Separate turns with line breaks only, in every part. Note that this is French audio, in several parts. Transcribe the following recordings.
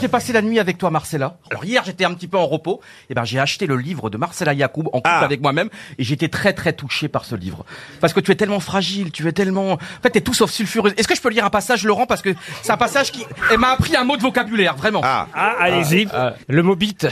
j'ai passé la nuit avec toi, Marcella. Alors hier, j'étais un petit peu en repos. Et ben, j'ai acheté le livre de Marcella Yacoub en couple avec moi-même, et j'étais très très touché par ce livre. Parce que tu es tellement fragile, tu es tellement, en fait, t'es tout sauf sulfureuse. Est-ce que je peux lire un passage, Laurent, parce que c'est un passage qui, elle m'a appris un mot de vocabulaire, vraiment. euh, Ah,
allez-y.
le mot bite.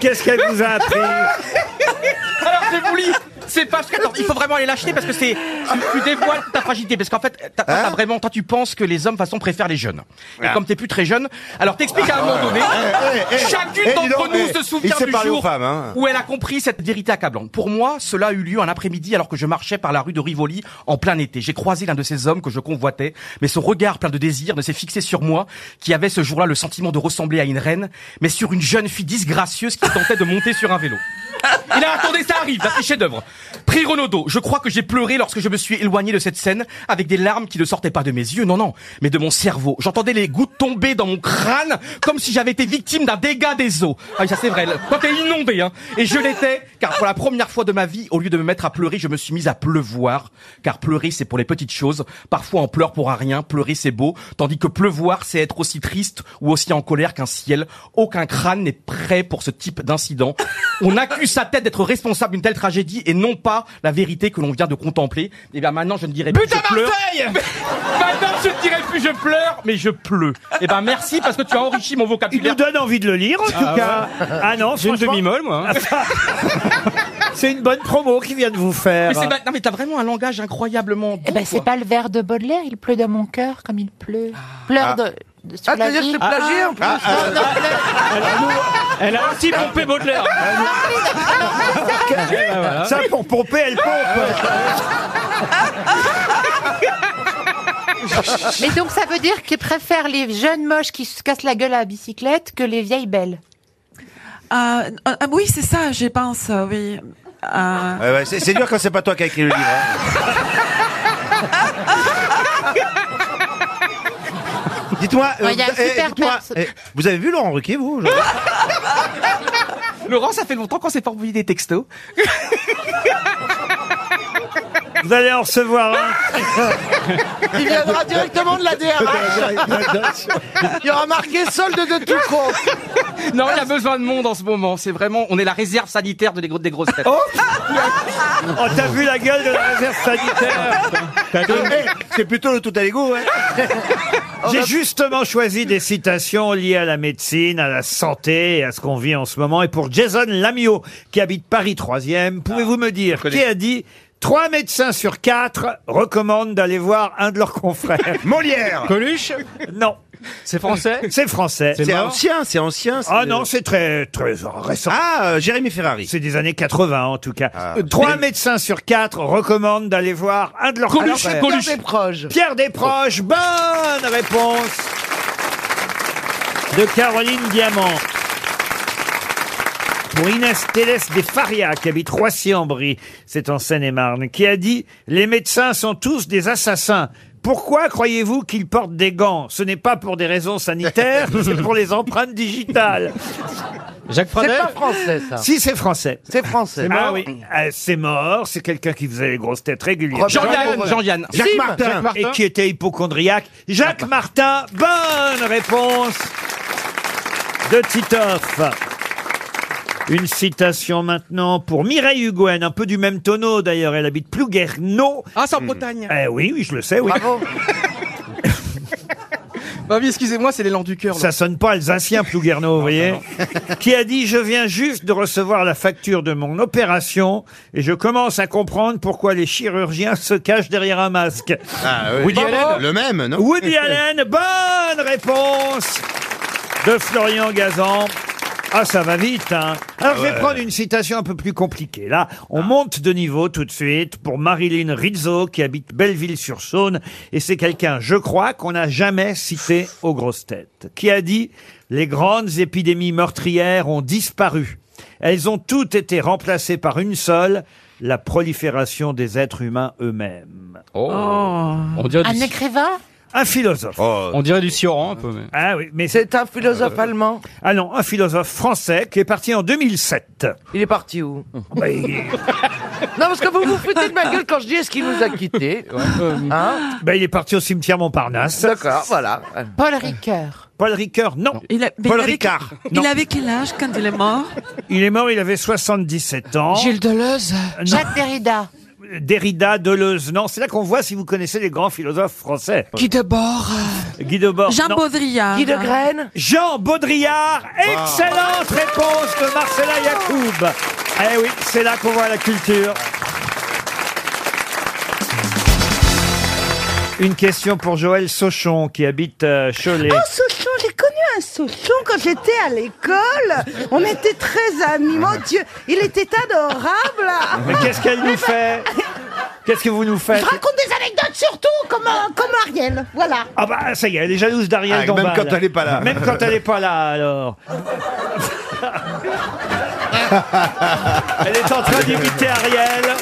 Qu'est-ce qu'elle vous a appris
Alors je vous lis. C'est pas parce que attends, il faut vraiment aller l'acheter parce que c'est tu, tu dévoiles ta fragilité parce qu'en fait t'as toi, t'as vraiment toi tu penses que les hommes de toute façon préfèrent les jeunes et
Hein Ah.
comme t'es plus très jeune alors t'expliques à un moment donné
Eh, eh, eh. Eh,
chacune
dis
d'entre
donc,
nous
eh,
se
il
souvient
sait
du
parler aux
jour
femmes, hein.
où elle a compris cette vérité accablante pour moi cela a eu lieu un après-midi alors que je marchais par la rue de Rivoli en plein été j'ai croisé l'un de ces hommes que je convoitais mais son regard plein de désir ne s'est fixé sur moi qui avait ce jour-là le sentiment de ressembler à une reine mais sur une jeune fille disgracieuse qui tentait de monter sur un vélo il a attendez, ça arrive, là, c'est chef-d'œuvre. Prix Renaudot, je crois que j'ai pleuré lorsque je me suis éloigné de cette scène avec des larmes qui ne sortaient pas de mes yeux, non, non, mais de mon cerveau. J'entendais les gouttes tomber dans mon crâne comme si j'avais été victime d'un dégât des eaux. Ah oui, ça c'est vrai, le- quand t'es inondé, hein. Et je l'étais, car pour la première fois de ma vie, au lieu de me mettre à pleurer, je me suis mise à pleuvoir, car pleurer c'est pour les petites choses. Parfois on pleure pour un rien, pleurer c'est beau, tandis que pleuvoir c'est être aussi triste ou aussi en colère qu'un ciel. Aucun crâne n'est prêt pour ce type d'incident. On accuse sa tête d'être responsable d'une telle tragédie et non pas la vérité que l'on vient de contempler. Et bien maintenant, je ne dirai plus je pleure. Maintenant, je ne dirai plus je pleure, mais je pleure. Et ben merci parce que tu as enrichi mon vocabulaire.
Il nous donne envie de le lire, en tout
Ah
cas.
ouais.
Ah non,
J'ai une
franchement-
demi-molle,
hein.
moi.
C'est une bonne promo qu'il vient de vous faire.
Mais c'est pas- non mais t'as vraiment un langage incroyablement doux.
Eh ben, c'est
quoi.
pas le vers de Baudelaire, il pleut dans mon cœur comme il pleut.
Ah.
Pleure de. de-
Ah,
sur la vie.
plagiat, en plus
ah,
Elle a aussi pompé Baudelaire.
Ah,
ah,
Ça, pour pomper, elle pompe.
Ah,
Mais donc ça veut dire qu'il préfère les jeunes moches qui se cassent la gueule à la bicyclette que les vieilles belles.
Ah,
Euh,
ah, ah, oui, c'est ça, je pense, euh, oui. Ah.
Ouais, ouais, c'est c'est dur quand c'est pas toi qui as écrit le livre. hein. Dites-moi,
Ouais, il y a un
eh,
super
dites-moi,
perso-
eh, vous avez vu Laurent Ruquier, vous aujourd'hui
Laurent, ça fait longtemps qu'on s'est pas envoyé des textos.
Vous allez en recevoir un.
Il viendra directement de la DRH. Il y aura marqué solde de tout compte.
Non, il y a besoin de monde en ce moment. C'est vraiment, on est la réserve sanitaire de les gros- des grosses têtes.
Oh, t'as vu la gueule de la réserve sanitaire Eh,
C'est plutôt le tout à l'égout, ouais.
hein. J'ai justement choisi des citations liées à la médecine, à la santé et à ce qu'on vit en ce moment. Et pour Jason Lamio, qui habite Paris 3e, pouvez-vous
Ah,
me dire qui a dit Trois médecins sur quatre recommandent d'aller voir un de leurs confrères.
Molière
Coluche Non,
C'est français
c'est français.
C'est ancien, c'est ancien. c'est-
Ah non, c'est très, très récent.
Ah, euh, Jérémy Ferrari.
C'est des années 80 en tout cas.
Ah.
Euh, Trois médecins sur quatre recommandent d'aller voir un de leurs
Coluche,
confrères.
Coluche.
Des proches.
Pierre Desproges, bonne réponse de Caroline Diamant. Pour Inès Télès des Faria, qui habite Roissy-en-Brie, c'est en Seine-et-Marne, qui a dit « Les médecins sont tous des assassins. Pourquoi croyez-vous qu'ils portent des gants Ce n'est pas pour des raisons sanitaires, c'est pour les empreintes digitales.
Jacques
C'est
Pradel
pas français, ça. »
Si, c'est français.
C'est français.
Ah oui, euh, c'est mort, c'est quelqu'un qui faisait les grosses têtes régulièrement.
Jean-
Jean-Yann, Jean-Yann.
Jacques
Sim.
Martin.
et qui était hypochondriaque. Jacques Martin, bonne réponse de Titoff. Une citation maintenant pour Mireille Hugouen, un peu du même tonneau d'ailleurs, elle habite Plouguerneau.
Ah, c'est en Bretagne.
Eh oui, oui, je le sais, oui.
Bravo.
Bah oui, excusez-moi, c'est l'élan du cœur. là.
Ça sonne pas alsacien, Plouguerneau, vous voyez. Qui a dit, je viens juste de recevoir la facture de mon opération et je commence à comprendre pourquoi les chirurgiens se cachent derrière un masque.
Ah, oui.
Woody
Bravo.
Allen.
Le même, non
Woody Allen, bonne réponse de Florian Gazan. Ah, ça va vite, hein. Alors, je vais prendre une citation un peu plus compliquée. Là, on monte de niveau tout de suite pour Marilyn Rizzo, qui habite Belleville-sur-Saône. Et c'est quelqu'un, je crois, qu'on n'a jamais cité aux grosses têtes, qui a dit, les grandes épidémies meurtrières ont disparu. Elles ont toutes été remplacées par une seule, la prolifération des êtres humains eux-mêmes.
Oh. On dirait
Un
du...
écrivain
Un philosophe.
On dirait du Sioran un peu. Mais...
Ah oui, mais c'est un philosophe allemand. Ah non, un philosophe français qui est parti en 2007. Il est parti où
Non, parce que vous vous foutez de ma gueule quand je dis est-ce qu'il nous a quittés Hein
Ben, il est parti au cimetière Montparnasse.
D'accord, voilà.
Paul Ricoeur.
Paul Ricoeur, non.
Il a- mais
Paul
il avait-
Ricard.
Il avait quel âge quand il est mort
Il est mort, il avait 77 ans. Euh,
Gilles Deleuze. Jacques Derrida.
Derrida, Deleuze, non. C'est là qu'on voit si vous connaissez les grands philosophes français.
Guy Debord.
Guy Debord.
Jean
non.
Baudrillard.
Guy de Graine.
Jean Baudrillard. Excellente réponse de Marcella Yacoub. Eh oui, c'est là qu'on voit la culture. Une question pour Joël Sauchon qui habite euh, Cholet.
Oh, Sauchon, j'ai connu un Sauchon quand j'étais à l'école. On était très amis. Mon Dieu, il était adorable. Eh ben,
Mais qu'est-ce qu'elle nous fait Qu'est-ce que vous nous
Je
faites
raconte des anecdotes surtout, comme, euh, comme Ariel. Voilà.
Ah bah ça y est, elle est jalouse d'Ariel
Ah,
Dombal.
même quand elle est pas là.
Même quand elle est pas là alors. elle est en train d'imiter Ariel.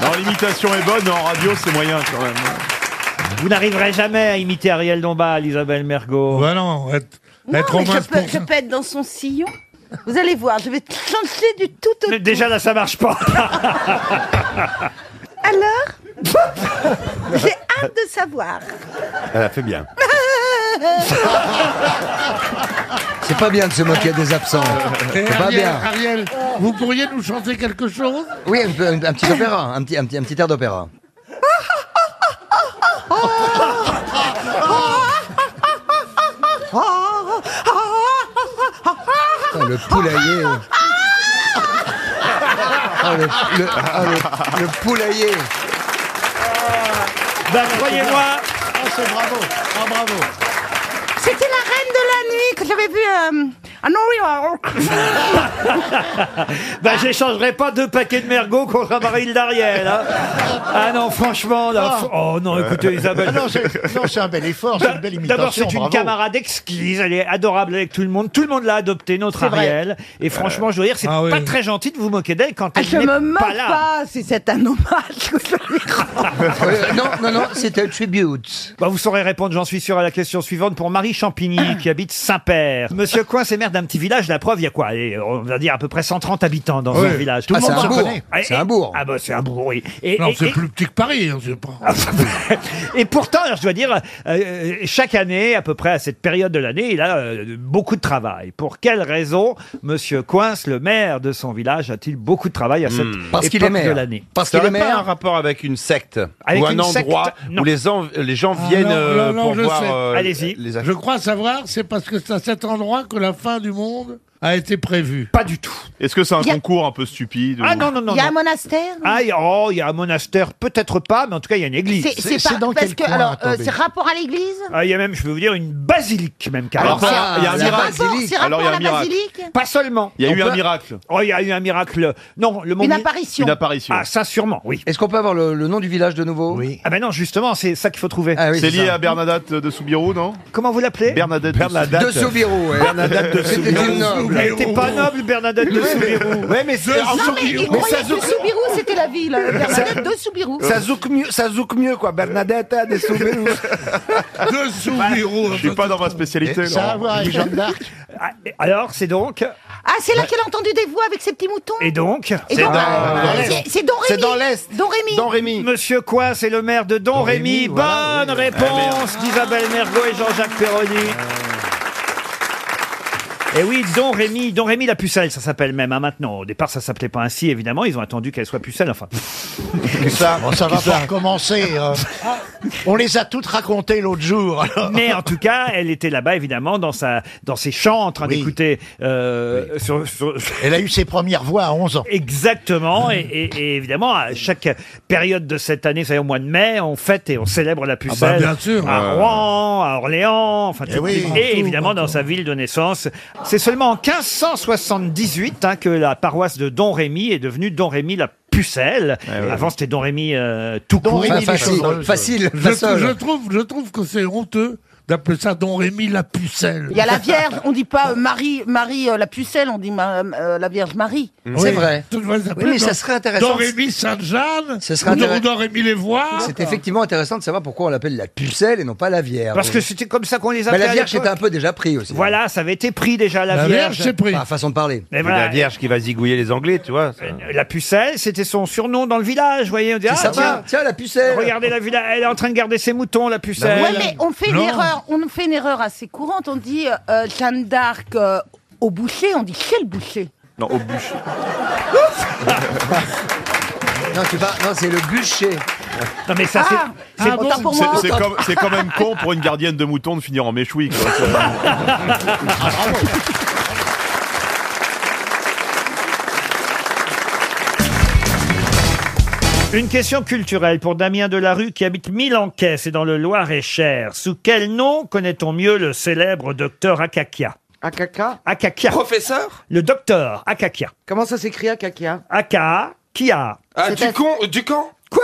Non, l'imitation est bonne, mais en radio, c'est moyen quand même.
Vous n'arriverez jamais à imiter Ariel Dombal, Isabelle Mergot.
Bah non, être,
Non,
être au
Oh, mais
moins
je, peux, je peux être dans son sillon. Vous allez voir, je vais changer du tout au
Mais
tout.
déjà là ça marche pas.
Alors J'ai hâte de savoir.
Elle a fait bien.
Ah,
C'est pas bien de se moquer des absents.
Eh,
C'est pas
Ariel,
bien.
Ariel, vous pourriez nous chanter quelque chose
Oui, un, peu- un- un petit opéra, un petit, un petit, un petit air d'opéra.
Ah,
Putain, Oh, le poulailler. euh. Ah, le, le- ah, le- le poulailler.
ben croyez-moi,
Ah, c'est bravo. Ah, bravo.
C'était la reine de la nuit que j'avais vue euh, à New York.
ben j'échangerai pas deux paquets de Mergot contre un baril d'Ariel. hein. Ah non franchement là. f- Oh non écoutez Isabelle.
Ah non, c'est non, c'est un bel effort, c'est une belle imitation.
D'abord, c'est une
bravo.
camarade exquise, elle est adorable avec tout le monde. Tout le monde l'a adoptée, notre Ariel.
Euh,
Et franchement, je dois dire, c'est
Ah oui.
pas très gentil de vous moquer d'elle quand elle
Je
n'est
me moque
pas là.
pas, si c'est un hommage que je lui rends.
Euh, non, non, non, c'est un tribute.
Bah, vous saurez répondre, j'en suis sûr, à la question suivante pour Marie Champigny, qui habite Saint-Père. Monsieur Coin, c'est maire d'un petit village. La preuve, il y a quoi Allez, On va dire à peu près 130 habitants dans
Oui.
un village.
Tout le
Ah, c'est
monde
un
se
bourg.
connaît.
Ah, et-
C'est un bourg.
Ah bah c'est un bourg, oui. Et,
Non,
et-
c'est
et-
plus petit que Paris. hein, c'est pas-
et pourtant, alors, je dois dire, euh, chaque année, à peu près à cette période de l'année, il a euh, beaucoup de travail. Pour quelle raison, Monsieur Coins, le maire de son village, a-t-il beaucoup de travail à cette
Parce qu'il est
époque de
maire.
l'année
Parce
Hmm. Ça
qu'il est
n'aurait pas un
maire.
rapport avec une secte
Avec
ou un
une secte,
endroit
non.
où les, en- les gens
Ah,
viennent
non, non,
euh,
non,
pour
je
voir
sais.
euh,
Allez-y.
les
Je crois savoir, c'est parce que c'est à cet endroit que la fin du monde a été prévue.
Pas du tout.
Est-ce que c'est un
Y a-
concours un peu stupide ou-
Ah non, non, non.
Il y a un
non.
monastère
Ah, il y a- oh, il y a un monastère, peut-être pas, mais en tout cas, il y a une église.
C'est- C'est pas-
dans
parce
quel
que
coin,
alors euh,
attendez
c'est rapport à l'église
Ah, il y a même, je peux vous dire, une basilique même carrément.
Alors, ça, il y a un
C'est rapport,
miracle.
c'est rapport
Alors, il y a
à
un
la
miracle.
basilique
Pas seulement.
Il y a
On
eu un
peut-
miracle,
Oh, il y a eu un miracle. Non, le monde.
Une apparition.
une apparition.
Ah, ça sûrement, oui.
Est-ce qu'on peut avoir le, le nom du village de nouveau Oui.
Ah ben non, justement, c'est ça qu'il faut trouver.
Ah, oui
c'est lié
ça.
à Bernadette de Soubirous, non
Comment vous l'appelez
Bernadette,
De Soubirous, ouais. C'était une noble. Oh.
Elle était pas noble, Bernadette de Soubirous.
Ouais, mais c'est-
Non, mais il croyait que Soubirou, c'était la ville. euh, Bernadette de Soubirou.
ça zouk mieux, ça zouk mieux quoi, Bernadette Bah, de Soubirous.
Deux soubirous.
Je suis pas dans ma spécialité.
Ça a à
Laurent.
voir avec Jeanne d'Arc.
Ah, et Alors, c'est donc.
Ah, c'est là qu'elle a entendu des voix avec ses petits moutons.
Et donc
Et
C'est
donc,
dans-
Ah.
euh, c'est- c'est Don Rémy.
C'est dans l'Est.
Don Rémy.
Dans Rémi.
Monsieur quoi c'est le maire de Don Rémy. Bonne
Ah,
réponse d'Isabelle Mergot et Jean-Jacques Perroni. Et Eh oui, Don Rémy, Don Rémy la pucelle, ça s'appelle même hein, maintenant. Au départ, ça s'appelait pas ainsi, évidemment. Ils ont attendu qu'elle soit pucelle. Enfin,
Ça.
Oh,
Bon, ça va pas recommencer. euh. On les a toutes racontées l'autre jour. alors.
mais en tout cas, elle était là-bas, évidemment, dans sa, dans ses chants, en train
Oui.
d'écouter. euh, sur- sur-
Elle a eu ses premières voix à 11 ans.
Exactement, et, et- et évidemment, à chaque période de cette année, c'est au mois de mai, on fête et on célèbre la pucelle.
Ah bah, bien sûr.
À
Euh.
Rouen, à Orléans, enfin,
Eh
tout-
oui.
et
Partout,
évidemment dans sa ville de naissance. C'est seulement en 1578 hein, que la paroisse de Don Rémy est devenue Don Rémy la pucelle.
Eh
Avant, c'était Don Rémy euh, tout
Don
court.
Rémy,
Enfin, facile,
choses.
facile,
Je,
facile.
je trouve, je trouve que c'est honteux d'appeler ça Don Rémy la pucelle.
Il y a la Vierge, on dit pas euh, Marie, Marie euh, la pucelle, on dit ma- euh, la Vierge Marie.
C'est vrai.
Tout le monde s'appelle
Oui, mais
Don-
ça serait intéressant.
Don Rémy Sainte-Jeanne
Ce serait
Ou Don-
intéressant.
Don Rémy les Voix
C'est effectivement intéressant de savoir pourquoi on l'appelle la pucelle et non pas la vierge.
Parce que c'était comme ça qu'on les
Mais
appelait
la
à
vierge était
l'époque.
un peu déjà pris aussi. hein.
Voilà, ça avait été pris déjà, la,
Enfin, façon de parler.
Mais voilà.
La Vierge qui va zigouiller les Anglais, tu vois. ça.
Euh, La pucelle, c'était son surnom dans le village, vous voyez. On dit,
C'est
ah,
ça,
tiens,
tiens,
la pucelle.
Regardez la villa, elle est en train de garder ses moutons, la pucelle.
Bah Ouais, mais on fait une erreur, on fait une erreur assez courante. On dit euh, Jeanne d'Arc euh, au boucher, on dit chez le boucher.
Non, au bûcher. non, tu vas. Non, c'est le bûcher.
Non, mais
ça,
Ah,
C'est
ah, autant pour
c'est-
moi.
c'est comme- c'est quand même con pour une gardienne de moutons de finir en méchoui. quoi.
Ah, Une question culturelle pour Damien Delarue qui habite Milanquais, c'est dans le Loir-et-Cher. Sous quel nom connaît-on mieux le célèbre docteur Akakia Akakia Akakia. Professeur Le docteur Akakia.
Comment ça s'écrit Akakia
Akakia.
Ah, Ducon euh, Ducamp Quoi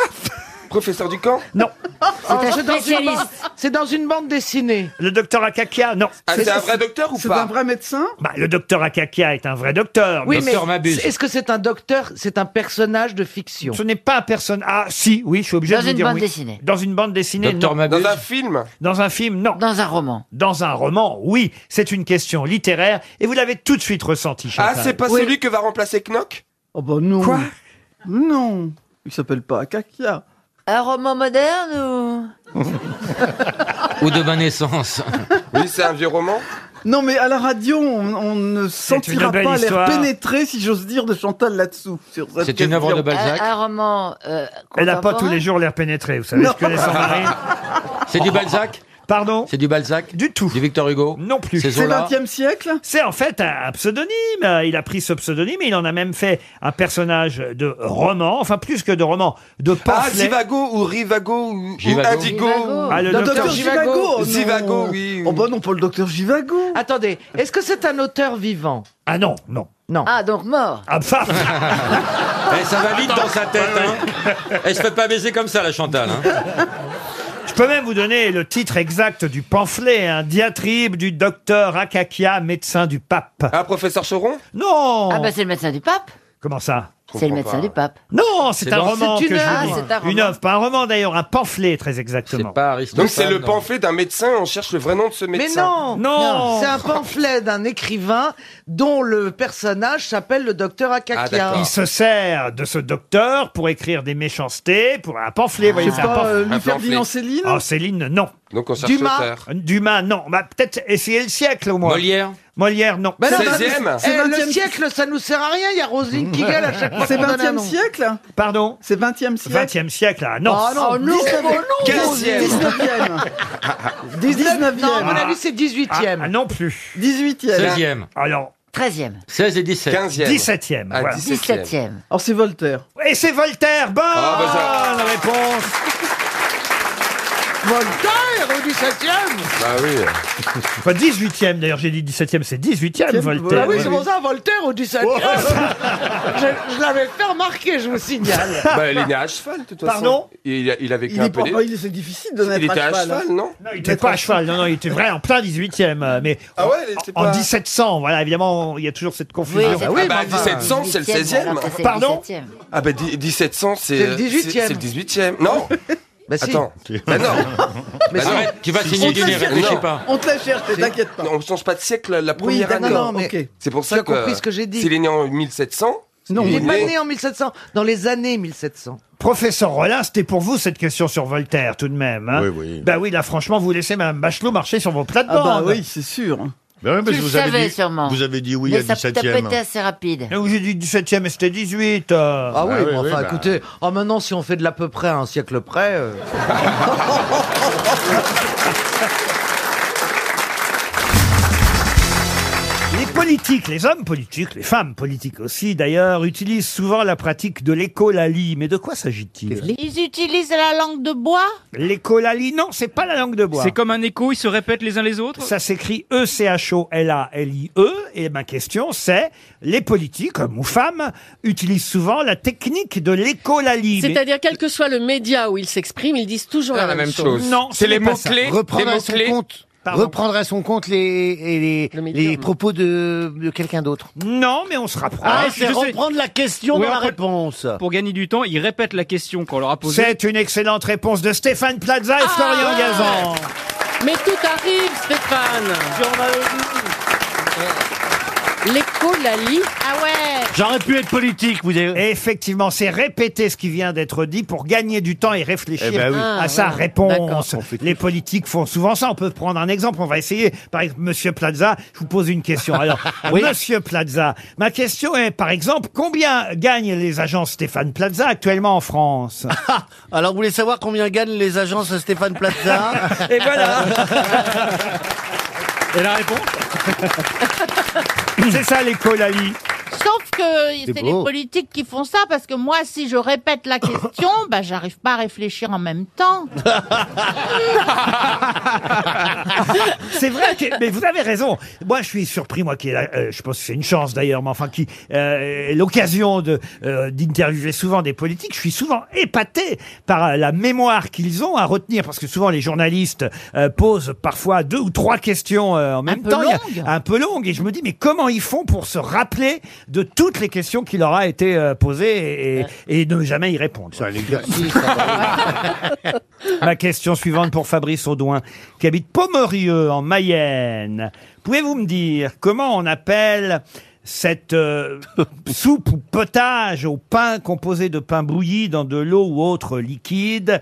Professeur Ducamp
Non.
un
C'est dans, une bande,
spécialiste.
c'est dans une bande dessinée.
Le docteur Akakia, non.
Ah, c'est un vrai docteur ou
c'est
pas
un vrai médecin
Bah, le docteur Akakia est un vrai docteur.
Oui, Docteur mais Mabuse.
Est-ce que c'est un docteur C'est un personnage de fiction.
Ce n'est pas un personnage. Ah, si, oui, je suis obligé
Dans
de vous
une
dire
bande
oui.
dessinée.
Dans une bande dessinée.
Docteur
non.
Mabuse. Dans un film
Dans un film, non. Dans un roman. Dans un roman, oui. C'est une question littéraire et vous l'avez tout de suite ressenti.
Ah,
Chantal.
c'est pas celui que va remplacer Knock
Oh bah non. Quoi Non. Il s'appelle pas Akakia.
Un roman moderne ou
Ou de ma naissance.
Oui, c'est un vieux roman.
Non mais à la radio, on, on ne
une
sentira
belle
pas l'air
histoire.
pénétré, si j'ose dire, de Chantal là-dessous. sur cette
C'est une œuvre de
question.
Balzac.
un roman euh,
Elle n'a pas
contemporain
tous les jours l'air pénétré, vous savez
Non.
ce que laisse son mari.
C'est du Balzac
Pardon
C'est du Balzac
Du tout.
Du Victor Hugo
Non plus.
C'est Zola
siècle
C'est en fait un, un pseudonyme. Euh, Il a pris ce pseudonyme et il en a même fait un personnage de roman, enfin plus que de roman, de
Ah,
pamphlet.
Zivago ou Rivago ou, ou
Givago.
Indigo.
Ah, le
Le docteur, Givago. oh non.
Zivago, oui.
Oh bah non, pas le docteur Givago.
Attendez, est-ce que c'est un auteur vivant
Ah non, non.
Non.
Ah, donc mort.
Ah, paf
Eh, ça va vite dans sa tête, hein. Elle se fait pas baiser comme ça, la Chantal, hein.
Je peux même vous donner le titre exact du pamphlet, un diatribe du docteur Akakia, médecin du pape.
Ah, professeur Choron
Non
Ah bah c'est le médecin du pape.
Comment ça
C'est le médecin du pape.
Non, c'est
C'est
un
dans-
roman
C'est
que
une
je
œuvre.
vous dis.
Ah, c'est un roman.
Une œuvre, pas un roman d'ailleurs, un pamphlet très exactement.
Donc c'est le pamphlet d'un médecin, on cherche le vrai nom de ce
Mais
médecin.
non Non.
C'est
C'est un pamphlet d'un écrivain dont le personnage s'appelle le docteur
Ah,
Akakia.
Il se sert de ce docteur pour écrire des méchancetés, pour un pamphlet, vous voyez,
C'est
c'est un
pas,
pamphlet.
euh, Louis Un pamphlet. Ferdinand Céline
Ah, Céline, non.
Donc on
cherche Dumas l'auteur.
Dumas, non. Bah, peut-être essayer le siècle au moins.
Molière
Molière, non.
Ben non, ben, eh, le siècle, ça nous sert à rien. Il y a Roselyne Kigel à chaque fois.
Mm. C'est
qu'on donne un
20e
nom.
siècle
Pardon
C'est 20e siècle
20e siècle, ah non.
Ah non, 19e. 19e.
Bah
19e.
Non, à mon avis, c'est 18e.
Ah, non plus.
18e.
16e.
Alors.
13e.
16 et 17.
15e.
17e.
Ah,
voilà.
17e.
17e.
Alors c'est Voltaire.
Et c'est Voltaire. Bonne
Ah,
réponse.
Voltaire au 17e
Bah oui.
Enfin, 18e d'ailleurs, j'ai dit 17e, c'est 18e Voltaire. Oh,
Ah oui, c'est pour ça, Voltaire au 17e. je je l'avais fait remarquer, je vous signale.
Bah, il est né à cheval, de toute façon.
Pardon
Il, a- il a vécu
Il
un
est
peu
pas,
des-
oh, il- c'est difficile de
Il
mettre
était à
cheval.
cheval,
hein.
non
Il était pas à cheval, non, non, il était vrai en plein 18e. euh, Mais
Ah ouais, il
en-
était
en,
pas-
1700, voilà, évidemment, il y a toujours cette confusion.
Ah bah, 1700, c'est le 16e.
Pardon
Ah bah, di- 1700, c'est...
C'est le
18e. C'est le 18e. Non
Bah si.
Attends. Bah non.
Mais
Bah
si.
non.
tu vas
Si,
signer
si,
du
si,
nez,
si.
réfléchis
Non.
pas.
On te la cherche, ne t'inquiète pas.
On change pas de siècle la première
d'accord,
année.
non, mais ok.
C'est pour
Tu
ça
as
que
compris ce que j'ai dit.
S'il est né en 1700,
Non,
il
il
est
n'est pas
né-
né en 1700, dans les années 1700.
Professeur Rollin, c'était pour vous cette question sur Voltaire, tout de même. hein. Bah oui, là, franchement, vous laissez Mme Bachelot marcher sur vos plates-bandes.
Ah bah oui, c'est sûr.
Bah
Tu le savais sûrement. Mais ça t'a pété assez rapide.
Mais oui, J'ai dit 17e et c'était 18. euh.
Ah oui, Ah oui, mais oui, enfin, bah. écoutez,
oh, maintenant, si on fait de l'à peu près à un siècle près. euh.
Les politiques, les hommes politiques, les femmes politiques aussi d'ailleurs, utilisent souvent la pratique de l'écolalie. Mais de quoi s'agit-il
Ils utilisent la langue de bois
L'écolalie, non, c'est pas la langue de bois.
C'est comme un écho, ils se répètent les uns les autres
Ça s'écrit E E-C-H-O-L-A-L-I-E. E, Et ma question, c'est les politiques, hommes ou femmes, utilisent souvent la technique de l'écolalie. Mais-
C'est-à-dire, quel que soit le média où ils s'expriment, ils disent toujours la, même, chose.
Non, ce n'est pas ça.
Reprendre à son compte.
reprendre à son compte les, et les, les propos de, de quelqu'un d'autre.
Non, mais on se rapproche.
Ah, c'est reprendre la question
Oui,
dans la
en fait,
réponse.
Pour gagner du temps, ils répètent la question qu'on leur a posée.
C'est une excellente réponse de Stéphane Plaza et
Ah,
Florian
ouais.
Gazan.
Mais tout arrive, Stéphane
L'écolalie Ah ouais
J'aurais pu être politique, vous avez. Effectivement, c'est répéter ce qui vient d'être dit pour gagner du temps et réfléchir
Eh ben oui.
à
Ah,
sa
voilà.
réponse. Les politiques font souvent ça. On peut prendre un exemple. On va essayer. Par exemple, Monsieur Plaza, je vous pose une question. Alors,
Oui.
Monsieur Plaza, ma question est, par exemple, combien gagnent les agences Stéphane Plaza actuellement en France
Alors, vous voulez savoir combien gagnent les agences Stéphane Plaza
Et voilà.
Et la réponse
C'est ça l'écolalie.
Sauf que c'est les
beau.
politiques qui font ça, parce que moi, si je répète la question, bah, j'arrive pas à réfléchir en même temps.
c'est vrai, que, mais vous avez raison. Moi, je suis surpris, moi, qui ai la- euh, je pense que c'est une chance d'ailleurs, mais enfin, qui euh, l'occasion de euh, d'interviewer souvent des politiques. Je suis souvent épaté par euh, la mémoire qu'ils ont à retenir, parce que souvent les journalistes euh, posent parfois deux ou trois questions euh, en même
peu
temps, Il y a-
longues.
un peu longues, et je me dis, mais comment ils font pour se rappeler de toutes les questions qui leur a été euh, posées et, et ne jamais y répondre. C'est un exercice. Ma question suivante pour Fabrice Audouin, qui habite Pomerieux, en Mayenne. Pouvez-vous me dire comment on appelle cette euh, soupe ou potage au pain composé de pain bouilli dans de l'eau ou autre liquide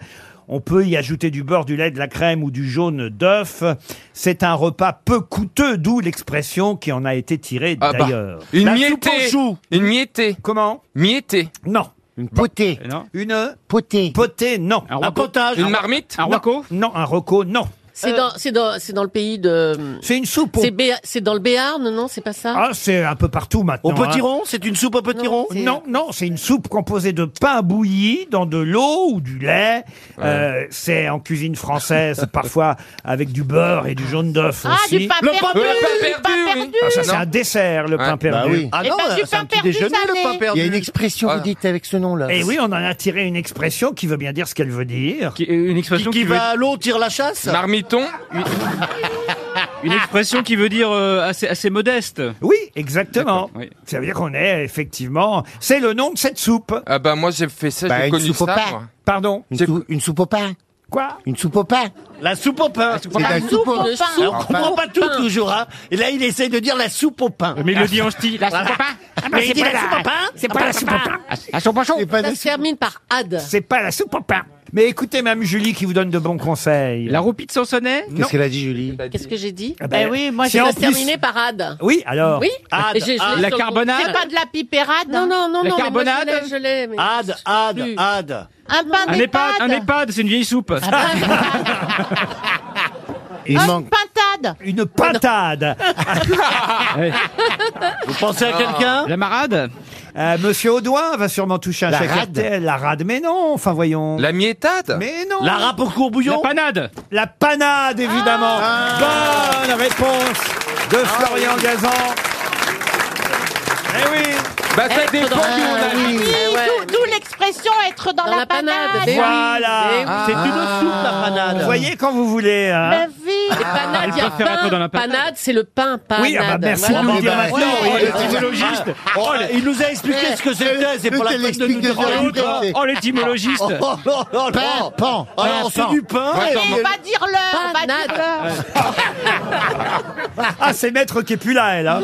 on peut y ajouter du beurre, du lait, de la crème ou du jaune d'œuf. C'est un repas peu coûteux, d'où l'expression qui en a été tirée
Ah bah.
d'ailleurs.
Une
La soupe
miettée.
aux choux.
Une miettée.
Comment
Miettée.
Non.
Une
potée.
Non.
Une potée. Potée, non. Un,
roco. potage. Une marmite Un
roco non, un roco, non.
C'est dans, c'est dans, c'est dans le pays de.
C'est une soupe.
C'est, Bé- c'est dans le Béarn, non C'est pas ça
Ah, c'est un peu partout maintenant.
Au potiron
hein.
C'est une soupe au potiron
Non, non, c'est une soupe composée de pain bouilli dans de l'eau ou du lait. Euh, c'est en cuisine française, parfois avec du beurre et du jaune d'œuf
Ah,
aussi.
du pain Le pain perdu, perdu, le pain oui. perdu.
Ah, ça, c'est
Non.
un dessert, le pain perdu.
Ah
Eh
non,
ben, du
c'est
pain
un petit
perdu
déjeuner,
salé.
le pain perdu. Il y a une expression, vous dites, avec ce nom-là.
Et Eh oui, on en a tiré une expression qui veut bien dire ce qu'elle veut dire.
Une expression
Qui,
qui veut-
va à l'eau tire la chasse
Marmiton Une expression qui veut dire euh, assez, assez modeste.
Ah. Oui, exactement. Ça veut dire qu'on est effectivement. C'est le nom de cette soupe.
Ah bah moi j'ai fait ça,
Bah,
j'ai
une
connu
soupe au
ça.
pain.
moi.
Pardon
une, sou- une soupe au pain.
Quoi
Une soupe au pain. La soupe au
au
pain.
pain.
C'est
La soupe au pain.
Alors, on comprend pas tout toujours. Hein. Et là, il essaye de dire la soupe au pain.
Mais il le dit en ch'ti. La
Voilà.
soupe au pain.
Ah, bah, Mais il dit la soupe au pain. Ah, bah,
C'est pas la soupe au pain. Ça se termine par ad.
C'est pas la soupe au pain. Mais écoutez, même Julie qui vous donne de bons conseils. La roupie de Sansonnet
Qu'est-ce qu'elle a dit, Julie
Qu'est-ce que j'ai dit
Ah ben, c'est
Ça
en
se
plus-
termine par ad.
Oui, alors.
Oui.
Ad,
Et j'ai- je
ad.
l'ai
La
sur le-
carbonade
C'est pas de la hein. pipérade. Non, non, non, non. mais
La
moi, je
carbonade
l'ai, je l'ai, mais-
Ad, ad, ad.
Ah, Un Ah, pain
Un EHPAD,
d'EHPAD.
un EHPAD, c'est une vieille soupe.
bah.
Il manque.
Pintade
Une pintade
Vous pensez
Ah.
à quelqu'un
La marade Euh, Monsieur Audouin va sûrement toucher un
La
chèque
rade
RTL. La rade, mais non, enfin voyons. La miettade Mais non
La râpe au courbouillon La
panade La panade, évidemment
Ah.
Bonne réponse de Florian Gazan Eh oui
Bah ça dépend
Ah,
d'où on a
oui,
mis.
Eh
d'où- D'où l'expression être dans, la, panade.
Voilà
Eh
C'est une
soupe, la panade Vous voyez quand vous voulez hein.
La vie
Et panade, Ah, il y a
préfère être dans
pain.
la panade.
Panade, c'est le pain. Panade.
Oui, ah bah, merci
Voilà. ben,
de nous le dire
Ouais,
maintenant.
ouais, ouais.
Oh, il nous a expliqué
Eh,
ce que c'était, c'est pour la peine de nous donner
Oh,
Oh, oh, oh,
Pain,
oh. Alors, c'est du pain. et-
On va dire l'heure, on va dire l'heure.
Ah, c'est Maître qui est plus là, elle hein.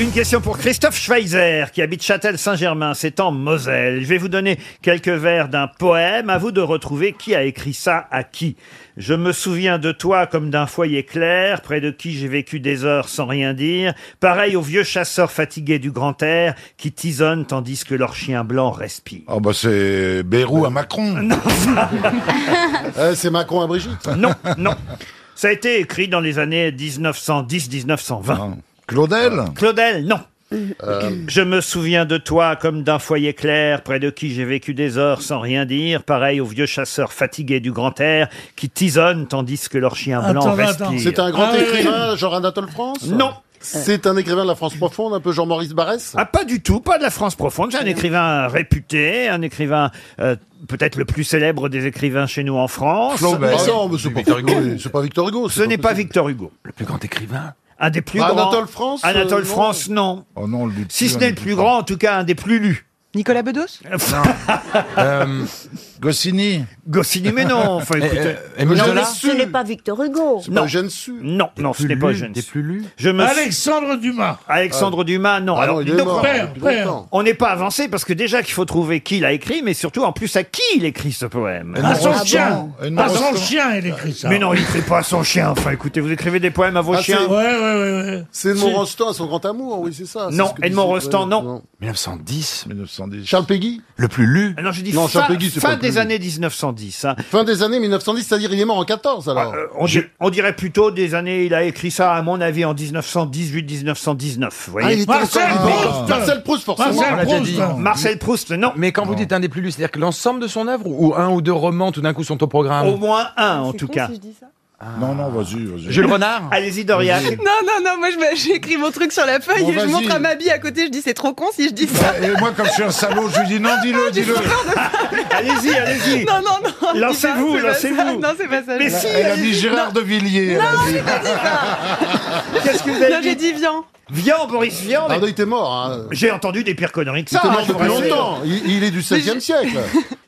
Une question pour Christophe Schweizer, qui habite Châtel-Saint-Germain, c'est en Moselle. Je vais vous donner quelques vers d'un poème, à vous de retrouver qui a écrit ça à qui. Je me souviens de toi comme d'un foyer clair, près de qui j'ai vécu des heures sans rien dire, pareil aux vieux chasseurs fatigués du grand air, qui tisonnent tandis que leur chien blanc respire.
Ah bah c'est Bérou à Macron.
Euh, c'est Macron à Brigitte Non, non. Ça a été écrit dans les années 1910-1920. Ah. Claudel Euh, Claudel, non. Je me souviens de toi comme d'un foyer clair, près de qui j'ai vécu des heures sans rien dire, pareil aux vieux chasseurs fatigués du grand air Ah qui tisonnent tandis que leur chien blanc respire. Ah
Ah C'est un grand écrivain, genre Anatole France
Non.
C'est un écrivain de la France profonde, un peu Jean-Maurice Barrès
Ah, pas du tout, pas de la France profonde. C'est un écrivain réputé, un écrivain euh, peut-être le plus célèbre des écrivains chez nous en France.
Flaubert. Ah non, mais c'est pas Victor Hugo. C'est pas Victor Hugo.
Ce n'est pas Victor Hugo.
Le plus grand écrivain
Un des plus grands.
Anatole France euh,
Anatole
non.
France, non.
Oh non, le
Si ce n'est le plus grand, en tout cas, un des plus lus.
Nicolas Bedos
Euh, Goscinny. euh, Goscinny, mais non. Enfin,
Eh,
écoutez.
eh, Émile
Non, mais ce n'est pas Victor Hugo.
Non. Non, non, ce n'est pas Eugène Sue. Je me suis-
Alexandre Dumas.
Alexandre Dumas, non.
Ah
Alors,
non, il est
dis donc,
mort
père,
depuis
père.
longtemps.
On n'est pas avancé parce que déjà qu'il faut trouver qui l'a écrit, mais surtout en plus à qui il écrit ce poème.
À son chien. À son chien, il écrit ça.
Mais non, il ne fait pas à son chien. Enfin, écoutez, vous écrivez des poèmes à vos
Ah, c'est-
chiens.
ouais, C'est Edmond
Si.
Rostand, son grand amour, oui, c'est ça. c'est
Non,
ce que
Edmond
disait-
Rostand,
ouais.
non.
1910. 1910. Charles Peggy Le plus lu.
Ah Non, je dis
Non,
fin,
Charles Peggy, c'est
fin
pas le plus
des
lu.
années 1910. hein.
Fin des années 1910, c'est-à-dire il est mort en 14 alors.
Euh, on, di- on dirait plutôt des années, il a écrit ça, à mon avis, en 1918-1919.
Ah, il était Marcel encore- Proust Ah. Marcel Proust, forcément. Marcel
On l'a déjà dit.
Proust.
Marcel Proust, non.
Mais quand vous dites un des plus lus, c'est-à-dire que l'ensemble de son œuvre ou un ou deux romans tout d'un coup sont au programme
Au moins un, en tout cas.
Non, non, vas-y, vas-y.
Jules Renard
Allez-y, Dorian.
Vas-y.
Non, non, non, moi je me- j'écris mon truc sur la feuille
Bon,
et je
vas-y.
montre à ma bille à côté, je dis c'est trop con si je dis ça.
Et moi, comme je suis un salaud, je lui dis non, dis-le, dis-le.
Allez-y, allez-y.
Non, non, non.
Lancez-vous,
C'est pas ça.
lancez-vous.
Non, c'est pas ça.
Mais
je-
si, Elle a dit Gérard de Villiers.
Non,
elle
j'ai
a dit.
pas dit ça.
Qu'est-ce que vous avez
Non, j'ai dit Vian.
Vian, Boris Vian.
Pardon, il était mort. hein.
J'ai entendu des pires conneries que ça.
Il était mort
hein, je vous
depuis
rassure.
longtemps. Il, il est du 16e siècle.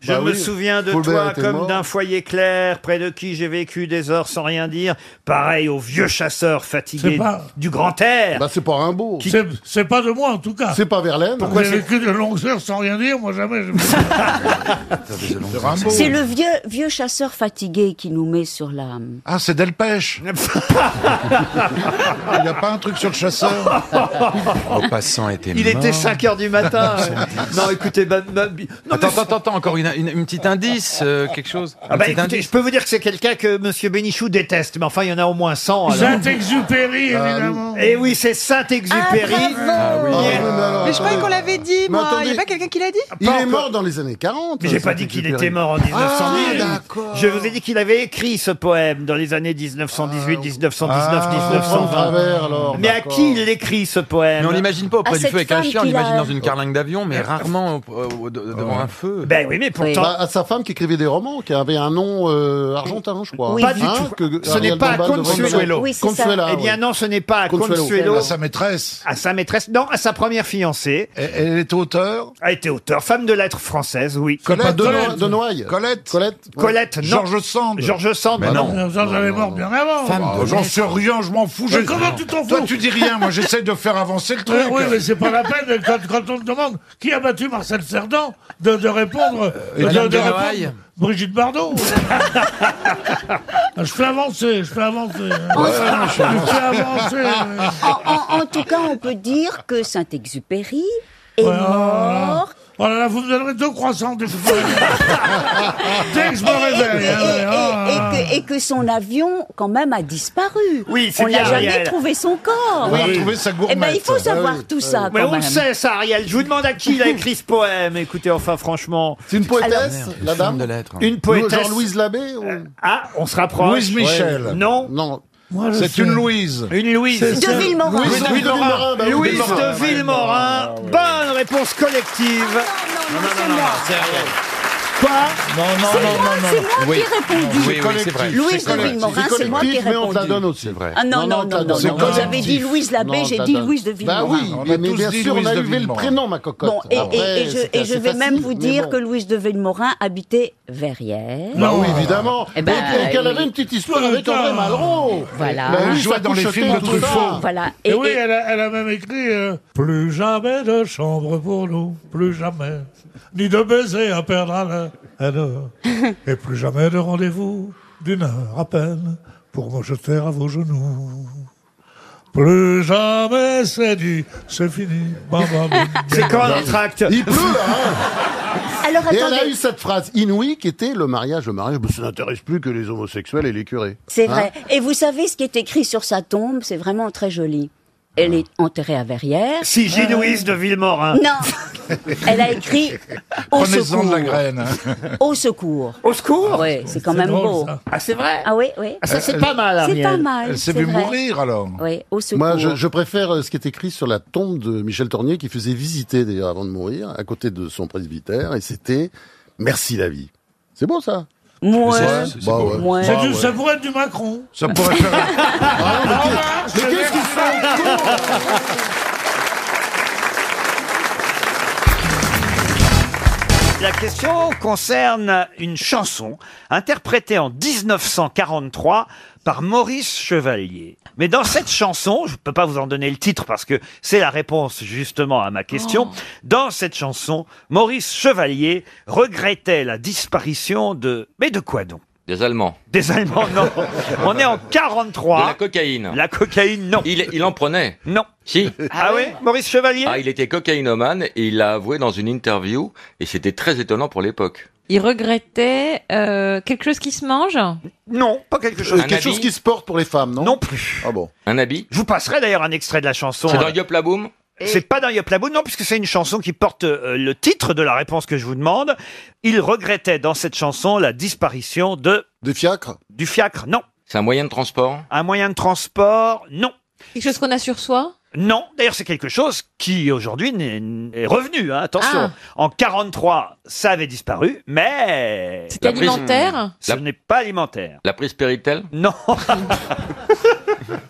Je
Bah
me
oui.
souviens de
Flaubert
toi
était
comme
mort.
d'un foyer clair, près de qui j'ai vécu des heures sans rien dire. Pareil au vieux chasseur fatigué
C'est pas-
du grand air.
Bah, c'est pas Rimbaud.
Qui-
C'est- C'est pas de moi, en tout cas.
C'est pas Verlaine.
Pourquoi
J'ai
c'est-
vécu de longues heures sans rien dire, moi jamais. je- Ah
Rimbaud.
C'est le vieux, vieux chasseur fatigué qui nous met sur la...
Ah, c'est Delpech. Il n'y a pas un truc sur le chasseur
Passant était
Il était 5 heures du matin. non, écoutez, bah, bah, non,
Attends, attends, attends, encore une, une, une petite indice, euh, quelque chose.
Ah
Un
bah
petit
écoutez,
indice.
je peux vous dire que c'est quelqu'un que Monsieur Bénichou déteste, mais enfin il y en a au moins 100. alors.
Saint-Exupéry, évidemment.
Et Eh oui, c'est Saint-Exupéry.
oui.
Il est-
Ah, mais alors,
Mais je croyais
attendez.
qu'on l'avait dit,
Mais
moi. Il n'y a
attendez.
pas quelqu'un qui l'a dit
Il est mort dans les années hein, 40.
Mais j'ai pas dit qu'il était mort en
Ah,
1910.
d'accord.
je vous ai dit qu'il avait écrit ce poème dans les années 1918, 1919,
Ah, au
1920.
travers, alors.
Mais à
d'accord.
qui il écrit ce poème
Mais on l'imagine pas auprès
À
du
cette
feu avec un
femme
chien, on
qu'il a-
l'imagine dans une carlingue d'avion, mais rarement au- au- au- de- devant un feu.
Ben oui, mais pourtant.
Bah, à sa femme qui écrivait des romans, qui avait un nom euh, argentin, je crois.
Oui. Pas du
Hein,
tout.
que-
Ce n'est
Ariel
pas à
Dombal devrait-
Consuelo.
Oui, c'est ça.
Consuela.
eh bien
oui.
non, ce n'est pas à
Consuelo.
Consuelo.
À sa maîtresse.
À sa maîtresse, non, à sa première fiancée.
Elle- Elle est auteur.
A été auteur, femme de lettres française, oui.
Colette,
Colette.
de Noailles.
Colette.
Colette. ouais.
Colette, non.
Georges Sand.
Georges Sand.
Mais
non.
non.
Vous en avez mort bien avant.
Ah, J'en sais rien, je m'en fous.
Mais
je-
comment tu t'en
Toi,
fous Euh,
tu dis rien. Moi, j'essaye de faire avancer le truc.
Oui, oui, mais c'est pas la peine quand, quand on te demande qui a battu Marcel Cerdan de, de répondre
Et
de,
Euh, Madame
de
de
répondre
Noailles.
Brigitte Bardot. Ah, je fais avancer, je fais avancer. hein. Ah, je fais avancer.
En, Ah, en- en tout cas, on peut dire que Saint-Exupéry est mort.
ah, Oh là là, vous me donnerez deux croissants dès que je me réveille. Dès que je me réveille. hein, ouais, oh, oh.
Et, et- et- et que, et que son avion, quand même, a disparu.
Oui, c'est
on n'a
bien,
jamais
Ariel.
trouvé son corps.
On va trouver sa
Eh
gourmette.
ben, il faut savoir
Ah oui.
tout ça,
Mais
quand
on le
même.
sait, ça, Ariel. Je vous demande à qui il a écrit ce poème. Écoutez, enfin, franchement.
Ah, C'est une poétesse, la
Femme de
dame
lettres.
Une
Genre
poétesse.
Louise Labbé ou-
Ah, on se rapproche.
Louise Michel.
Ouais. Non,
Non.
Moi, je
C'est
sais.
une Louise.
une Louise.
C'est-
De Villemorin.
Louise de Villemorin, bah oui,
Louise
Villemorin.
de Villemorin. Bonne réponse collective.
Non, non, c'est moi.
Quoi
Non, non,
C'est
non,
moi,
non,
c'est
non.
moi
Oui.
qui ai répondu.
Oui, oui, c'est vrai.
Louise
C'est
de
correct.
Villemorin,
C'est
c'est moi qui ai
collectif, mais on te l'a
répondu.
donne aussi. C'est vrai.
Ah non, non, non, non,
c'est
non.
collectif.
Vous avez dit Louise Labbé, j'ai dit Louise de
Bah
Villemorin.
oui,
On a
mais
tous
bien
dit
sûr, on
Louise
a
de
eu le
Villemorin.
prénom, ma cocotte.
Bon, et,
Après,
et- et je,
c'est
et je
assez
vais même
facile,
vous
mais
dire
bon.
que Louise de Villemorin habitait Verrières.
Bah oui, évidemment.
Eh
Et,
ben,
et qu'elle
oui.
avait une petite histoire avec André Malraux.
Voilà.
Bah oui,
Elle jouait
ça
dans les
touche
films
tout
de Truffaut.
ça.
Voilà.
Et,
Et,
oui,
et-
Elle, a, elle a même écrit euh, Plus jamais de chambre pour nous, plus jamais, ni de baiser à perdre à l'heure, à l'heure, et plus jamais de rendez-vous d'une heure à peine pour me jeter à vos genoux. Plus jamais c'est dit, c'est fini. Bam, bam, bam.
C'est quand un tract
Il pleut, là, hein
alors
Et elle a
attendez,
eu cette phrase inouïe qui était le mariage, le mariage, ben, ça n'intéresse plus que les homosexuels et les curés.
c'est
Hein
vrai. Et vous savez ce qui est écrit sur sa tombe, c'est vraiment très joli. Elle est enterrée à Verrières.
Si Louise de Villemorin.
Non. Elle a écrit Au
Prenez-en
secours.
de la graine. hein.
Au secours.
Au secours
Ouais, c'est quand même beau.
Ah, c'est vrai
Ah oui, oui.
Ah, ça, c'est pas mal,
C'est
Ariel.
pas mal.
Elle s'est
c'est
vue
vrai.
mourir, alors.
Oui, au secours.
Moi, je, je préfère euh, ce qui est écrit sur la tombe de Michel Tornier, qui faisait visiter d'ailleurs avant de mourir, à côté de son presbytère, et c'était Merci la vie. C'est beau ça
Ouais,
c'est- c'est beau. Ouais.
C'est
Ah,
du-
ouais.
Ça pourrait être du Macron. Ah,
Ça pourrait faire-
mais qu'est-ce qu'ils
La question concerne une chanson interprétée en 1943 par Maurice Chevalier. Mais dans cette chanson, je ne peux pas vous en donner le titre parce que c'est la réponse justement à ma
Oh.
question. Dans cette chanson, Maurice Chevalier regrettait la disparition de... Mais de quoi donc
Des Allemands.
Des Allemands, non. On est en 43.
De la cocaïne.
La cocaïne, non.
Il, il en prenait
Non.
Si.
Ah oui Maurice Chevalier
Ah, il était cocaïnomane et il l'a avoué dans une interview et c'était très étonnant pour l'époque.
Il regrettait euh, quelque chose qui se mange
Non, pas quelque
chose.
Un
Euh, quelque chose
habit
qui se porte pour les femmes, non
Non plus.
Ah bon.
Un habit
Je vous passerai d'ailleurs un extrait de la chanson.
C'est dans
Euh,
Yop la Boom
C'est pas dans Yop la Boum, non, puisque c'est une chanson qui porte euh, le titre de la réponse que je vous demande. Il regrettait dans cette chanson la disparition de...
Du fiacre
Du fiacre, non.
C'est un moyen de transport
Un moyen de transport, non.
Quelque chose qu'on a sur soi
Non, d'ailleurs c'est quelque chose qui aujourd'hui n'est- est revenu, hein, attention.
Ah.
En 43, ça avait disparu, mais...
C'était La prise- alimentaire
Hmm. Ce n'est pas alimentaire.
La prise Péritel
Non.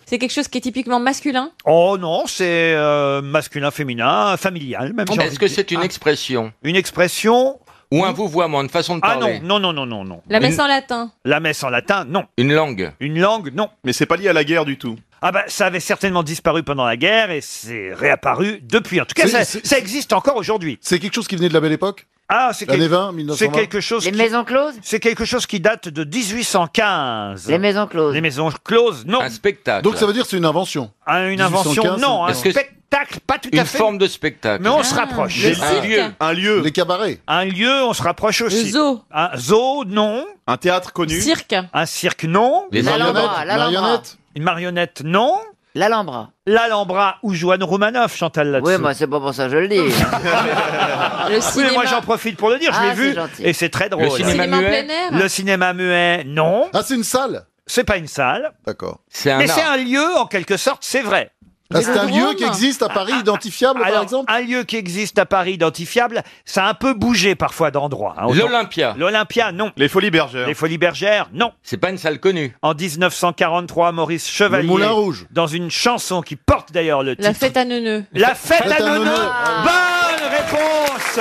C'est quelque chose qui est typiquement masculin
Oh non, c'est euh, masculin, féminin, familial même. j'ai envie
Oh, Est-ce que
de dire. Ah.
c'est une expression
Une expression
Ou un vouvoiement, une façon de
Ah
parler
non, non, non, non, non, non.
La messe en latin
La messe en latin, non.
Une langue
Une langue, non.
Mais c'est pas lié à la guerre du tout.
Ah bah ça avait certainement disparu pendant la guerre et c'est réapparu depuis. En tout cas,
C'est-
ça,
c'est-
ça existe encore aujourd'hui.
C'est quelque chose qui venait de la Belle Époque
Ah, c'est
L'année
quel-
20,
C'est
1920.
quelque chose. Les maisons closes. C'est quelque chose qui date de 1815.
Les
maisons closes. Les maisons closes, non.
Un spectacle.
Donc ça veut dire que c'est une invention.
Ah, une invention,
1815,
non. Un
Est-ce que-
spectacle, pas tout à
Une
fait.
forme de spectacle.
Mais on se rapproche.
Le cirque.
Un lieu. Les cabarets.
Un lieu, on se rapproche aussi.
Le zoo.
Un zoo, non.
Un théâtre connu.
Cirque
Un cirque, non.
Les
L'Alhambra,
marionnettes,
l'Alhambra.
marionnettes. Une marionnette, non. L'Alhambra. L'Alhambra ou Joanne Romanoff, Chantal là-dessus.
Oui, moi, c'est pas pour ça que je le dis.
Le
Ah, Oui, mais
cinéma
moi j'en profite pour le dire, je
Ah,
l'ai vu
c'est gentil.
et c'est très drôle.
Le cinéma Cinéma en muet
plein air
Le cinéma muet, non.
Ah, c'est une salle
C'est pas une salle.
D'accord.
C'est un
Mais c'est
art.
un lieu en quelque sorte, c'est vrai. Ah,
Ah, c'est un lieu qui existe à Paris, identifiable par
Alors,
exemple
un lieu qui existe à Paris identifiable, ça a un peu bougé parfois d'endroit. hein, autant-
L'Olympia.
L'Olympia, non.
Les Folies Bergères.
Les Folies Bergères, non.
C'est pas une salle connue.
En 1943, Maurice Chevalier,
Le Moulin Rouge.
dans une chanson qui porte d'ailleurs le
La
titre
fête à neuneux
La fête,
Fête
à
à
Nono.
Nono.
Bonne réponse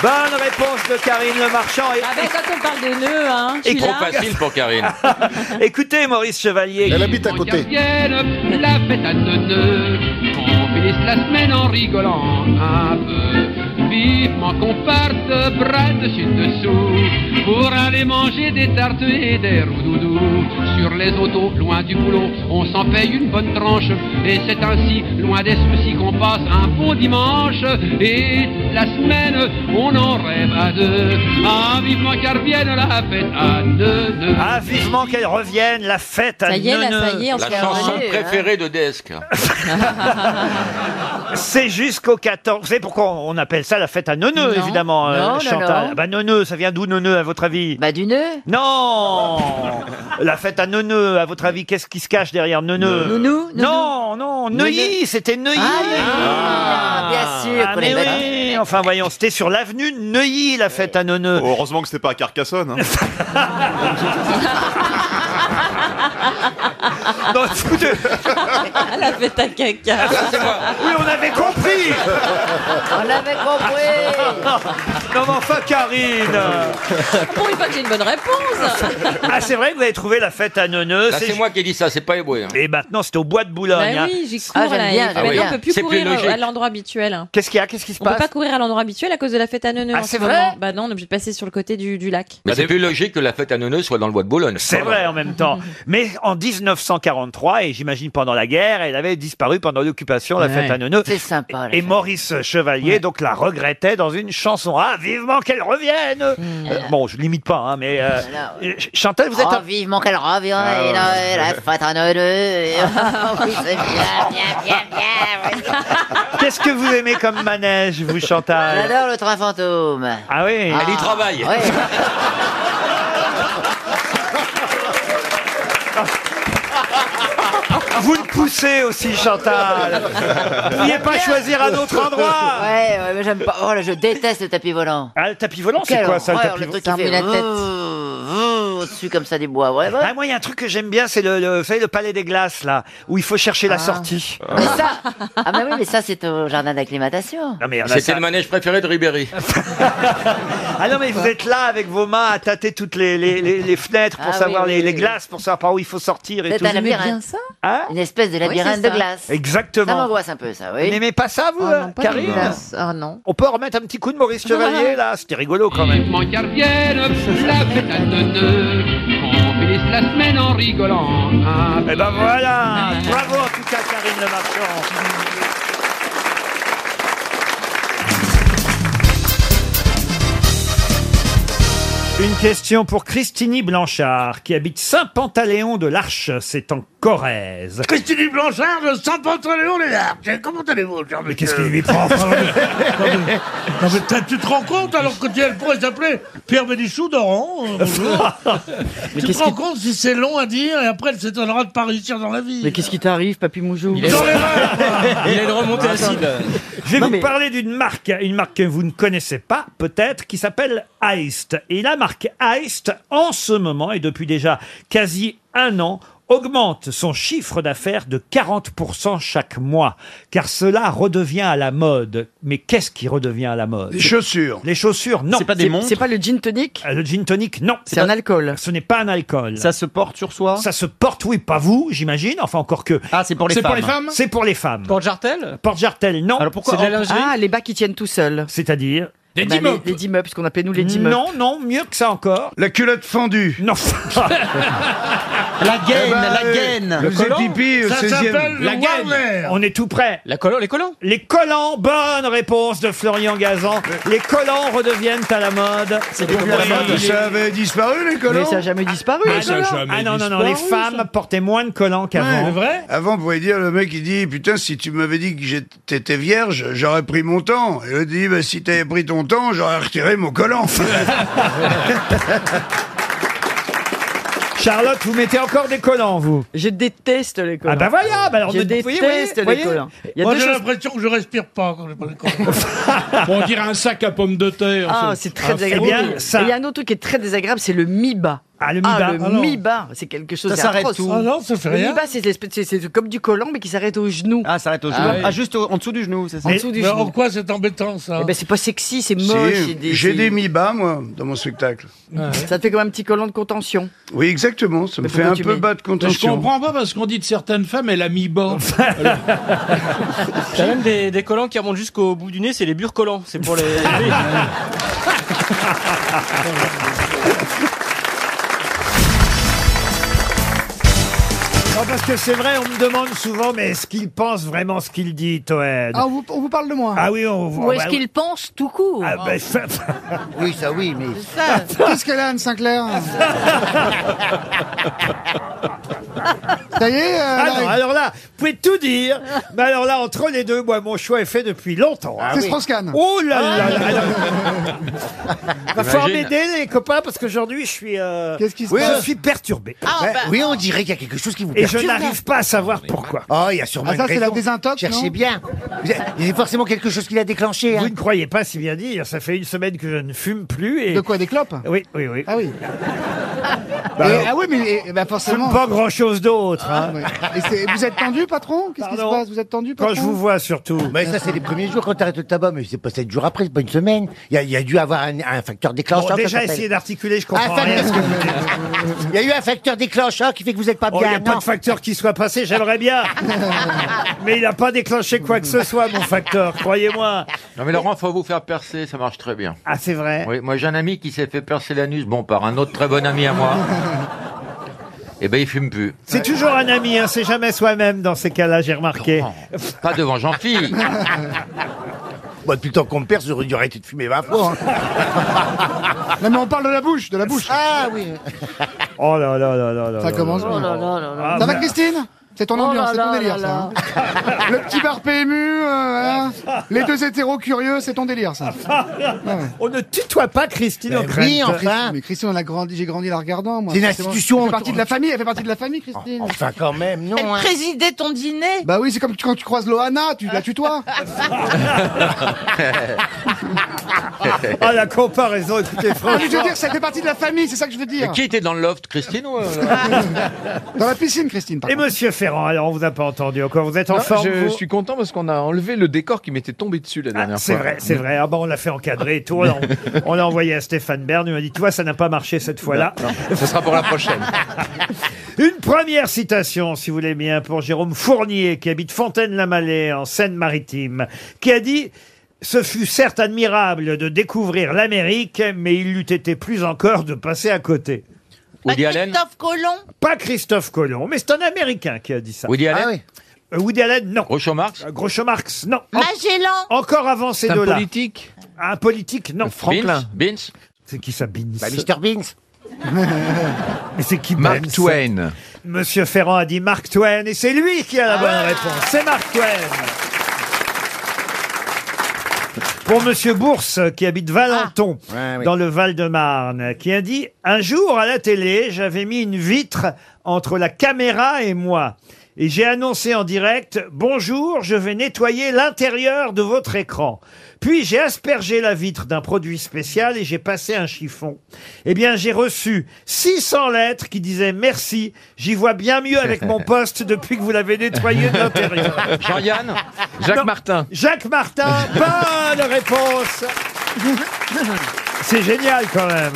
Bonne réponse de Karine Le Marchand. Et-
Ah ben quand on parle de nœuds, hein, je suis
Trop
là.
facile pour Karine.
Écoutez, Maurice Chevalier.
Elle habite à côté.
Vienne la fête à neuneux, qu'on finisse la semaine en rigolant un peu. Vivement qu'on parte bras dessus dessous pour aller manger des tartes et des roudoudous. Sur les autos, loin du boulot, on s'en paye une bonne tranche. Et c'est ainsi, loin des soucis, qu'on passe un bon dimanche. Et toute la semaine, on en rêve à deux. Ah, vivement car vienne la fête à neuneux.
Ah, vivement qu'elle revienne, la fête à
Ça y est, là,
Neuneu.
ça y est, on
La
se fait
chanson
engueuler, hein.
préférée de Desk.
C'est jusqu'au 14. Vous savez pourquoi on appelle ça la fête à Neuneu,
Non.
évidemment, euh,
Non, non,
Chantal
non.
Bah, Neuneu, ça vient d'où Neuneu, à votre avis
Bah, du nœud.
Non La fête à Neuneu, à votre avis, qu'est-ce qui se cache derrière Neuneu
Nounou, nounou.
Non, non, Neuilly, c'était Neuilly
Ah, Neuilly, ah, bien sûr
Ah,
qu'on
mais
les bête.
oui, enfin voyons, c'était sur l'avenue de Neuilly, la fête à Neuneu.
Oh, Heureusement que c'était pas à Carcassonne. hein.
Non, Ah, vous deux-
Ah, la fête à caca
Oui, on avait compris
On l'avait compris.
Non mais enfin, Karine
Pour une fois que j'ai une bonne réponse
Ah, c'est vrai que vous avez trouvé la fête à Neuneu.
Ça,
c'est- Eh
c'est moi qui ai dit ça, c'est pas Eboué. hein.
Et maintenant, c'est au bois de Boulogne.
Bah
hein.
oui, j'y cours
Ah, j'aime
là,
bien,
et
j'aime
maintenant,
bien.
on peut plus
C'est plus
courir euh,
logique.
à l'endroit habituel.
Qu'est-ce qu'il y a Qu'est-ce qui se
On peut
passe
pas courir à l'endroit habituel à cause de la fête à neuneux
Ah,
en
c'est
ce
vrai
moment. Bah non,
Bah,
on est obligé de passer sur le côté du, du lac.
Mais c'est plus logique que la fête à Neuneu soit dans le bois de Boulogne.
C'est vrai en même temps. Mais Mais en 1943, et j'imagine pendant la guerre, elle avait disparu pendant l'occupation, la
Ouais.
fête à Neuneu. C'est sympa. Et Maurice Chevalier, donc, la regrettait dans une chanson. Ah, vivement qu'elle revienne Euh, Bon, je l'imite pas, hein, mais... euh, Ch- Chantal, vous êtes...
Oh,
un-
vivement qu'elle revienne,
Ah, ouais.
euh, la fête à
Oh,
Noël. Oui, c'est bien, bien, bien, bien.
Qu'est-ce que vous aimez comme manège, vous, Chantal
J'adore le train fantôme.
Ah oui
Ah, oui.
Vous le poussez aussi, Chantal Vous pouviez pas choisir un autre endroit
Ouais, ouais, mais j'aime pas. Oh là, je déteste le tapis volant.
Ah, le tapis volant, c'est quoi, ça, le tapis
volant
volant
la tête. Au-dessus comme ça des bois, ouais. ouais.
Ah, moi, il y a un truc que j'aime bien, c'est le, le- vous savez, le palais des glaces, là, où il faut chercher la sortie.
Ah, bah oui, mais ça, c'est au jardin d'acclimatation.
Non, mais il y en a
C'était
ça.
le manège préféré de Ribéry.
Ah non, mais vous êtes là avec vos mains à tâter toutes les, les, les- les fenêtres pour
Ah oui,
savoir
oui,
les, les
oui.
glaces, pour savoir par où il faut sortir et
C'est
tout.
un labyrinthe.
Hein
Une espèce de
Oui, c'est
labyrinthe de
ça.
glace.
Exactement.
Ça m'angoisse un peu, ça,
Vous
oui.
n'aimez pas ça, vous, euh, Karine
Ah non.
On peut remettre un petit coup de Maurice Chevalier, là C'était rigolo, quand même.
Vivement qu'elle revienne, la fête à neuneux, qu'on finisse la semaine en rigolant. Ah.
Et ben voilà Bravo en tout cas, Karine Le Marchand Une question pour Christine Blanchard, qui habite Saint-Pantaléon de l'Arche, c'est en Corrèze.
Christine Blanchard de Saint-Pantaléon les Arches. Comment allez-vous, cher
Mais qu'est-ce qu'il lui prend
Non, mais, non, mais t'as- tu te rends compte alors que tu- elle pourrait s'appeler Pierre Bénichou d'Oran euh, bonjour.
Mais
Tu te
qu'est-ce
rends
qui-
compte si c'est long à dire et après elle s'étonnera de pas réussir dans la vie.
Mais qu'est-ce qui t'arrive, Papy Moujou
Il est- Dans les
Il a une remontée acide.
Je vais
Non,
vous
mais-
parler d'une marque, une marque que vous ne connaissez pas peut-être, qui s'appelle Heist. Et la marque Heist, en ce moment et depuis déjà quasi un an, augmente son chiffre d'affaires de 40% chaque mois, car cela redevient à la mode. Mais qu'est-ce qui redevient à la mode Les
chaussures.
Les chaussures, non.
C'est pas des C'est- montres c'est
pas le gin tonic Le gin tonic, non.
C'est un
alcool. Ce n'est pas un alcool.
Ça se porte sur soi
Ça se porte, oui, pas vous, j'imagine. Enfin, encore que. Ah, c'est
pour les C'est pour femmes. les femmes
C'est pour les femmes. Porte-jartel Porte-jartel, non. Alors
C'est de la lingerie Ah, les bas qui tiennent tout seuls.
Oh. C'est-à-dire
Les
Bah,
dimeubles.
les-
Les dimeubles, ce qu'on appelait nous les dimeubles.
Non, non, mieux que ça encore. La culotte fendue. Eh ben, Non. la
gaine, la gaine. Le collant Ça s'appelle le
gaine. On est tout prêt. La les collants. Les collants. Bonne réponse de Florian Gazan. Les collants redeviennent à la mode. C'est
pour la mode. Ça
avait disparu les
collants Mais ça a jamais disparu,
Ah,
les collants.
non. Ah, non, non, non, les femmes portaient moins de collants qu'avant. C'est vrai
Avant, on pouvait dire, le mec, il dit, putain, si tu m'avais dit que j'étais- t'étais vierge, j'aurais pris mon temps. Et l'autre dit, bah, si t'avais pris ton temps, j'aurais retiré mon collant.
Charlotte, vous mettez encore des collants, vous
Je déteste les collants.
Ah bah voilà, bah alors
Je
de- vous
déteste
voyez, vous voyez,
les
vous voyez
collants. Il y a
Moi
deux
j'ai
choses-
l'impression que je respire pas quand j'ai pas le corps.
On
dirait un sac à pommes de terre.
Ah, c'est très désagréable.
Eh
bien,
Et
ça-
Il y a un autre truc qui est très désagréable, c'est le mi-bas.
Ah, le
Ah,
mi-bas.
le
Ah non.
mi-bas, c'est quelque chose
Ça
c'est
s'arrête
atroce.
où Ah non, ça fait
le
rien.
mi-bas, c'est l'espèce- c'est- c'est comme du collant, mais qui s'arrête au genou. Ah, s'arrête
au genou. Ah,
juste en dessous du genou, c'est
Mais-
En dessous du
mais en
genou.
quoi c'est embêtant ça
Eh ben, c'est pas sexy, c'est
Si,
moche. c'est des-
J'ai
c'est-
des mi-bas, moi, dans mon spectacle.
Ça te fait comme un petit collant de contention.
Oui, exactement. Ça me fait un peu bas de
Je
contention.
comprends pas parce qu'on dit de certaines femmes, elle a mis bas.
T'as même des, des collants qui remontent jusqu'au bout du nez, c'est les burs collants. C'est pour les. les-
Non, parce que c'est vrai, on me demande souvent, mais est-ce qu'il pense vraiment ce qu'il dit, Toed
Ah, on vous, on vous parle de moi
Ah oui, on vous-
Ou est-ce
bah
qu'il pense tout court
Ah ben, ça-
Oui, ça oui, mais... Qu'est-ce qu'elle a, Anne Sinclair
Ça y est euh, Ah
Ah,
Alors là, vous pouvez tout dire. Mais alors là, entre les deux, moi, mon choix est fait depuis longtemps. hein.
C'est Strauss-Kahn.
Oh là là là là. Va falloir
Imagine.
m'aider, les copains, parce qu'aujourd'hui, je suis... euh,
Qu'est-ce qui se
oui,
passe
Je suis perturbé.
Ah, bah-
oui,
on dirait qu'il y a quelque chose qui vous
Et je
perturbe, là.
n'arrive pas à savoir pourquoi.
Oh, il y a sûrement Ah, ça, une c'est la raison. désintox, Cherchez non bien. Vous avez- Il y a forcément quelque chose qui l'a déclenché.
Vous ne croyez pas si bien dire. Ça fait une semaine que je ne fume plus. Et...
De quoi, des clopes
Oui, oui, oui.
Ah oui.
Bah
Et-
alors.
ah oui, mais eh, bah,
Je fume
forcément. Ah,
pas grand-chose d'autre. hein.
Et c'est- vous êtes tendu, patron Qu'est-ce qui se
Pardon
passe Vous êtes tendu,
Quand
patron
je vous vois surtout.
Mais ça, c'est les premiers jours quand t'arrêtes le tabac, mais c'est pas 7 jours après, c'est pas une semaine. Il y, a- il y a dû avoir un, un facteur déclencheur. Bon, ça déjà, s'appelle. Ah, essayez
d'articuler, je
Un
comprends
facteur-
rien à ce que vous dites.
Il y a eu un facteur déclencheur qui fait que vous n'êtes pas
Oh, Il
bien.
n'y a pas
non.
de facteur qui soit passé, j'aimerais bien. mais il n'a pas déclenché quoi que ce soit, mon facteur, croyez-moi.
Non mais Laurent, faut vous faire percer, ça marche très bien.
Ah, c'est vrai
Oui, moi j'ai un ami qui s'est fait percer l'anus, bon, par un autre très bon ami à moi. Eh ben, il fume plus.
C'est toujours un ami, hein, c'est jamais soi-même dans ces cas-là, j'ai remarqué.
Pas devant Jean-Philippe.
Bah, depuis le temps qu'on me perd, j'aurais dû arrêter de fumer 20 fois. hein.
Non, mais on parle de la bouche, de la bouche. Ah oui.
Oh là là là là là.
Ça
là
commence
là
bien.
Oh là.
ça va,
merde.
Christine C'est ton
Oh
ambiance,
là
c'est ton
là
délire,
là
ça. hein. le petit bar PMU, euh, voilà. les deux hétéros curieux, c'est ton délire, ça.
On ne tutoie pas Christine
en
O'Krent.
Oui, enfin. Mais Christine, on a grandi, j'ai grandi la regardant, moi.
C'est une
Forcément.
institution. Oh,
Elle fait partie de la famille, elle fait partie de la famille, Christine.
Enfin, quand même, non. hein.
Elle présidait ton dîner Bah oui, c'est comme tu- quand tu croises Loana, tu la tutoies.
Ah, la comparaison, écoutez,
Non, Ah, mais je veux
franchement.
dire, ça fait partie de la famille, c'est ça que je veux dire.
Mais qui était dans le loft, Christine ou euh,
Dans la piscine, Christine, par
Et monsieur Ferrand, alors on vous a pas entendu encore, vous êtes en
Non,
forme
je
vous
suis content parce qu'on a enlevé le décor qui m'était tombé dessus la dernière
C'est
fois.
vrai, c'est vrai. Ah bon, on l'a fait encadrer et tout. Alors, on l'a envoyé à Stéphane Bern. Il m'a dit, tu vois, ça n'a pas marché cette fois-là.
Non, non, ce sera pour la prochaine.
Une première citation, si vous voulez bien, pour Jérôme Fournier, qui habite Fontaine-la-Mallée, en Seine-Maritime, qui a dit Ce fut certes admirable de découvrir l'Amérique, mais il eût été plus encore de passer à côté. Woody Allen
Christophe Colomb
Pas Christophe Colomb, mais c'est un Américain qui a dit ça. Woody
Allen
Woody Allen, non. Groucho Marx Groucho Marx, non. En-
Magellan
Encore avant ces
C'est un
deux-là.
politique
Un politique,
Euh,
non.
Franklin.
Beans
C'est qui ça, Beans
Bah, Mr. Beans.
Mais c'est qui
Mark
Beans
Twain.
Monsieur Ferrand a dit Mark Twain et c'est lui qui a la Ah,
Ah
bonne réponse. C'est Mark Twain. Pour Monsieur Bourse, qui habite Valenton,
Ah. Ouais, oui.
dans le Val-de-Marne, qui a dit « Un jour, à la télé, j'avais mis une vitre entre la caméra et moi. Et j'ai annoncé en direct « Bonjour, je vais nettoyer l'intérieur de votre écran. » Puis j'ai aspergé la vitre d'un produit spécial et j'ai passé un chiffon. Eh bien, j'ai reçu 600 lettres qui disaient « Merci, j'y vois bien mieux avec mon poste depuis que vous l'avez nettoyé de l'intérieur. »
Jean-Yann Jacques
Non.
Martin.
Jacques Martin, bonne réponse c'est génial quand même.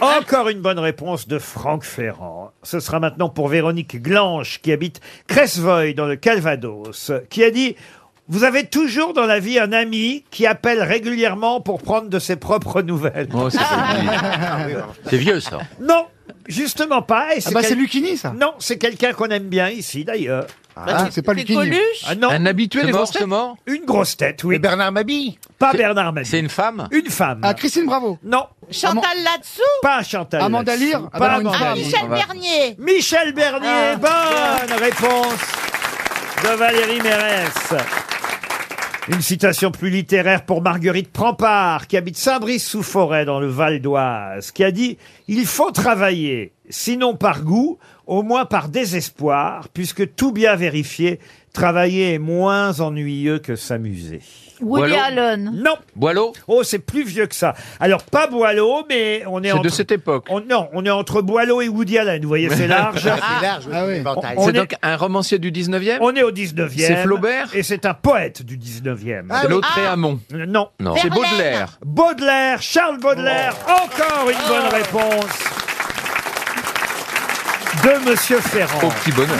Encore une bonne réponse de Franck Ferrand. Ce sera maintenant pour Véronique Glanche qui habite Cresvoy dans le Calvados, qui a dit Vous avez toujours dans la vie un ami qui appelle régulièrement pour prendre de ses propres nouvelles. Ah.
C'est vieux, ça.
non, justement pas.
Ah bah, c'est
Lucini ça Non, c'est quelqu'un qu'on aime bien ici d'ailleurs.
Bah, c'est- c'est pas c'est Lucchini. Coluche
Ah, non.
Un habitué
C'est
des
mort,
grosses
c'est
têtes
mort Une grosse tête, oui.
Bernard Mabille
Pas Bernard Mabille.
C'est une femme
Une femme.
Ah, Christine Bravo
Non.
Chantal là-dessous
Pas Chantal.
Amanda
là-dessus. Pas
Lear Ah, non, une
Amanda
femme.
Lear.
Michel Bernier Ah.
Michel
Ah.
Bernier, Eh, bonne réponse de Valérie Mérès. Une citation plus littéraire pour Marguerite Prempart, qui habite Saint-Brice-sous-Forêt dans le Val d'Oise, qui a dit « Il faut travailler, sinon par goût, au moins par désespoir, puisque tout bien vérifié, travailler est moins ennuyeux que s'amuser. »
Woody
Boileau.
Allen
Non.
Boileau
Oh, c'est plus vieux que ça. Alors, pas Boileau, mais on est,
C'est
entre...
de cette époque.
on- non, on est entre Boileau et Woody Allen. Vous voyez, c'est large.
Ah, c'est large, oui, c'est l'éventail.
on
C'est
est-
donc un romancier du 19e
On est au 19e.
C'est Flaubert
Et c'est un poète du 19e.
Ah,
C'est Lautréamont.
Ah Euh, Non.
Non. Oh. C'est
Verlaine.
Baudelaire.
Baudelaire, Charles Baudelaire. Encore une
Oh.
bonne réponse de Monsieur Ferrand.
Au petit bonheur.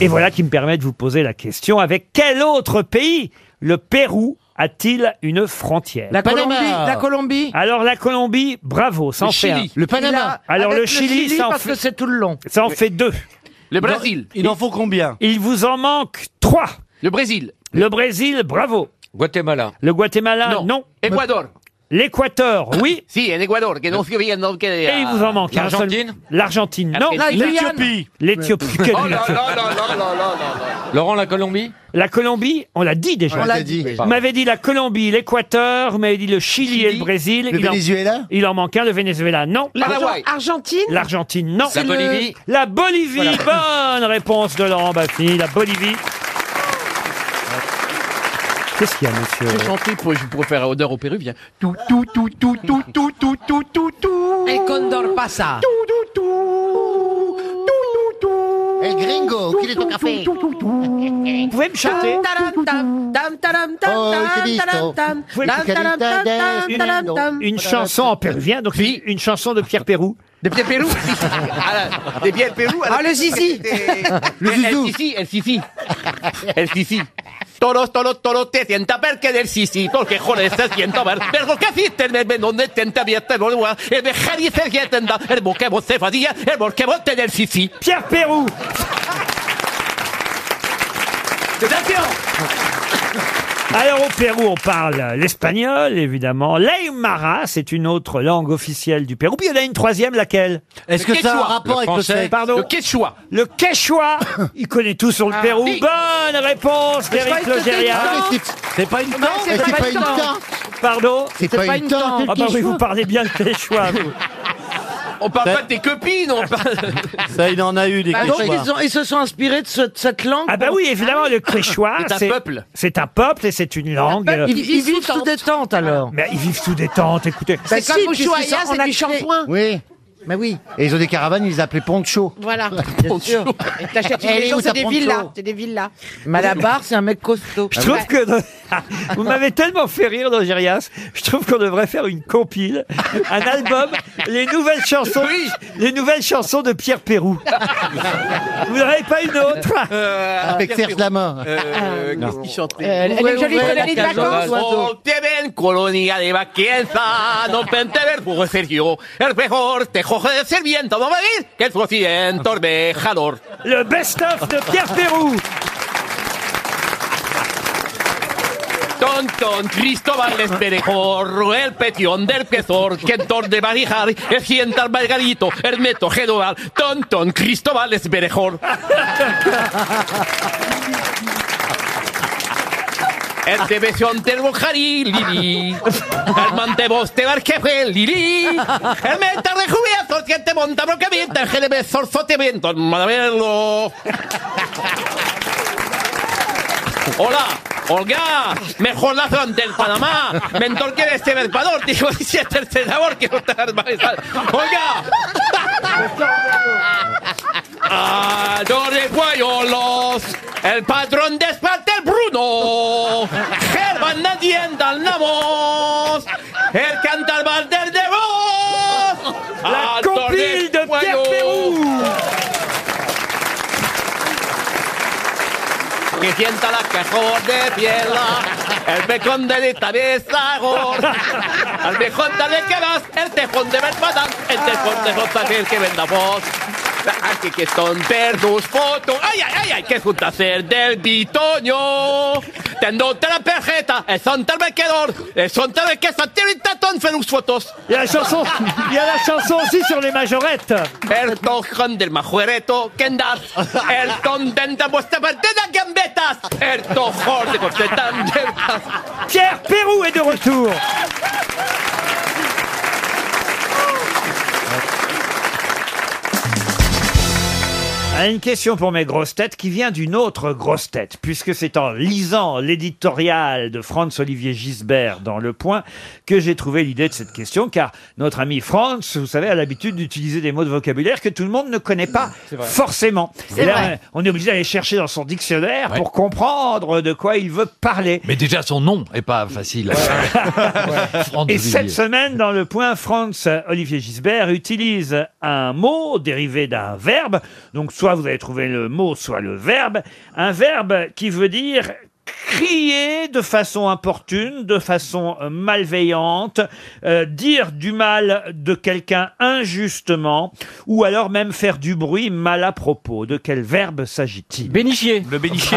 Et voilà qui me permet de vous poser la question. Avec quel autre pays le Pérou a-t-il une frontière
La Panama. Colombie, la Colombie.
Alors la Colombie, bravo, ça en
Le
fait
Chili.
un.
Le Panama. Il a-
Alors
avec
le
le
Chili,
Chili,
ça en
parce
fait...
que c'est tout le long.
Ça en fait deux.
Le Brésil. Il en
faut combien Il vous en manque trois.
Le Brésil.
Le Brésil, bravo.
Guatemala.
Le Guatemala, non.
Équateur.
L'Équateur, oui.
Si, l'Équateur. Que non
Et il vous en manque un seul.
L'Argentine
L'Argentine, non.
La Guyane. L'Éthiopie.
L'Éthiopie.
Oh
quelle-
là là là là là là là. Laurent, la Colombie
La Colombie, on l'a dit déjà.
On l'a dit.
Vous m'avez dit la Colombie, l'Équateur, vous m'avez dit le Chili, et le Brésil.
Le
en-
Venezuela
Il en manque un, le Venezuela, non.
Argentine
L'Argentine, non.
La C'est Bolivie
le- La Bolivie, bonne réponse de Laurent Baffy, la Bolivie. Qu'est-ce qu'il y a, monsieur
Je chanter pour, pour faire odeur au péruvien. Tout, tout, tout, tout, tout, tout, tout, tout, tout, tout.
El Condor pasa.
El gringo, qui est au café
Vous pouvez me chanter
Oh,
Oh, Une, une chanson en péruvien, donc une, une chanson de Pierre Pérou.
De Pierre Pérou
Ah,
Des bien Pérou.
Ah, le zizi
Le zizi. Elle fifi, elle fifi. Elle fifi.
Toros, toros, toros, te sienta porque del sisi, porque joder, se sienta ver. Pero que hiciste en el menón de tenta abierta, no lo el dejar y se sienta, el porque vos se fadía, el porque vos te del sisi.
Pierre Perrou. Alors au Pérou, on parle l'espagnol, évidemment. L'aymara, c'est une autre langue officielle du Pérou. Puis il y en a une troisième, laquelle
Est-ce que Le ça a un quechua. rapport Le avec le français. sexe
Pardon
Le
quechua. Le quechua. Il connaît tout sur le
Ah,
Pérou.
oui.
Bonne réponse,
Mais je
d'Éric
croyais que c'était
Logérias.
une Ah, mais c'est- c'est pas une Non, c'est tente. pas C'est pas une une tente. tente.
Pardon
C'est C'est pas pas une une tente. tente, le
Ah bah oui,
quechua.
vous parlez bien le quechua, vous.
On parle pas de tes copines, on parle.
Ça, il en a eu,
Bah, donc, ils ont-
Ils se sont inspirés de, ce- de cette langue.
Ah bah oui, évidemment, le quechua,
C'est un peuple.
C'est Euh, un peuple et c'est une langue.
peuple qui Ils- vit ils sous vivent sous tente. des
tentes alors. Mais ils vivent sous des tentes, écoutez.
C'est Bah, comme si, au puisqu'ils Ushuaïa, sont- on c'est a du créé- shampoing.
Oui. Mais oui. Et ils ont des caravanes, ils les appelaient poncho.
Voilà.
Bien sûr.
Et T'achètes une
Elle est
maison,
où,
c'est
ta
des
poncho
villas. C'est des villas.
Malabar,
c'est un mec costaud.
Je trouve que vous m'avez tellement fait rire, Logérias. Je trouve qu'on devrait faire une compile, un album, les nouvelles chansons, les nouvelles chansons de Pierre Pérou. Vous n'aurez pas une autre
Avec Pierre Serge Pérou. Lama.
Euh,
Non.
qu'est-ce qu'il chantait
Euh, elle est
Ouvrez,
jolie
ouvrez
colonie
la
de
cage
vacances,
aux oiseaux.
oiseau.
Te ven, colonia de vaquienza, no pente ver por Sergio, el mejor te de ser viento, no va a ir, que el florciento orvejador.
Le best-of de Pierre Pérou.
Tonton Cristóbal Esperejorro, el petión del pezor, quentor de Barijar, el ciental Margarito, Hermeto Gedoval, Tonton Cristóbal Esperejor. El de Besión del Bojarí, Lili. El mantebos de Barjefe, Lili. El mental de Jubiazo, que te monta broca vienta, el jerebe zorzote viento, madaverlo. Hola, Olga, mejor ladrón del Panamá, mentor que eres este verpador, digo, si es tercer sabor que no te has manejado. Olga, Adore Guayolos, el patrón de Esparta, el Bruno, Germán Nadien Namos, el cantar Valder de Vos,
La compile de Pierre Pérou.
que sienta la cajón de piedra, el becón de esta gor, al mejor de que das, el tejón de Berbatán, el tejón de Rotacer que venda vos. Aquí que son tus fotos. Ay, ay, ay, ay, que es un placer del bitoño. Tendo la perjeta, el son tal bequedor, el son tal que satirita ton felux fotos.
Il y a la chanson, il y a la chanson aussi sur les majorettes.
El tojón del majuereto, Kendas. El ton denta vuestra partida, gambetas. El tojón de vuestra tan
Pierre Pérou est de retour. Ah, Une question pour mes grosses têtes qui vient d'une autre grosse tête, puisque c'est en lisant l'éditorial de Franz-Olivier Gisbert dans Le Point que j'ai trouvé l'idée de cette question, car notre ami Franz, vous savez, a l'habitude d'utiliser des mots de vocabulaire que tout le monde ne connaît pas
vrai.
forcément.
C'est
Et là,
vrai.
on est obligé d'aller chercher dans son dictionnaire pour comprendre de quoi il veut parler.
Mais déjà, son nom est pas facile. Franz
Et
Olivier.
cette semaine, dans le point France, Olivier Gisbert utilise un mot dérivé d'un verbe. Donc, soit vous avez trouvé le mot, soit le verbe. Un verbe qui veut dire crier de façon importune, de façon euh, malveillante, euh, dire du mal de quelqu'un injustement, ou alors même faire du bruit mal à propos. De quel verbe s'agit-il Bénichier. Le bénichier.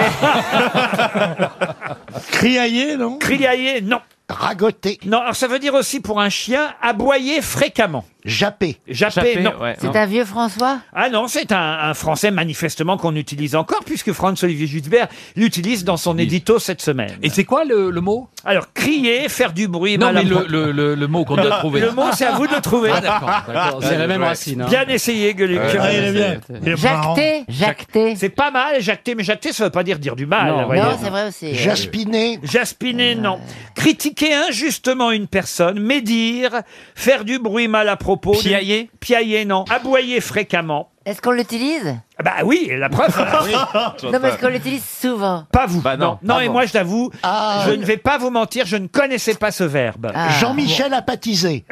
Criailler, non Criailler, non. Ragoter. Non, alors ça veut dire aussi pour un chien aboyer fréquemment. Japper. Japper,
Japper,
non.
ouais, C'est non. un
vieux François Ah non, c'est un, un français manifestement qu'on utilise encore puisque Franz-Olivier Gisbert l'utilise dans son édito cette semaine. Et c'est quoi le, mot Alors, crier, faire du bruit.
Non, mais
mal à
le,
propos.
le- le- le mot qu'on doit trouver.
Le mot, c'est à vous de le trouver.
Ah, d'accord, d'accord. C'est la même racine. hein.
Bien essayé, Gueuluc.
Ouais, Ah, il est bien. c'est- Il est marrant. Jacter,
Jacté. C'est pas mal, jacté, mais jacté, ça veut pas dire dire du mal.
Non.
vous voyez.
Non, c'est vrai
euh,
aussi. Jaspiner.
Jaspiner, non. Critiquer injustement une personne, médire, faire du bruit mal à propos. propos. d'une-
Piailler
Piailler, non. Aboyer fréquemment.
Est-ce qu'on l'utilise
Bah oui, la preuve.
Ah
Ah
Non, parce qu'on l'utilise souvent.
Pas vous.
Bah
non, non
Ah
et
bon.
moi je l'avoue,
Ah.
je ne vais pas vous mentir, je ne connaissais pas ce verbe.
Ah,
Ah.
Jean-Michel a pâtisé.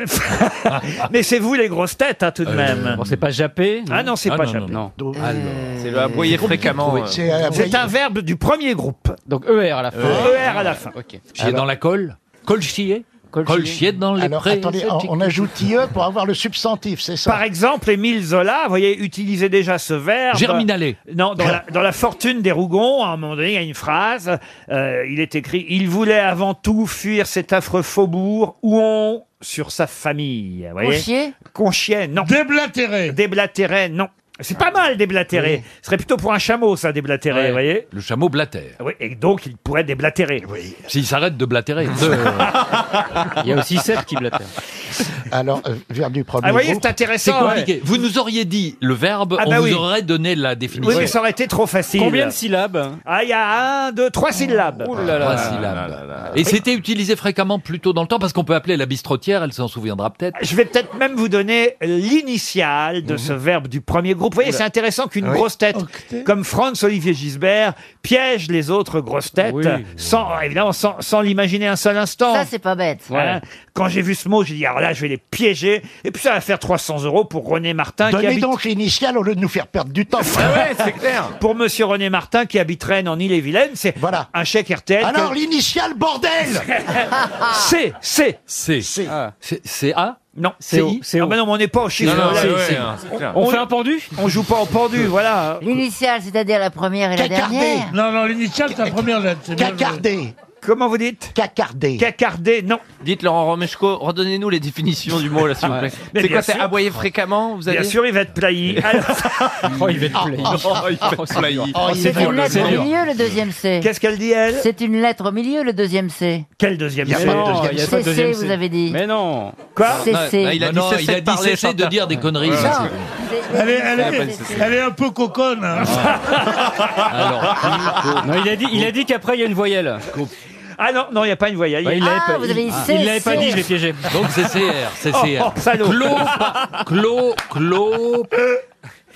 Mais c'est vous les grosses têtes, hein, tout
Euh,
de même. c'est pas japper Ah non, c'est
Ah,
pas
non,
japper.
non, non.
Ah,
euh,
C'est le aboyer fréquemment. euh.
C'est un verbe du premier groupe.
Donc ER à la fin.
ER à la fin.
Ok.
Chier dans la colle Colle chier Colle chier dans les
Alors
prés
attendez, on, on ajoute IE pour avoir le substantif, c'est ça
Par exemple, Émile Zola, vous voyez, utilisait déjà ce verbe.
Germinalé.
Non, dans la, dans la fortune des Rougons, à un moment donné, il y a une phrase, euh, il est écrit « Il voulait avant tout fuir cet affreux faubourg où on... » sur sa famille, vous voyez.
Conchier
Conchier, non. Déblatéré. Déblatéré, non. C'est pas mal, déblatéré. Ce serait plutôt pour un chameau, ça, déblatéré, vous voyez.
Le chameau blatère.
Oui, et donc, il pourrait déblatérer. Oui.
S'il s'arrête de blatérer.
Il y a aussi Seb qui blatère.
Alors, euh, vers du premier
Ah, vous voyez,
groupe.
c'est intéressant.
C'est compliqué. Vous nous auriez dit le verbe,
Ah
on
bah oui.
vous aurait donné la
Oui,
définition.
mais ça aurait été trop facile.
Combien de
syllabes Ah, il y a un, deux, trois syllabes.
Trois
Ah
syllabes. Et c'était utilisé fréquemment plus tôt dans le temps parce qu'on peut appeler la bistrotière, elle s'en souviendra peut-être.
Je vais peut-être même vous donner l'initiale de ce verbe du premier groupe. Vous voyez,
Mhm. Oula.
c'est intéressant qu'une
Oui.
grosse tête comme Franz-Olivier Gisbert piège les autres grosses têtes
Oui.
euh, sans, évidemment, sans, sans l'imaginer un seul instant.
Ça, c'est pas bête.
Hein. Quand j'ai vu ce mot, j'ai dit, alors là, je vais les piéger. Et puis ça va faire 300 euros pour René Martin qui
Donnez
habite...
donc l'initiale au lieu de nous faire perdre du temps.
Ah
Ah
Pour Monsieur René Martin qui habite Rennes en Ille-et-Vilaine, c'est un chèque RTL.
Ah
que-
Alors, Ah l'initiale, bordel
C, C.
C.
C.
C'est c'est A
Non,
c'est
O.
I
Ah bah non, mais on n'est pas au chiffre.
Non, non,
Là,
c'est-
on-
c'est-
hein,
hein,
on-
c'est clair.
on-
On fait un
pendu On joue pas au pendu, voilà.
L'initiale, c'est-à-dire la première et la dernière.
Non, non,
Ah,
l'initiale, c'est la première lettre. c'est bien
Cacardé.
Comment vous dites
Cacardé.
Cacardé, non.
Dites Laurent Romeshko, redonnez-nous les définitions du mot là s'il vous plaît.
Mais
C'est
bien
quoi C'est
sûr.
aboyer fréquemment Vous avez
Bien sûr, il va être plailli. Ah,
Oh, il va être plailli. Oh, il va être plailli. Oh, il
C'est
va être
une lettre
plailli.
au milieu, le deuxième C.
Qu'est-ce qu'elle dit, elle
C'est une lettre au milieu, le deuxième C.
Quel deuxième
Il y a
C
pas de deuxième C. C'est C, vous avez dit. Bah,
Mais non.
Quoi
C'est C.
Non, Bah, il a dit
Non,
cessez
il a
de
dit
parler,
cessez
cessez de
de-
dire des
ah,
conneries.
Ouais.
Ça,
Non.
c'est-
Elle est, elle,
Ouais,
est,
c'est-
elle est un peu coconne. hein.
Non, il a dit, il a dit qu'après il y a une voyelle.
Ah non, non, il n'y a pas une voyelle.
Ouais, il l'avait Ah, pas- vous il- avez dit il C, l'avait pas C. dit, je l'ai piégé.
Donc c'est CR, c'est
Oh,
CR.
oh, salaud.
Clos, clos, clos,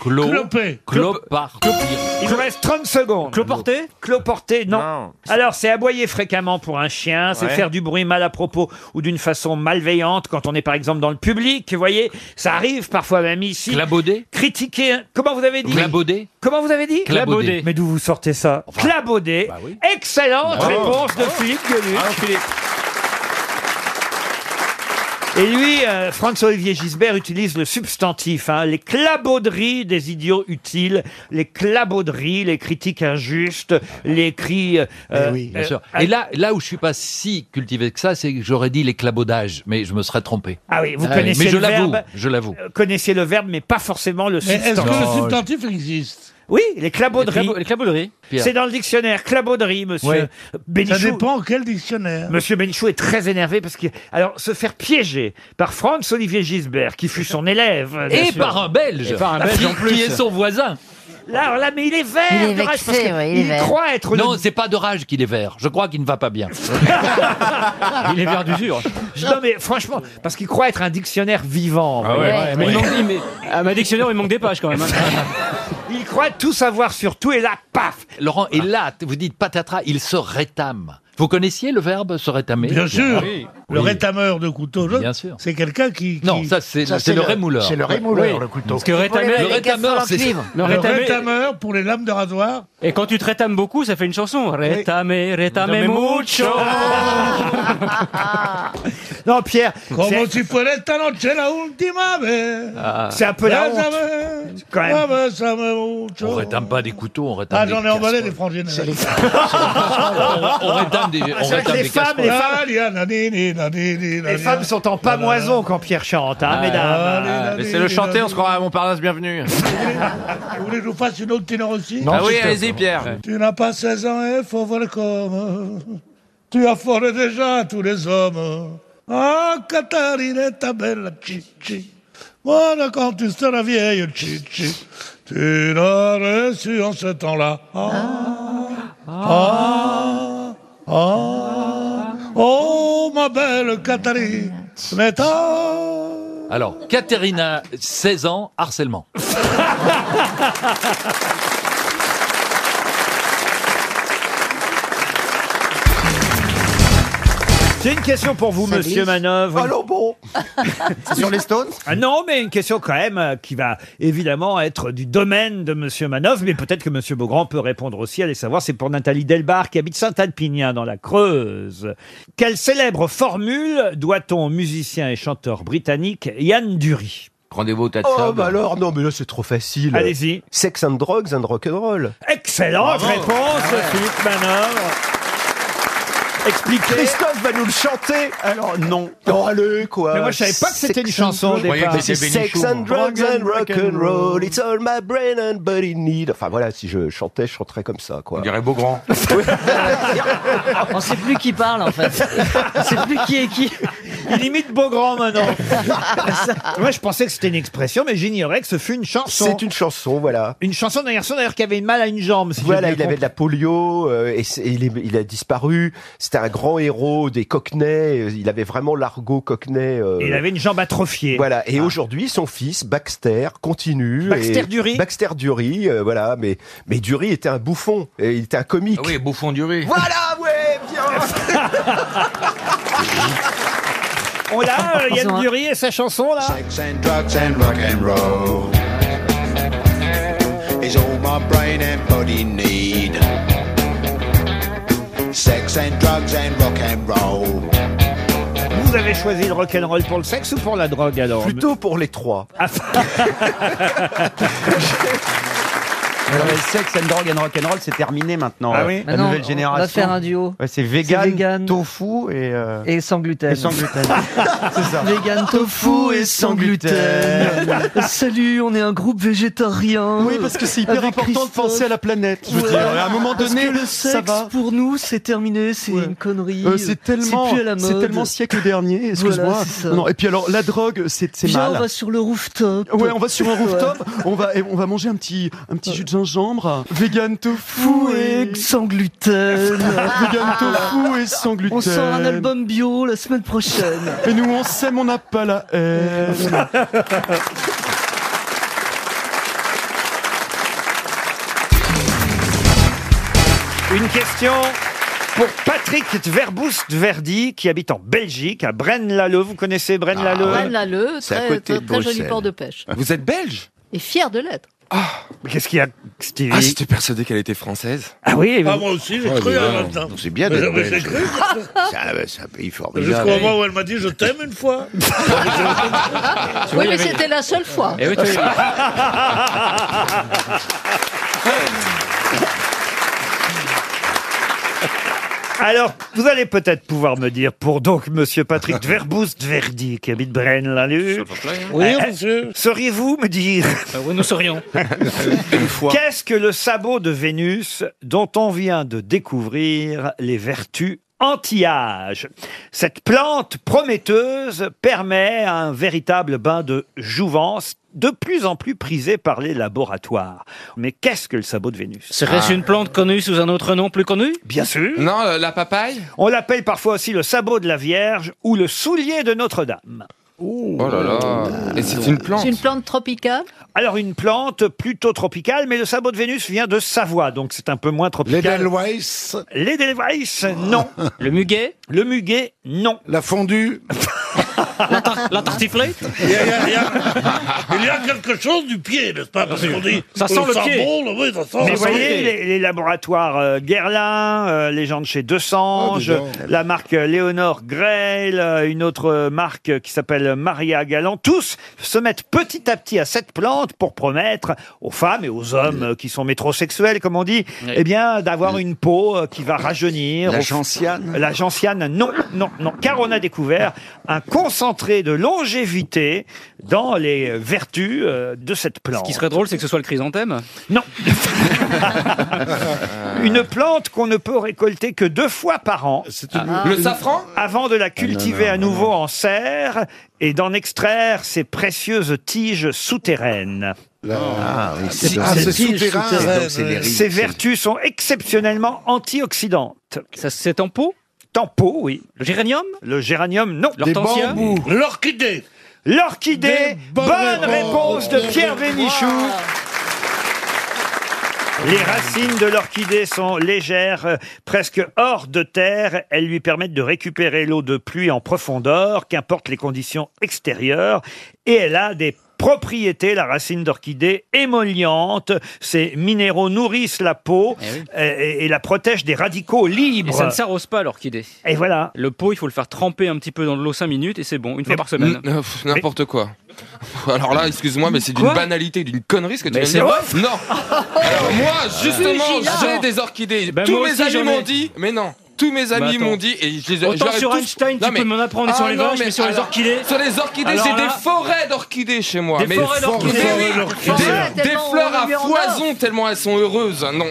clos,
Clopé.
clopartir.
Il vous reste 30 secondes. Cloporté Cloporté, non. Alors, c'est aboyer fréquemment pour un chien, c'est
Ouais.
faire du bruit mal à propos ou d'une façon malveillante quand on est par exemple dans le public. Vous voyez, ça arrive parfois même ici.
Clabauder
Critiquer. un- Comment vous avez dit
Clabauder
Comment vous avez dit
Clabauder.
Mais d'où vous sortez ça Clabauder.
Bah
Excellente
Bravo.
réponse de Philippe Gueluc. Et lui, euh, François-Olivier Gisbert utilise le substantif, hein, les clabauderies des idiots utiles, les clabauderies, les critiques injustes, les cris... euh,
Bien
euh,
sûr.
euh,
Et là, là où je suis pas si cultivé que ça, c'est que j'aurais dit l'éclabaudages, mais je me serais trompé.
Ah oui, vous
Ah
connaissez
Mais je
le
l'avoue,
verbe.
je l'avoue.
euh, connaissez le verbe, mais pas forcément le
Mais Est-ce
substantif.
que le substantif existe
Oui, les clabauderies.
Les clabo- les clabauderies. Pierre.
C'est dans le dictionnaire, clabauderie, monsieur
Ouais.
Bénichou.
Ça dépend quel dictionnaire.
Monsieur Benichou est très énervé parce que alors se faire piéger par Franz Olivier Gisbert qui fut son élève euh, bien
Et
sûr.
par un Belge, qui, qui est son voisin.
Là, alors là, mais il est vert.
Il est
de rage,
vexé,
parce que
ouais, il est
il
vert.
croit être.
Non,
le...
c'est pas de rage qu'il est vert. Je crois qu'il ne va pas bien.
Il est vert d'usure.
Je- Non mais franchement, parce qu'il croit être un dictionnaire vivant.
Ah
vous voyez.
mais il manque- il- mais- à ma dictionnaire, il manque des pages quand même.
Il croit tout savoir sur tout et là, paf.
Laurent, et là, t- vous dites patatras, il se rétame. Vous connaissiez le verbe se rétamer
Bien sûr. Le
Oui.
rétameur de couteau, je-
Bien sûr.
c'est quelqu'un qui, qui-
Non, ça c'est
Ça,
c'est le, rémouleur.
Oui. Parce que
Le
rétameur,
rétameur, c'est
Le
Le
rétameur-
rétameur pour les lames de rasoir.
Et quand tu te rétames beaucoup, ça fait une chanson. Rétame, rétame mucho.
Non, Pierre.
Como si fuera esta noche la última vez.
Ah. C'est un peu la honte.
honte.
Quand même.
On rétame pas des couteaux, on rétame
Ah,
des
j'en ai emballé des frangines. Ah,
casseroles. On, on rétame des, on rétame des casseroles.
Les femmes sont en pamoison quand Pierre chante,
Ah.
hein, mesdames.
Laissez-le chanter, on se croirait à Montparnasse, bienvenue.
Vous voulez que je vous fasse une autre ténor aussi
ah oui, allez-y, Pierre.
Tu n'as pas 16 ans et faut voir comme tu affoles déjà tous les hommes. Ah, Catherine est ta belle chichi. Voilà quand tu seras vieille chichi. Tu l'as reçu en ce temps-là. Ah, ah, ah. Oh, ma belle Catherine. Mais ta
Alors, Katerina, 16 ans, harcèlement.
J'ai une question pour vous,
Ça
monsieur
glisse.
Manœuvre.
Allons
bon
sur les Stones
Ah Non, mais une question quand même euh, qui va évidemment être du domaine de monsieur Manœuvre, mais peut-être que monsieur Beaugrand peut répondre aussi, allez savoir, c'est pour Nathalie Delbar qui habite Saint-Alpinien dans la Creuse. Quelle célèbre formule doit-on au musicien et chanteur britannique Yann Dury
Rendez-vous au tas
Oh, bah
alors, non, mais là, c'est trop facile.
Allez-y.
Sex and drugs and rock'n'roll.
Excellente réponse, Philippe Manœuvre. Expliquez.
Christophe va nous le chanter. Alors, non. Oh, allez, quoi.
Mais moi, je savais pas que c'était une
Sex
chanson
and
au
drugs.
départ. Je croyais que
C'est
c'était
Sex
Bénichou,
and
moi.
drugs and
Drugs and
rock'n'roll.
rock'n'roll.
It's all my brain and body need. Enfin, voilà, si je chantais, je chanterais comme ça, quoi. On dirait Beaugrand.
On sait plus qui parle en fait. On sait plus qui est qui.
Il imite Beaugrand maintenant. Moi, je pensais que c'était une expression, mais j'ignorais que ce fut une chanson.
C'est une chanson, voilà.
Une chanson d'un garçon d'ailleurs qui avait mal à une jambe. si
Voilà,
j'ai
il
bien
avait de la polio euh, et, c'est- il, est- il a disparu. C'était un grand héros des Cockneys. euh, Il avait vraiment l'argot cockney. euh,
compris. Il avait une jambe atrophiée.
Voilà.
Ah.
Et aujourd'hui, son fils Baxter continue.
Baxter
et-
Dury.
Baxter Dury, euh, voilà. Mais mais Dury était un bouffon. Et il était un comique. Ah oui, bouffon Dury.
Voilà, ouais, bien
On l'a, euh, Yann
Bonjour.
Dury et sa chanson là
Sex and drugs and rock and roll is all my brain and body need. Sex and drugs and rock and roll.
Vous avez choisi le rock'n'roll pour le sexe ou pour la drogue alors Ah,
Plutôt pour les trois.
Alors, le sexe and drug and rock'n'roll, c'est terminé maintenant.
Ah
Euh,
oui
La
Maintenant,
nouvelle
on
génération.
va faire un duo.
Ouais,
C'est
c'est vegan,
vegan.
tofu et. euh,
Et sans gluten.
Et sans gluten. C'est ça.
Vegan tofu et sans gluten. Salut, on est un groupe végétarien.
Oui, parce que c'est hyper
Avec
important de
Christophe.
penser à la planète, je veux dire. Et à un moment
Parce
donné,
que le
ça
sexe,
va.
pour nous, c'est terminé, c'est une connerie.
Euh, c'est tellement,
C'est plus à la
c'est
mode.
tellement siècle dernier. Excuse-moi.
Voilà, c'est ça.
Non, et puis alors la drogue, c'est c'est
Viens,
mal.
on va sur le rooftop.
Ouais, on va sur un rooftop,
Ouais.
on va et on va manger un petit un petit jus de gingembre, vegan tofu et
sans gluten,
vegan tofu et sans gluten.
On sort un album bio la semaine prochaine.
Et nous on s'aime, on n'a pas la haine.
Une question pour Patrick Verboust-Verdi qui habite en Belgique, à Braine-l'Alleud. Vous connaissez Braine-l'Alleud
Ah. Braine-l'alleud, C'est à très- côté de très- très joli Bruxelles. port de
pêche.
Vous êtes belge
Et fier de l'être.
Ah, Mais Qu'est-ce qu'il y a, Stevie
Ah, j'étais persuadé qu'elle était française.
Ah oui
et vous-
Ah, moi aussi, j'ai
Ouais,
cru
mais
en
non,
même temps.
donc c'est bien
Mais
d'être
j'ai- mais j'ai
belge.
cru.
Ah, bah,
C'est un pays
Jusqu'au moment où elle m'a dit je t'aime une fois.
Oui, mais c'était la seule fois.
Eh oui, tu-
Alors, vous allez peut-être pouvoir me dire pour donc Monsieur Patrick Verboust-Verdi qui habite Braine-l'Alleud.
Oui,
Euh, Sauriez-vous me dire
Ah bah
Ah.
oui, nous saurions. Une fois.
Qu'est-ce que le sabot de Vénus dont on vient de découvrir les vertus anti-âge Cette plante prometteuse permet un véritable bain de jouvence de plus en plus prisé par les laboratoires. Mais qu'est-ce que le sabot de Vénus
Ah.
Serait-ce une plante connue sous un autre nom plus connu
Bien sûr.
Non, euh, la papaye
On l'appelle parfois aussi le sabot de la Vierge ou le soulier de Notre-Dame.
Oh là là. Et c'est une plante.
C'est une plante tropicale.
Alors une plante plutôt tropicale, mais le sabot de Vénus vient de Savoie, donc c'est un peu moins tropical. L'Edelweiss L'Edelweiss, non. Le muguet Le muguet, non. La fondue
La tartiflette
Il y, a, il y a- il y a- il y a quelque chose du pied, n'est-ce pas Parce qu'on dit
Ça sent le pied.
bon, là, oui, ça sent.
Mais
ça sent le
voyez,
pied.
les, les laboratoires euh, Guerlain, euh, les gens de chez Desange,
Oh, dis donc.
la marque euh, Léonore Grail, euh, une autre euh, marque euh, qui s'appelle Maria Galant, tous se mettent petit à petit à cette plante pour promettre aux femmes et aux hommes euh, qui sont métrosexuels, comme on dit, eh bien, d'avoir une peau euh, qui va rajeunir.
La
Au-
gentiane
La gentiane, non, non, non. Car on a découvert un concentré de longévité dans les euh, vertus euh, de cette plante.
Ce qui serait drôle, c'est que ce soit le chrysanthème.
Non. Une plante qu'on ne peut récolter que deux fois par an.
Ah. Le safran
Avant de
Ah,
la cultiver à nouveau en serre et d'en extraire ses précieuses tiges souterraines.
Ah, oui,
Ces-
donc-
ces
c'est
tiges
souterrain.
souterraines,
Donc, c'est les riz-
Ces
c'est-
vertus sont exceptionnellement antioxydantes. Ça c'est en pot En pot, oui. Le géranium Le géranium, non.
L'hortensia
L'orchidée L'orchidée.
Bonne
Bonne,
réponse.
réponse de Pierre Bénichou. Les racines de l'orchidée sont légères, euh, presque hors de terre. Elles lui permettent de récupérer l'eau de pluie en profondeur, qu'importe les conditions extérieures. Et elle a des propriétés, la racine d'orchidée, émolliente. Ces minéraux nourrissent la peau euh, et, et la protègent des radicaux libres.
Eh Et ça ne s'arrose pas l'orchidée.
Et voilà.
Le pot, il faut le faire tremper un petit peu dans de l'eau 5 minutes et c'est bon, une fois par semaine.
Mm, euh, pff, N'importe quoi. Alors là, excuse-moi, mais c'est d'une
Quoi
banalité, d'une connerie ce que tu
Mais
viens de
c'est bof
dire. Non Alors moi, justement,
Vigilant.
j'ai des orchidées.
Ben,
tous
moi
mes
aussi,
amis
j'en
m'ont
ai.
dit, mais non tous mes
Bah,
amis
attends.
m'ont dit et je les ai-
Autant
j'aurais
sur
tous-
Einstein, tu
Non, Ah
peux m'en apprendre sur les
non,
vaches, mais sur les orchidées-
Sur les orchidées,
Alors
c'est
là-
des forêts d'orchidées chez moi.
Des
mais-
forêts d'orchidées.
Mais oui,
Forêts d'orchidées.
des-
Forêts,
Des
tellement
fleurs
on est
à
en
foison tellement elles sont heureuses. Non, donc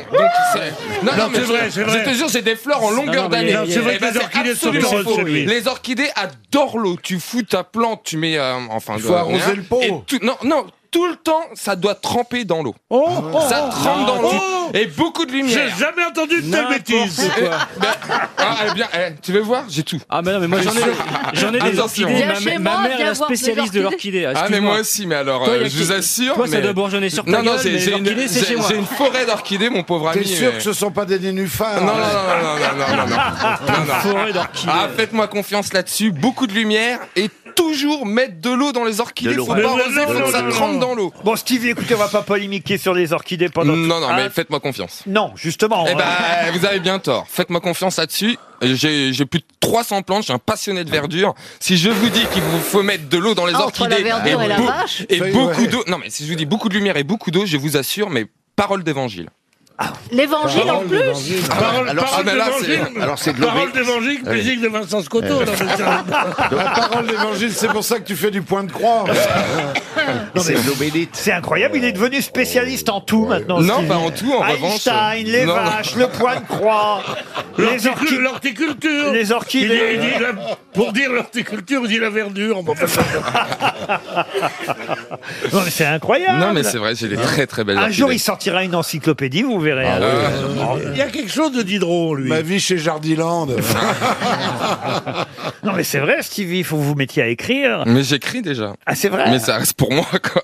c'est. Non,
Non,
non, mais
c'est vrai,
je-
c'est vrai.
Je te jure, j'ai des fleurs
Ah
en
Non,
longueur
non, mais
d'année.
non, c'est vrai
Eh
que
ben,
les orchidées sont
absolument
heureuses
faux.
chez lui.
Les orchidées adorent l'eau. Tu fous ta plante, tu mets euh, enfin.
Il faut arroser
rien.
le pot.
Et tout- non, non. Tout le temps, ça doit tremper dans l'eau. Ah. ça
oh,
trempe
oh,
dans l'eau.
oh.
et beaucoup de lumière.
J'ai jamais entendu de telle
N'importe
bêtise.
quoi. Eh, ben, ah, eh bien, eh, tu veux voir J'ai tout. Ah, mais non, mais
moi, j'en ai- j'en ai des
Attention.
orchidées. Ma- Viens ma chez mère moi, est viens la voir spécialiste de l'orchidée. l'orchidée,
Ah, mais
excuse-moi.
moi aussi, mais alors,
Toi,
euh,
y a
je
qui-
vous assure.
toi, ça
mais-
doit bourgeonner sur ta
Non, non,
gueule,
c'est-
mais
j'ai une-
l'orchidée, c'est
j'ai-
chez moi.
J'ai une forêt d'orchidées, mon pauvre ami.
T'es sûr
mais-
que ce sont pas des nénuphars
non, non, non,
hein,
non, non, non, non, non, non, non.
Forêt
Ah, faites-moi confiance là-dessus. Beaucoup de lumière et toujours mettre de l'eau dans les orchidées. Faut pas arroser, faut que ça trempe dans l'eau.
Bon, Stevie, écoutez, on va pas polémiquer sur les orchidées pendant tout-
Non, non, mais
Ah.
Hein
faites-moi confiance.
Non, justement.
Eh
on-
ben, vous avez bien tort. Faites-moi confiance là-dessus. J'ai j'ai plus de 300 plantes, je suis un passionné de verdure. Si je vous dis qu'il vous faut mettre de l'eau dans les
Ah, entre la
orchidées
verdure et la
beau-
vache
et
Oui,
beaucoup
ouais.
d'eau, non mais si je vous dis beaucoup de lumière et beaucoup d'eau, je vous assure, mais parole d'évangile.
L'évangile en
Parole
plus
Ah,
Parole,
alors-
bah, parole
ah, mais là,
d'évangile.
c'est- alors, c'est de
Parole
l'obé-
d'évangile,
Oui.
musique de Vincent Scotto. Oui. là, mais tiens.
La parole d'évangile, c'est pour ça que tu fais du point de croix.
Non, mais- C'est incroyable, il est devenu spécialiste en tout maintenant.
Non,
Stevie.
pas en tout, en revanche.
Einstein, les
Non.
vaches, le point de croix, les orchidées.
L'horticulture.
Les orchidées.
Il dit- il dit la- pour dire l'horticulture, il dit la verdure. Bon, enfin,
Non, mais c'est incroyable. Hein
Non mais c'est vrai, j'ai des très très belles
Un jour,
orchidées.
il sortira une encyclopédie, vous verrez.
Ah, ouais.
Oh.
Il y a quelque chose de Diderot, lui.
Ma vie chez Jardiland.
Non, mais c'est vrai, Stevie, il faut que vous vous mettiez à écrire.
Mais j'écris déjà.
Ah, c'est vrai
Mais ça reste pour moi quoi.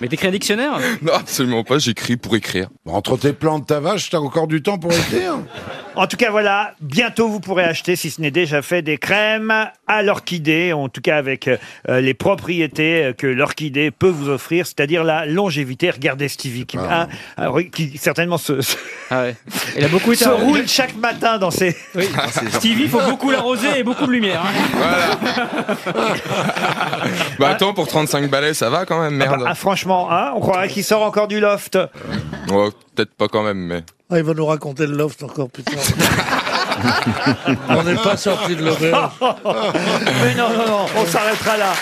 Mais t'écris un dictionnaire
Non, absolument pas, j'écris pour écrire.
Entre tes plantes, ta vache, t'as encore du temps pour écrire.
En tout cas, voilà, bientôt vous pourrez acheter, si ce n'est déjà fait, des crèmes à l'orchidée, en tout cas avec euh, les propriétés euh, que l'orchidée peut vous offrir, c'est-à-dire la longévité. Regardez Stevie, qui, hein, alors, oui, qui certainement se, se-
Ah Il a beaucoup été
se
arrosé.
roule chaque matin dans ses...
Oui. Stevie, faut beaucoup l'arroser et beaucoup de lumière. hein.
Bah attends, pour 35 balais, ça va quand même, merde.
Ah, franchement, hein, on croirait qu'il sort encore du loft. ah.
Ouais, peut-être pas quand même, mais.
ah, il va nous raconter le loft encore, putain.
Ah,
On n'est pas sorti de l'auberge.
Mais non, non, non, on s'arrêtera là.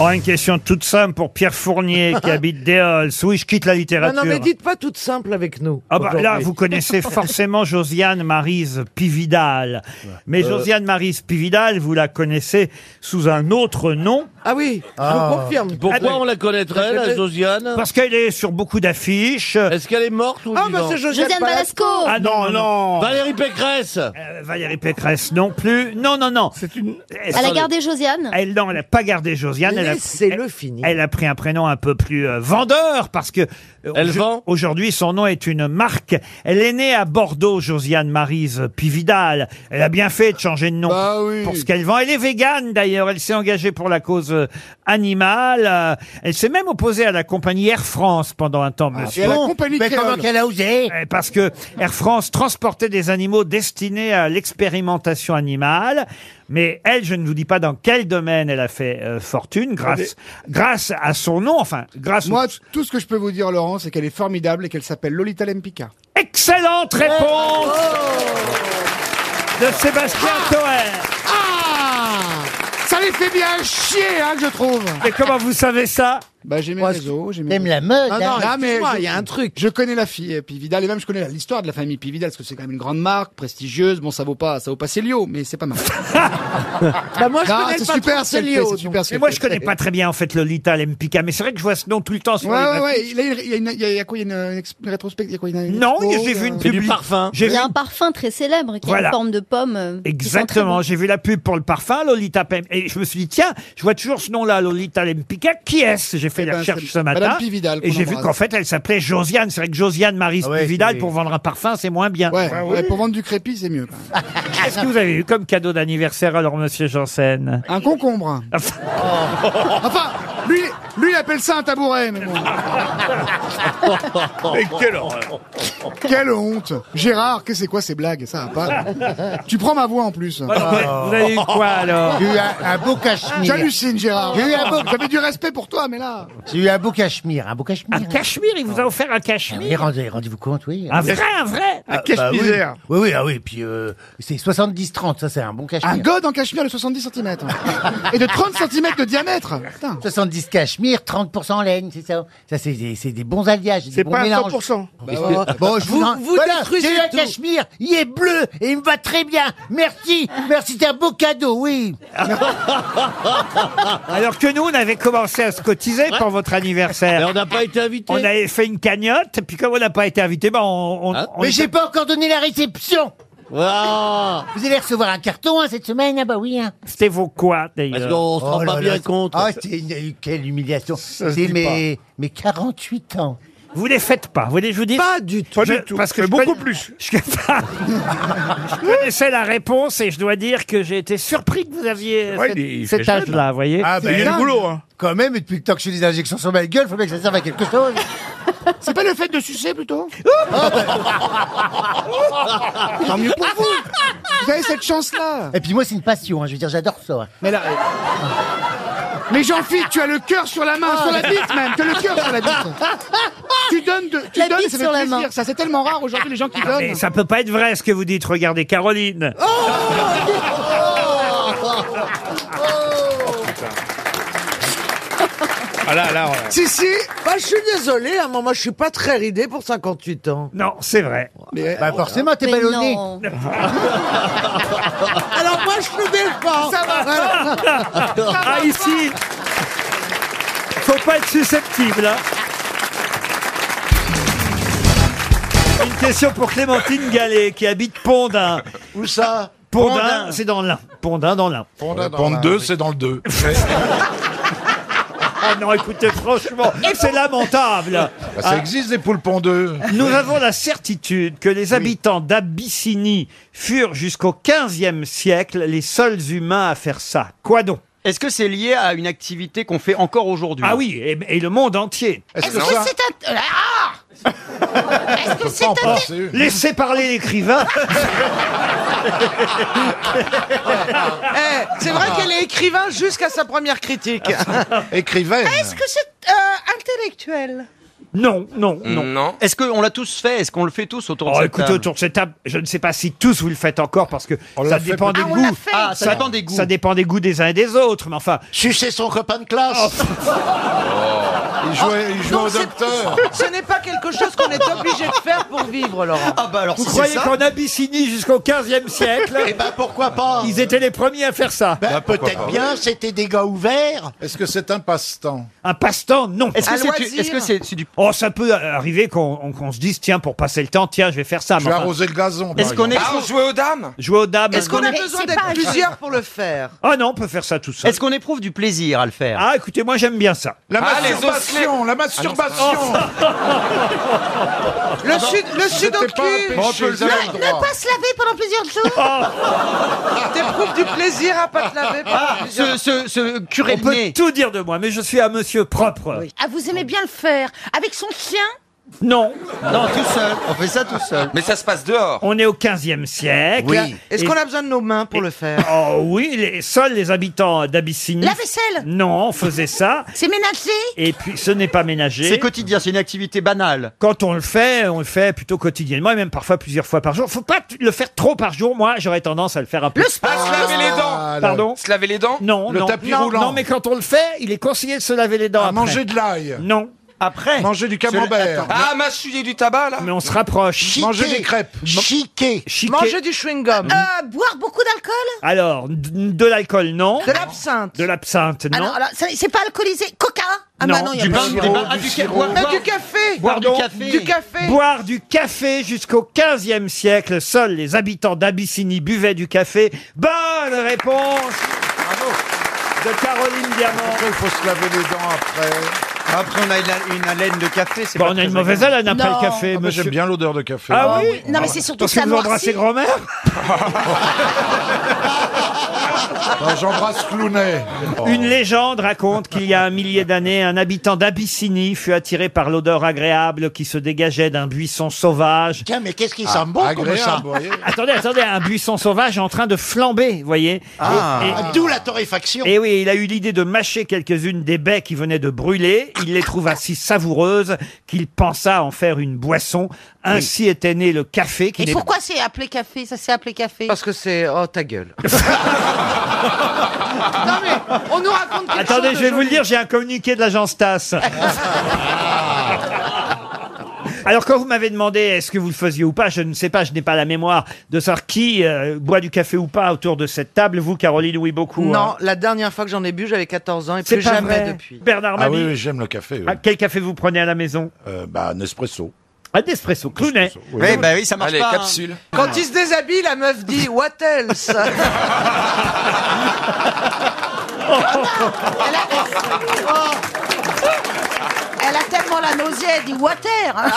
Oh, une question toute simple pour Pierre Fournier qui habite Déols. Oui, je quitte la
Non,
littérature.
non, mais dites pas toute simple avec nous.
Ah bah là,
aujourd'hui.
vous connaissez forcément Josiane Marise Pividal. Mais
Euh.
Josiane Marise Pividal, vous la connaissez sous un autre nom.
Ah oui, je vous confirme.
Pourquoi on
la connaîtrait,
la
Josiane
Parce qu'elle est sur beaucoup d'affiches. Est-ce qu'elle est morte ou
Ah, bah, c'est Josiane Josiane Balasco. Balasco.
Ah non, non.
Valérie
Pécresse. Valérie Pécresse non plus. Non, non, non. C'est une...
Elle a gardé Josiane
Elle, non, elle n'a pas gardé Josiane. Elle a,
Laissez-le
elle-
finir.
Elle a pris un prénom un peu plus euh, vendeur parce que euh, aujo- aujourd'hui son nom est une marque. Elle est née à Bordeaux, Josiane Marise Pividal. Elle a bien fait de changer de nom
Bah
pour ce qu'elle vend. Elle est végane d'ailleurs. Elle s'est engagée pour la cause euh, animale. Euh, Elle s'est même opposée à la compagnie Air France pendant un temps, monsieur.
Ah. et à la compagnie Mais Créole. comment qu'elle a osé
Eh, Parce que Air France transportait des animaux destinés à l'expérimentation animale. Mais elle, je ne vous dis pas dans quel domaine elle a fait euh, fortune grâce, grâce à son nom, enfin, grâce au-
Moi, tout ce que je peux vous dire, Laurent, c'est qu'elle est formidable et qu'elle s'appelle Lolita Lempicka.
Excellente réponse
Oh
de Sébastien Toer.
Ah Ça les fait bien chier, hein, je trouve.
Et comment vous savez ça
Bah, j'aimais
Ouais,
les réseaux, j'aimais.
t'aimes la mode,
Non,
hein.
non, mais
excuse-moi,
je-
il y a un
truc. Je connais la fille Pividal et même je connais la- l'histoire de la famille Pividal parce que c'est quand même une grande marque prestigieuse. Bon, ça vaut pas, ça vaut pas Célio, mais c'est pas mal.
Bah, moi, je
Non,
connais le patron de
c'est super ce qu'elle
Célio,
fait, c'est super ce
Mais
qu'elle
moi,
fait.
je connais pas très bien, en fait, Lolita Lempicka, mais c'est vrai que je vois ce nom tout le temps sur
Ouais,
les
ouais, ouais.
affiches.
Là, il y a une, il y a- il y a quoi, il y a une, une, exp- une rétrospect- il y a quoi, il y a une
Non,
Oh,
expo,
j'ai vu
euh,
une publi- J'ai
Il y
vu
a un parfum très célèbre qui a
Voilà.
une forme de pomme. euh, qui sent très
Exactement,
bon.
j'ai vu la pub pour le parfum Lolita Pem et je me suis dit tiens, je vois toujours ce nom-là Lolita Lempicka, qui est-ce J'ai fait
Eh
la
ben,
recherche
c'est
ce matin
Madame Pividal
et
qu'on
j'ai vu
embrasse.
qu'en fait elle s'appelait Josiane, c'est vrai que Josiane Marie
Ah ouais,
Pividal
c'est-
pour vendre un parfum, c'est moins bien. Ah
Ouais, ouais, pour vendre du crépi, c'est mieux. quand même.
Qu'est-ce que vous avez eu comme cadeau d'anniversaire alors monsieur Janssen
Un concombre. enfin, lui, lui, il appelle ça un tabouret, mais bon.
Mais
quelle horreur. Quelle honte. Gérard, que c'est quoi ces blagues Ça va pas. Tu prends ma voix en plus. Oh.
Vous avez eu quoi alors
J'ai eu un, un beau cachemire.
J'hallucine, Gérard.
J'ai eu un beau-
J'avais du respect pour toi, mais là.
J'ai eu un beau cachemire, un beau cachemire.
Un cachemire, il vous a offert un cachemire.
Oui, rendez- rendez-vous compte, oui.
Un vrai, un vrai.
Ah, bah
cache-misère.
oui. oui, oui, ah oui, puis euh, c'est 70-30, ça c'est un bon hein. cachemire.
Un god en cachemire de 70 cm. Et de 30 cm de diamètre. Putain.
70 cachemire, 30% en laine, c'est ça. Ça, c'est des, c'est des bons alliages, c'est des bons
pas à
mélanges.
100%.
Bah,
Bah,
bon,
ouais.
bon, je vous,
Vous-
en-
vous
voilà,
détruisez
j'ai eu un
tout.
cachemire, il est bleu et il me va très bien. Merci, merci, c'est un beau cadeau, oui.
Alors que nous, on avait commencé à se cotiser pour votre anniversaire.
Mais on n'a pas été invité.
On avait fait une cagnotte, et puis comme on n'a pas été invité, ben on. on- on
Mais
était-
j'ai Ah. pas encore donné la réception. Vous allez recevoir un carton hein, cette semaine, ah bah oui. Hein.
C'était vos quoi d'ailleurs
Oh là là. Ah, c'est une- quelle humiliation.
se
C'est
dit
mes, mes 48 ans.
Vous les faites pas, vous voulez que je vous dise Pas du tout. Parce que beaucoup plus. Je, je connaissais la réponse et je dois dire que j'ai été surpris que vous aviez
Ouais,
cette-
il est- il fait
cet
jeune.
âge-là, vous voyez
Ah,
ben, dingue.
hein.
Quand même, et depuis que tant que j'ai des injections sur ma gueule, faut bien que ça serve à quelque chose.
C'est pas le fait de sucer plutôt
Tant mieux pour vous Vous avez cette chance-là Et puis moi, c'est une passion, hein, je veux dire, j'adore ça.
Mais là. euh, Mais Jean-Philippe, tu as le cœur sur la main,
Ah.
sur la bite même. Tu as le cœur sur la bite. Tu donnes, de, tu
La
donnes,
bite
ça fait
sur la
plaisir.
main.
Ça, c'est tellement rare aujourd'hui les gens
hein.
qui donnent.
Ah, Mais ça peut pas être vrai ce que vous dites, regardez Caroline.
Oh
Ah là, là,
Si, si Bah, je suis désolé, à un moment, je suis pas très ridé pour 58 ans.
Non, c'est vrai.
euh,
bah, forcément, t'es belle au nez.
Alors moi, je le défends.
Ça va
pas.
Ah, ici Faut pas être susceptible. hein. Une question pour Clémentine Gallet qui habite Pondin. Où ça Pondin,
Pondin.
c'est dans l'Ain. Pondin dans l'Ain.
Pondin dans Pondin l'Ain, 2, oui.
c'est dans le 2. oh non, écoutez, franchement, c'est lamentable.
Bah, ça existe,
des poules pondeuses. Nous avons la certitude que les habitants d'Abyssinie furent jusqu'au 15e siècle les seuls humains à faire ça. Quoi donc
Est-ce que c'est lié à une activité qu'on fait encore aujourd'hui
Ah oui, et, et le monde entier.
Est-ce
Est-ce que c'est un... Ah Est-ce que c'est un...
Laissez parler l'écrivain.
hein.
Eh, c'est vrai qu'elle est écrivain jusqu'à sa première critique.
Écrivaine.
Est-ce que c'est euh, intellectuel
Non, non,
non. Est-ce qu'on l'a tous fait Est-ce qu'on le fait tous autour
Oh,
de cette
écoutez,
table
autour de cette table, je ne sais pas si tous vous le faites encore parce que ça
l'a fait
dépend des
peut-être. Ah, on l'a
goûts.
fait. Ah, ça dépend des goûts.
Ça dépend des goûts des uns et des autres, mais enfin. Oh. Sucer son copain de classe.
Oh.
Ah
Il jouait, il jouait
Oh, Non,
au
c'est-
docteur.
Ce n'est pas quelque chose qu'on est obligé de faire pour vivre, Laurent.
Ah bah alors,
Vous croyez qu'en Abyssinie jusqu'au 15e siècle
Eh ben,
pourquoi pas Ils étaient les premiers à faire ça.
Bah, pourquoi pas.
c'était des gars ouverts.
Est-ce que c'est un passe-temps
Un passe-temps, non.
Est-ce que Un c'est- loisir. est-ce que c'est-
du...
Oh, ça peut arriver qu'on on- qu'on se dise, tiens, pour passer le temps, tiens, je vais faire ça.
Je vais arroser le gazon. par
Est-ce qu'on
exemple.
est-
Ah, on jouait aux dames
Jouer aux dames.
Est-ce qu'on
Ah ben non.
a besoin d'être plusieurs pour le faire
Ah non, on peut faire ça tout seul.
Est-ce qu'on éprouve du plaisir à le faire
Ah, écoutez, moi j'aime bien ça.
La
Ah, les
masturbation,
osselets.
la
masturbation.
Ah,
Le sud, le sud au cul.
Ne, ne pas se laver pendant plusieurs
Oh.
jours
T'éprouves du plaisir à pas te laver. pendant
Ah,
plusieurs-
curé
On peut tout dire de moi, mais je suis un monsieur propre.
Ah, vous aimez bien le faire Avec son chien
Non.
Non, tout seul. On fait ça tout seul.
Mais ça se passe dehors.
On est au 15e siècle.
Oui. Est-ce qu'on a
besoin de nos mains pour le faire Oh oui, les, seuls les habitants d'Abyssinie.
La vaisselle
Non, on faisait ça.
C'est ménager
Et puis, ce n'est pas ménager.
C'est quotidien, c'est une activité banale.
Quand on le fait, on le fait plutôt quotidiennement et même parfois plusieurs fois par jour. Faut pas t- le faire trop par jour. Moi, j'aurais tendance à le faire un peu.
Le sport. Ah, se laver les dents.
Ah, Pardon.
Se laver les dents.
Non,
Le
non,
tapis
non,
roulant.
Non, mais quand on le fait, il est conseillé de se laver les dents.
manger
de l'ail. Non. Après. Manger du
Camembert. Ah, mâchouiller du tabac, là.
Mais on se rapproche.
Manger des
crêpes. Chiquer.
Manger du chewing-gum.
Euh, boire beaucoup d'alcool
Alors, d- de l'alcool, non. De l'absinthe. De l'absinthe, non.
Ah Alors, alors, c'est c'est pas alcoolisé. Coca Ah
Non.
bah non, il y a
Du
pas
vin,
de-
des vins, ah, du sirop.
Mais du café
Pardon Boire du café jusqu'au 15e siècle. Seuls les habitants d'Abyssinie buvaient du café. Bonne réponse de Caroline Diamant.
il faut se laver les dents après.
Après, on a une, une haleine de café. c'est
Bah,
pas
on a
très
une mauvaise
agréable.
haleine après le
Eh,
café,
Ah, mais
monsieur.
J'aime bien l'odeur de café.
Ah oui
Non, mais c'est surtout
Parce
que
que
ça
vous embrassez
noircit.
grand-mère
Non, J'embrasse Clounet.
Une légende raconte qu'il y a un millier d'années, un habitant d'Abyssinie fut attiré par l'odeur agréable qui se dégageait d'un buisson sauvage.
Tiens, mais qu'est-ce qui
Ah,
sent bon comme ça
attendez, attendez, un buisson sauvage en train de flamber, vous voyez.
Ah. D'où la
torréfaction. Et Eh oui, il a eu l'idée de mâcher quelques-unes des baies qui venaient de brûler. Il les trouva si savoureuses qu'il pensa en faire une boisson. Ainsi était né le café. Qui
Et
n'est-
pourquoi c'est appelé café Ça s'est appelé café
Parce que c'est. Oh, ta gueule.
Ah,
Non mais, on nous raconte quelque
Attendez,
chose
je vais vous le
aujourd'hui.
dire, j'ai un communiqué de l'agence TAS. Alors quand vous m'avez demandé est-ce que vous le faisiez ou pas, je ne sais pas, je n'ai pas la mémoire de savoir qui euh, boit du café ou pas autour de cette table. Vous, Caroline, oui beaucoup.
Non,
hein.
la dernière fois que j'en ai bu, j'avais 14 ans et
C'est
plus
pas
jamais
vrai.
depuis.
Bernard
Ah oui,
Mabille.
oui, j'aime le café. oui.
Ah, quel café vous prenez à la maison
Euh, bah, Nespresso.
Un Nespresso, Clunet.
oui. Oui, bah oui, ça marche Allez, pas, hein. capsule.
Quand il se déshabille, la meuf dit What else
Elle a, Oh. Elle a tellement la nausée, elle dit water. hein.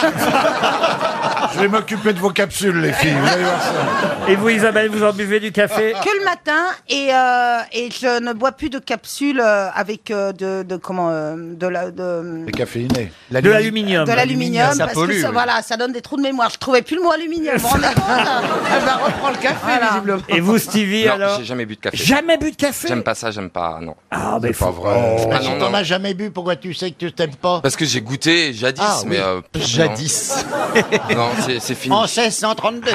Je vais m'occuper de vos capsules, les filles. Vous allez voir ça.
Et vous, Isabelle, vous en buvez du café
Ah,
que le matin et, euh, et je ne bois plus de capsules euh, avec euh, de, de comment euh, de la de,
Les caféinés.
De l'aluminium.
de l'aluminium parce que ça,
oui.
voilà ça donne des trous de mémoire. Je trouvais plus le mot aluminium. Vous vous rendez compte hein. Elle va reprendre le café visiblement.
Et vous, Stevie,
Non,
alors
j'ai jamais bu de café.
Jamais bu de café
J'aime pas ça, j'aime pas, non.
Ah,
mais pas
vrai.
Ah,
Si
non,
t'en
non. Bah,
as jamais bu, pourquoi tu sais que tu t'aimes pas
Parce que j'ai goûté jadis,
Ah,
mais...
oui.
euh, pff, non.
Jadis. Oh,
Non, c'est- c'est fini.
En 1632.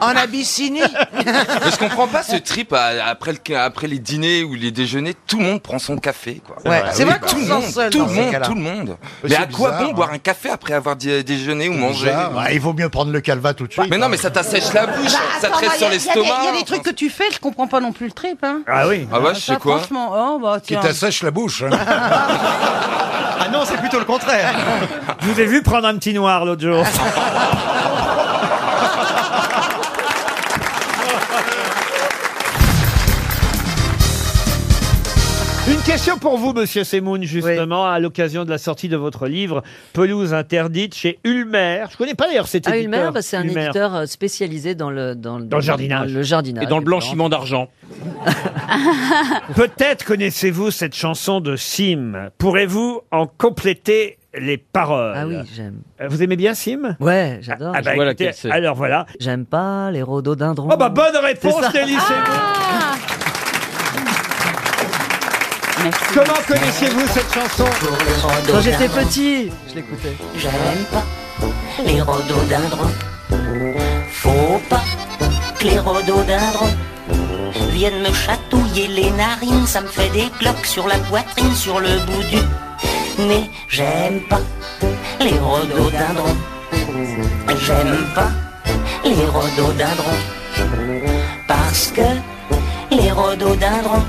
En Abyssinie
Mais je comprends pas ce trip à- après, le, après les dîners ou les déjeuners, tout le monde prend son café. Quoi.
Ouais, c'est vrai qu'on
tout le
se sent
monde,
seul
tout
dans
le
ces
monde,
cas-là.
tout le monde.
Mais
Mais
c'est
à quoi
bizarre,
bon
hein.
boire un café après avoir dé- déjeuné ou mangé
Ouais, hein. Bah, il vaut mieux prendre le calva tout de suite.
Mais non, mais ça t'assèche la bouche,
Bah,
ça te
attends,
reste
il y a-
sur
il y a des-
l'estomac.
Il y a des trucs que tu fais, je comprends pas non plus le trip. Hein.
Ah oui.
Ah ouais, je sais
Ça,
quoi.
Franchement, oh bah
Qui
tiens.
t'assèche la bouche. hein.
Ah non, c'est plutôt le contraire.
Je vous ai vu prendre un petit noir l'autre jour. Une question pour vous, monsieur Semoun, justement, à l'occasion de la sortie de votre livre Pelouse interdite chez Ulmer. Je connais pas d'ailleurs cet
Ah,
éditeur.
Ulmer, bah, c'est un
Ulmer.
éditeur euh, spécialisé dans le, dans,
Dans le jardinage.
le jardinage.
Et dans le blanchiment
d'argent.
Peut-être connaissez-vous cette chanson de Sim. Pourrez-vous en compléter les paroles Ah oui,
j'aime.
Vous aimez bien Sim
Ouais, j'adore.
Ah bah, écoutez, alors voilà.
J'aime pas les rhododendrons.
Oh bah bonne
C'est
réponse,
ça. Ah
Nelly Semoun. Comment connaissez-vous cette chanson
Quand j'étais petit, je l'écoutais.
J'aime pas les rhododendrons. Faut pas que les rhododendrons viennent me chatouiller les narines. Ça me fait des cloques sur la poitrine, sur le bout du nez. J'aime pas les rhododendrons. J'aime pas les rhododendrons. Parce que les rhododendrons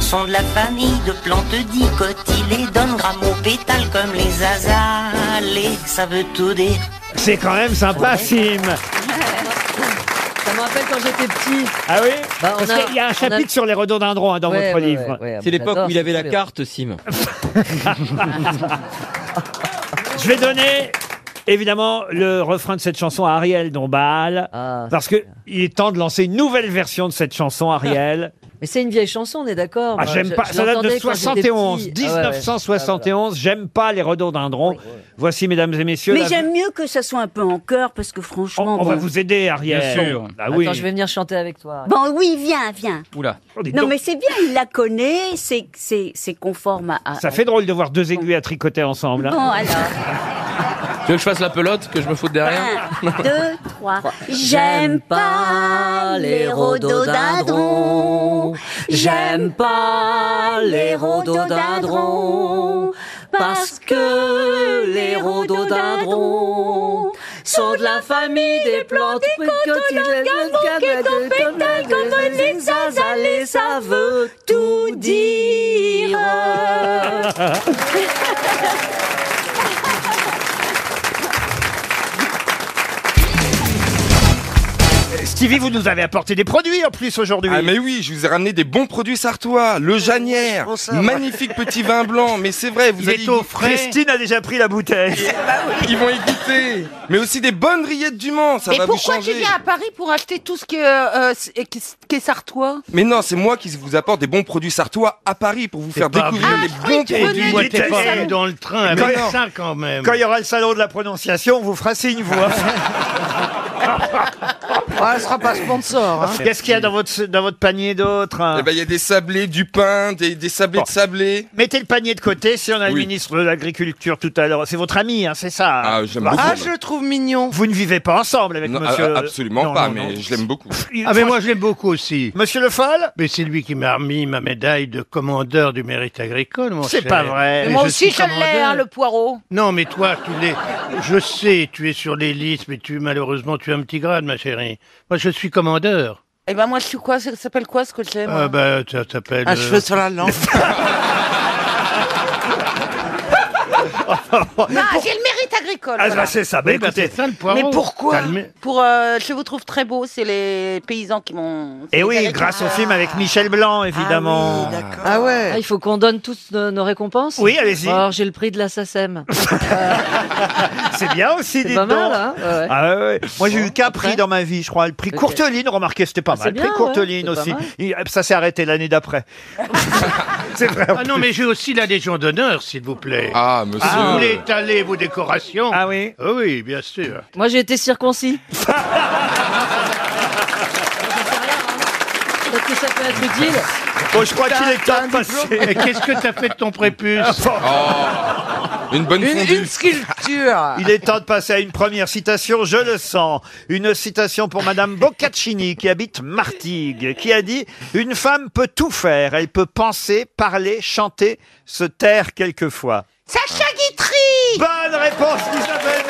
sont de la famille de plantes dicotylédones, grammes aux pétales comme les azalées, ça veut tout dire.
C'est quand même sympa, Sim.
Ça me rappelle quand j'étais petit.
Ah oui
Bah, on
Parce
a-
qu'il y a un
on a-
chapitre sur les rhododendrons hein, dans
Ouais,
votre
ouais,
livre.
ouais, ouais, C'est bah, l'époque j'adore, où il avait la c'est sûr.
Sim. Je vais donner évidemment le refrain de cette chanson à
Ah,
Ariel Dombal parce que il est temps de lancer une nouvelle version de cette chanson Ariel.
Mais c'est une vieille chanson, on est d'accord.
Ah,
Moi,
j'aime
bah, je-
pas,
je
ça date de
l'entendais quand j'étais
71,
petit. Ah ouais, Ah, ouais.
1971, j'aime pas les redondindrons. Voici, mesdames et messieurs.
Mais
la-
j'aime mieux que ça soit un peu en chœur parce que franchement.
On va
bon.
vous aider, Ariel.
Bien sûr.
Ah oui. Oh,
Attends, je vais venir chanter avec toi.
Bon, oui, viens, viens.
Oula.
Non, mais c'est bien, il la connaît, c'est c'est- c'est conforme à. à-
Ça fait drôle de voir deux aiguilles à tricoter ensemble. hein.
Bon, alors.
Tu veux que je fasse la pelote, que je me foute derrière
Un, deux, trois. J'aime pas les
Oh.
rhododendrons. J'aime pas les rhododendrons. Parce que les rhododendrons sont de la famille des plantes. que tu les gagnes, ton pétale, quand on les zazales, ça veut tout dire.
Stevie, vous nous avez apporté des produits en plus aujourd'hui. Ah,
Ah mais oui, je vous ai ramené des bons produits sartois, le Janière, magnifique petit vin blanc, mais c'est vrai, vous
Il
allez
est au frais. Christine a déjà pris la bouteille.
bah Ils vont écouter, mais aussi des bonnes rillettes du Mans, ça
Mais
va vous
pourquoi
changer.
tu viens à Paris pour acheter tout ce qui est, euh, c- et qui- qui est sartois
Mais non, c'est moi qui vous apporte des bons produits sartois à Paris pour vous faire
Bah,
pas
découvrir
vrai.
les
Ah, je
bons
croyais que tu
produits. ah,
venais du salon. Quand il y aura- Quand il y aura le salon de la prononciation, on vous fera signe, vous. hein.
Ah, elle sera pas sponsor. hein.
Qu'est-ce qu'il y a dans votre, dans votre panier d'autre hein
Eh ben, il y a des sablés, du pain, des, des sablés de sablé.
Mettez le panier de côté, si on a le
Oui.
ministre de l'Agriculture tout à l'heure. C'est votre ami, hein, c'est ça Ah,
j'aime beaucoup. Ah, je
le trouve mignon. Vous ne vivez pas ensemble avec
Non,
monsieur...
a- ah, absolument
Non,
pas,
non, non.
mais je l'aime beaucoup.
Ah mais moi je l'aime beaucoup aussi.
Monsieur Le Foll
Mais c'est lui qui m'a remis ma médaille de commandeur du mérite agricole, mon
C'est
Oh,
cher.
pas vrai.
Mais
Moi
je suis
aussi, je l'ai,
commandeur.
hein, le poireau.
Non mais toi, tu l'es. Je sais, tu es sur les listes, mais tu malheureusement tu as un petit grade, ma chérie. Moi je suis commandeur.
Et ben moi, je suis quoi Ça s'appelle quoi ce que j'ai moi
Ah bah ça s'appelle.
Un cheveu sur
la langue.
Ah, j'ai le mérite agricole.
Ah,
voilà.
bah, c'est ça. Bah,
Oui, bah,
écoutez.
c'est ça, le poireau.
Mais pourquoi
T'as le mé-
Pour euh, je vous trouve très beau, c'est les paysans qui m'ont.
Et Eh oui, grâce au film avec Michel Blanc, évidemment.
Ah ouais. il faut qu'on donne toutes nos, nos récompenses.
Oui, allez-y.
Alors j'ai le prix de la SACEM.
C'est bien aussi,
C'est
dites
pas mal,
donc.
hein, ouais, ouais.
Ah ouais, ouais. Moi, j'ai eu qu'un prix dans ma vie, je crois. Le prix
Ok.
Courteline, remarquez, c'était pas mal.
Ah, c'est
Le prix
bien,
Courteline
ouais, c'est
aussi.
pas mal.
Il- Ça s'est arrêté l'année d'après. c'est vrai.
Ah non mais j'ai aussi la Légion d'honneur, s'il vous plaît.
Ah monsieur.
Si vous voulez étaler vos décorations.
Ah oui.
oui, bien sûr.
Moi j'ai été circoncis. Peut-être que ça peut être utile.
Oh, je crois qu'il est temps de
Et Qu'est-ce que t'as fait de ton prépuce
Une bonne fondue.
sculpture. Oh, Il est temps de passer à une première citation, je le sens. Une citation pour Madame Boccaccini, qui habite Martigues, qui a dit « Une femme peut tout faire. Elle peut penser, parler, chanter, se taire quelquefois.
Sacha Guitry.
Bonne réponse d'Isabelle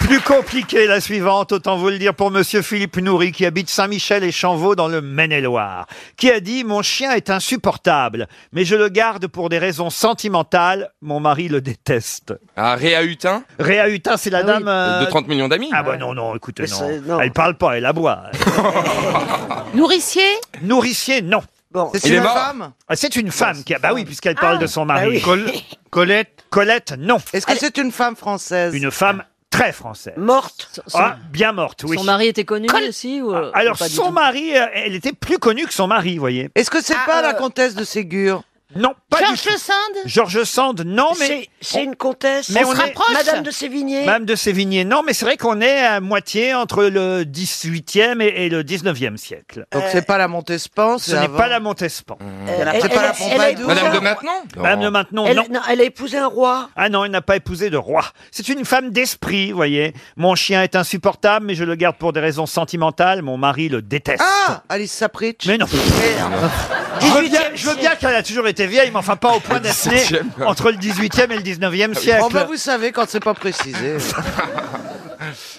Plus compliquée la suivante, autant vous le dire pour Monsieur Philippe Nourri, qui habite Saint-Michel et Chanvaux dans le Maine-et-Loire, qui a dit Mon chien est insupportable, mais je le garde pour des raisons sentimentales. Mon mari le déteste.
Ah, Réa Hutin
Réa Hutin, c'est la dame. euh,
De 30 millions d'amis
Ah bah non, non, écoutez,
Ah Mais c'est-
non.
non.
Elle parle pas, elle aboie.
Nourricier
Nourricier, non.
C'est Il une est mort femme
Ah, C'est une femme qui a. Bah oui, puisqu'elle parle de son mari.
oui. Col-
Colette Colette, non.
Ah Est-ce que c'est une femme française
Une femme très française.
Morte
Ah, bien morte, oui.
Son mari était connu aussi ou, euh,
Alors,
ou pas du
son
tout
mari, euh, elle était plus connue que son mari, vous voyez.
Est-ce que c'est pas la comtesse de Ségur
Non, pas du
Ah, euh, Georges Sand
Georges Sand, non, mais.
C'est- c'est une comtesse
Mais
On se
est-
rapproche Madame de
Sévigné Madame de Sévigné, non, mais c'est vrai qu'on est à moitié entre le 18e et, et le 19e siècle.
Donc
Euh,
c'est pas la Montespan, Mmh.
Ce n'est pas la Montespan.
Elle- C'est pas la
elle- elle-
Pompadour
Madame de Maintenon Madame de Maintenon,
elle,
non.
Elle a épousé un roi.
Ah non, elle n'a pas épousé de roi. C'est une femme d'esprit, vous voyez. Mon chien est insupportable, mais je le garde pour des raisons sentimentales. Mon mari le déteste.
Ah Alice Sapritch
Mais non. Je veux bien, je veux bien qu'elle a toujours été vieille, mais enfin pas au point d'être née
17e, quoi.
entre le 18e et le 19e siècle.
Oh,
Bon bah vous savez quand c'est pas précisé.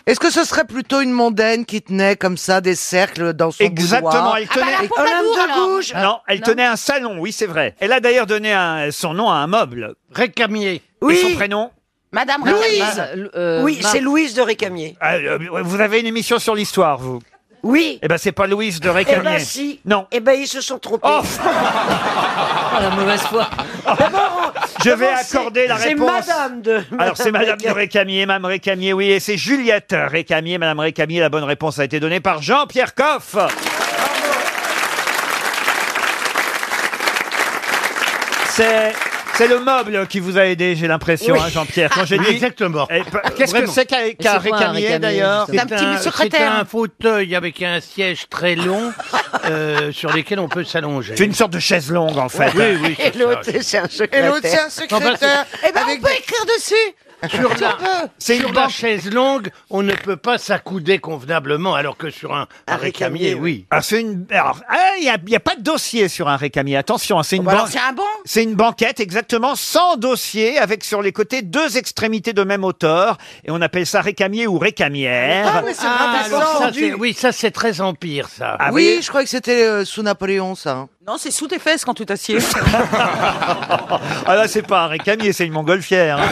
Est-ce que ce serait plutôt une mondaine qui tenait comme ça des cercles dans son
Exactement,
boudoir Ah, bah,
elle tenait.
Et- Olympe de Gouges
Non, elle tenait un salon, oui, c'est vrai. Elle a d'ailleurs donné un- son nom à un meuble. Récamier. Oui. Et son prénom
Madame
Louise.
Euh,
euh,
oui, c'est Louise de Récamier.
Ah, euh, Vous avez une émission sur l'histoire, vous
Oui.
Eh ben, c'est pas Louise de
Eh
Récamier.
ben si.
Non.
Eh ben ils se sont trompés.
Oh,
la mauvaise foi. D'abord,
Je vais
Non, c'est-
accorder la
c'est
réponse.
madame de-
Alors, c'est
madame
madame de Récamier, madame Récamier, oui, et c'est Juliette Récamier, madame Récamier. La bonne réponse a été donnée par Jean-Pierre Coff. C'est. C'est le meuble qui vous a aidé, j'ai l'impression,
Oui.
hein, Jean-Pierre. Quand j'ai dit
Exactement.
Eh, pe- Qu'est-ce que c'est qu'un qu'un récamier d'ailleurs
C'est un- C'est un fauteuil avec un siège très long euh, sur lesquels on peut s'allonger.
C'est une sorte de chaise longue en fait.
Oui, oui. c'est ça.
c'est un
secrétaire.
Et l'autre, c'est un
bah,
secrétaire.
Non,
Eh ben, on peut écrire dessus.
Sur la, sur la chaise longue, on ne peut pas s'accouder convenablement, alors que sur un, un récamier, oui.
Ah, c'est une. alors, ah, il n'y a, pas de dossier sur un récamier. Attention, hein, c'est une.
bah alors,
ban-
c'est un banc
C'est une banquette, exactement, sans dossier, avec sur les côtés deux extrémités de même hauteur, et on appelle ça récamier ou récamière.
Ah, alors ça,
descendu.
c'est- Oui, ça c'est très empire, ça.
Ah,
oui,
oui.
je crois que c'était euh, sous Napoléon, ça. hein.
Non, c'est sous tes fesses quand tu t'assieds.
Ah là, c'est pas un récamier, c'est une montgolfière. hein.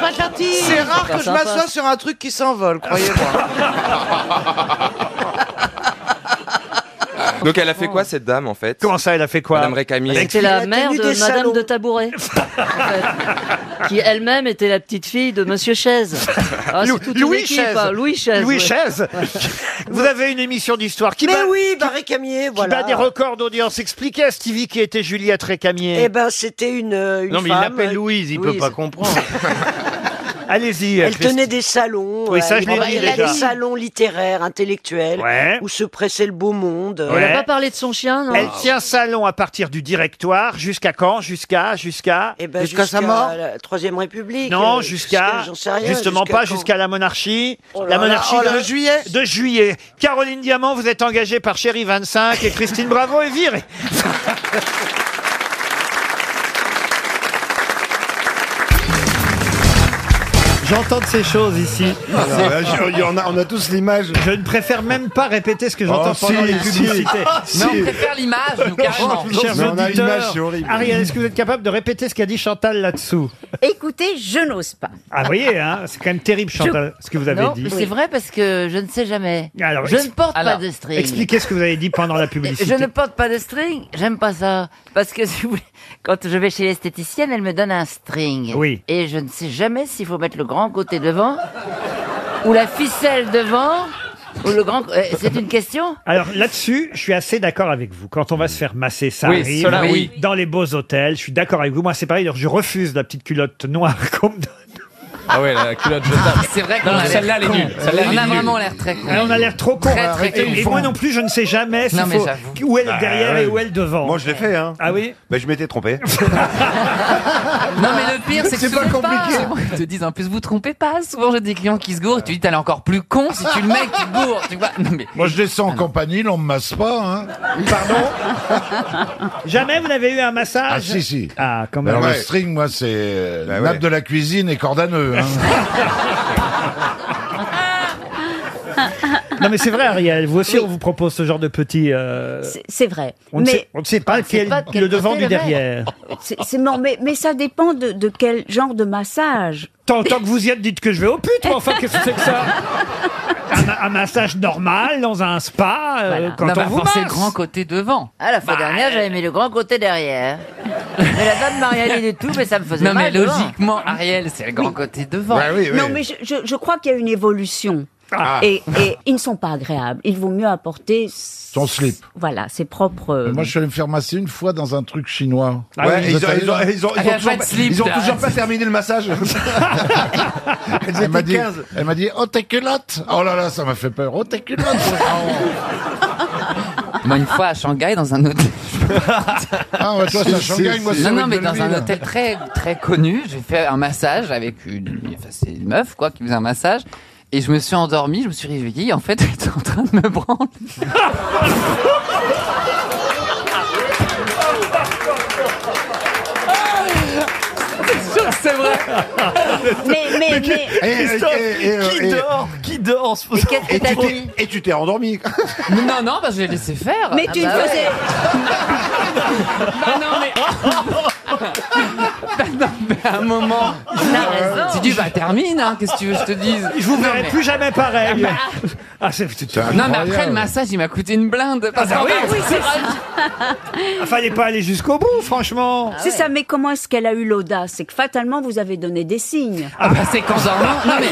pas gentil.
C'est rare que je
sympa.
m'assoie sur un truc qui s'envole, croyez-moi.
Donc elle a fait quoi cette dame en fait
Comment ça elle a fait quoi
Madame Récamier.
C'était la mère de Madame de Tabouret, en fait, qui elle-même était la petite fille de Monsieur Chaise. Ah, c'est
Lou-
toute une
Louis
équipe,
Chaise.
hein, Louis Chaise.
Louis
ouais.
Chaise. Vous avez une émission d'histoire qui
Mais
bat-
oui, bah, Récamier,
qui
voilà.
bat des records d'audience. Expliquez à Stevie qui était Juliette Récamier.
Eh ben, c'était une, euh, une
Non, mais il
femme.
l'appelle Louise, il peut pas
comprendre.
Allez-y.
Elle
Christine.
tenait des salons. euh,
Oui, ça, je l'ai
elle
dit
elle a
déjà.
des salons littéraires, intellectuels,
Ouais.
où se pressait le beau monde.
Elle a Ouais. pas
parlé de son chien, non
Elle
Ah,
tient salon à partir du directoire jusqu'à quand Jusqu'à jusqu'à
Ben, la Troisième République.
Non,
euh,
jusqu'à
j'en sais rien,
justement
jusqu'à
pas
quand.
jusqu'à la monarchie.
Oh là
la
là,
monarchie
oh là
de,
là.
juillet. De juillet. Caroline Diamant, vous êtes engagée par Chéri 25 et Christine Bravo est virée.
J'entends de ces choses ici.
Ah, non, là, je- il y en a- on a tous l'image.
Je ne préfère même pas répéter ce que j'entends
Oh, si,
pendant les
si. Ah,
publicités.
Si. On préfère
l'image,
nous, carrément.
Chers
Non, on a
auditeurs,
l'image, c'est horrible.
Ariel, est-ce que vous êtes capable de répéter ce qu'a dit Chantal là-dessous
Écoutez, je n'ose pas.
Ah, vous voyez, hein, c'est quand même terrible, Chantal, ce que vous avez
Non,
dit.
mais c'est vrai parce que je ne sais jamais.
Alors,
je
ex-
ne porte pas de string.
Expliquez ce que vous avez dit pendant la publicité.
Je ne porte pas de string, j'aime pas ça. Parce que si vous voulez, quand je vais chez l'esthéticienne, elle me donne un string.
Oui.
Et je ne sais jamais s'il faut mettre le grand côté devant, ou la ficelle devant, ou le grand. euh, C'est une question
Alors là-dessus, je suis assez d'accord avec vous. Quand on va se faire masser, ça
Oui,
arrive.
cela, oui.
Dans les beaux hôtels, je suis d'accord avec vous. Moi, c'est pareil. d'ailleurs, Je refuse la petite culotte noire qu'on me donne.
Ah ouais, la culotte jetable.
C'est vrai
qu'on a l'air con.
on a vraiment l'air très con.
Ah, on a l'air trop con.
Très, très con.
et, et moi non plus, je ne sais jamais s'il
Non, mais
faut-
j'avoue.
où elle est
Ah,
derrière
ouais.
et où elle est devant.
Moi, je l'ai fait, hein.
Ah oui
Ben, je m'étais trompé.
Non, mais le pire, c'est que
C'est pas
souvent,
compliqué.
pas- Ils te disent en plus, vous trompez pas. Souvent, j'ai des clients qui se gourent et tu dis, t'es encore plus con si tu le mets qui te gourre. Tu vois Non, mais-
Moi, je descends en campanile, on me masse pas, hein.
Jamais vous n'avez eu un massage
Ah, si, si.
Ah, quand
Alors,
même.
le
Ouais.
string, moi, c'est euh, nappe de la cuisine et cordaneux, hein.
Non, mais c'est vrai, Ariel. Vous aussi, on vous propose ce genre de petit. euh,
C'est vrai.
On ne sait- on ne sait pas
on ne sait
quel-
pas quel
le devant
côté le
du
mettre.
derrière.
C'est- c'est mort, mais, mais ça dépend de, de quel genre de massage.
Tant, tant que vous y êtes, dites que je vais au pute, mais enfin, qu'est-ce que c'est que ça un, ma- un massage normal dans un spa, euh, quand
Non,
on
bah,
vous
forcément,
masse.
c'est le grand côté devant.
Ah, la fois dernière, j'avais mis le grand côté derrière. mais la dame m'a rien dit du tout, mais ça me faisait
Non, mais
mal. devant.
logiquement, Ariel, c'est le grand côté devant.
Non, mais je, je- je crois qu'il y a une évolution.
Ah.
Et, et ils ne sont pas agréables. Il vaut mieux apporter s-
Son slip.
voilà, ses propres. euh,
Moi, je suis allé me faire masser une fois dans un truc chinois.
Ah
Ouais,
oui.
et
Vous êtes allé
ils ont-
dans-
ils ont- ils
Ah,
ont
il y a
toujours
pas de
pas-
slip,
ils ont
là.
toujours pas terminé le massage. elle m'a dit, elle m'a dit, oh tes culottes. Oh là là, ça m'a fait peur. Oh tes culottes.
Moi, une fois à Shanghai, dans un hôtel.
Ah, ouais, toi, c'est à Shanghai, moi, c'est
Non, non, mais
Ruelle
dans un
Belleville.
hôtel très, très connu, j'ai fait un massage avec une, enfin, c'est une meuf, quoi, qui faisait un massage. Et je me suis endormie, je me suis réveillée, en fait, elle était en train de me branler. C'est vrai.
Mais, mais, mais.
Eh, Qui dort
qu'est-ce que t'as dit
eh, Et tu t'es endormi.
Non, non, bah, je l'ai laissé faire.
Mais tu ne faisais.
Bah non, mais. non, mais à un moment. Si tu vas, termine, hein, qu'est-ce que tu veux que je te dise
Je vous
Non,
verrai
mais-
plus jamais pareil.
Ah,
Ah, c'est- c'est-
bah, Non, mais après le massage, il m'a coûté une blinde. Parce
Ah, bah
qu'en
oui, oui,
fait,
c'est ça. Ah, Fallait pas aller jusqu'au bout, franchement.
Ah
C'est ça, mais comment est-ce qu'elle a eu l'audace C'est que fatalement, vous avez donné des signes.
Ah bah c'est qu'en dormant, non mais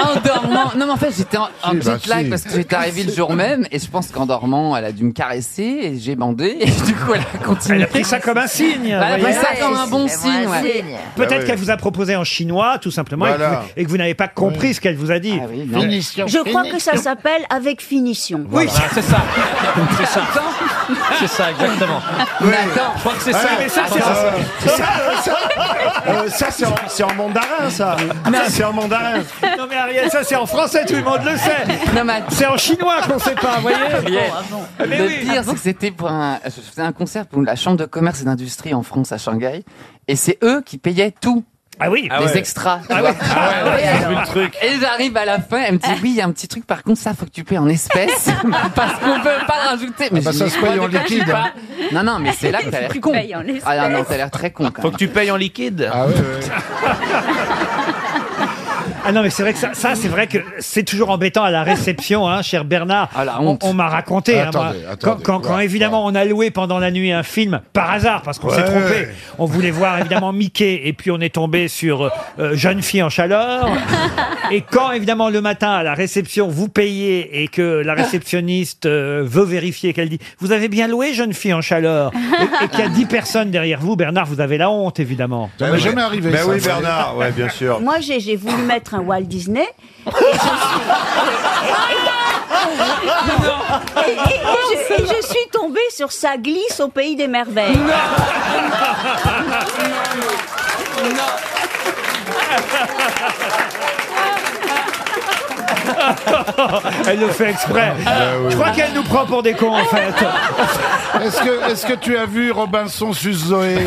en dormant, non mais en fait j'étais en, en Si, bah, jet lag si. parce que j'étais arrivé le jour même et je pense qu'en dormant elle a dû me caresser et j'ai bandé et du coup elle a continué.
Elle a pris ça comme un signe.
Elle a pris
voyez.
ça comme un bon signe. ouais.
Peut-être
Bah oui.
qu'elle vous a proposé en chinois, tout simplement, et que
Voilà. Ah
vous- et que vous, n'avez pas compris ce qu'elle vous a dit.
Non. Je crois que ça s'appelle avec finition.
Oui,
c'est ça.
c'est ça.
C'est ça, exactement.
Oui.
Je crois que c'est
Ouais,
ça.
mais ça, c'est-
ah,
Euh, ça, c'est en, c'est en mandarin, ça.
Ah,
Ça, c'est en mandarin.
Non mais Ariel, ça c'est en français, tout le monde le sait. C'est en chinois qu'on sait pas, vous voyez.
Ariel,
Mais
ah le
oui.
pire, c'est que c'était pour un, je faisais un concert pour la chambre de commerce et d'industrie en France à Shanghai, et c'est eux qui payaient tout.
Ah oui,
les
ouais.
extras. tu
Ah
vois.
oui. Ah ouais, Ah. ouais, j'ai vu le truc.
Et j'arrive à la fin, elle me dit oui, il y a un petit truc. Par contre, ça faut que tu payes en espèces parce qu'on peut pas rajouter.
Ah bah,
je
ça
dis,
se paye
quoi,
en
de quoi tu
liquide.
hein.
parles Non, non, mais c'est là que t'as l'air
Tu
con.
payes en espèces.
Ah non, non, t'as l'air très con. Quand
Faut
même.
que tu payes en liquide. Ah Ah non, mais c'est vrai que ça, ça, c'est vrai que c'est toujours embêtant à la réception, hein, cher Bernard. on
Ah, honte.
on m'a raconté. hein, moi,
Attendez,
quand-
attendez.
quand, quand, évidemment on a loué pendant la nuit un film par hasard parce qu'on s'est
Ouais.
trompé. On voulait voir évidemment Mickey et puis on est tombé sur euh, Jeune fille en chaleur. et quand évidemment le matin à la réception vous payez et que la réceptionniste euh, veut vérifier qu'elle dit vous avez bien loué Jeune fille en chaleur et, et qu'il y a 10 personnes derrière vous, Bernard, vous avez la honte évidemment.
Ça m'est jamais arrivé.
Ben
ça, ça.
ah.
Moi, j'ai j'ai voulu mettre un Walt Disney. Et, et- et je, et je suis tombée sur sa glisse au pays des merveilles.
Elle le fait exprès.
Ah
Ah
Je crois qu'elle nous prend pour des cons en fait.
Est-ce que, est-ce que tu as vu Robinson Suzoé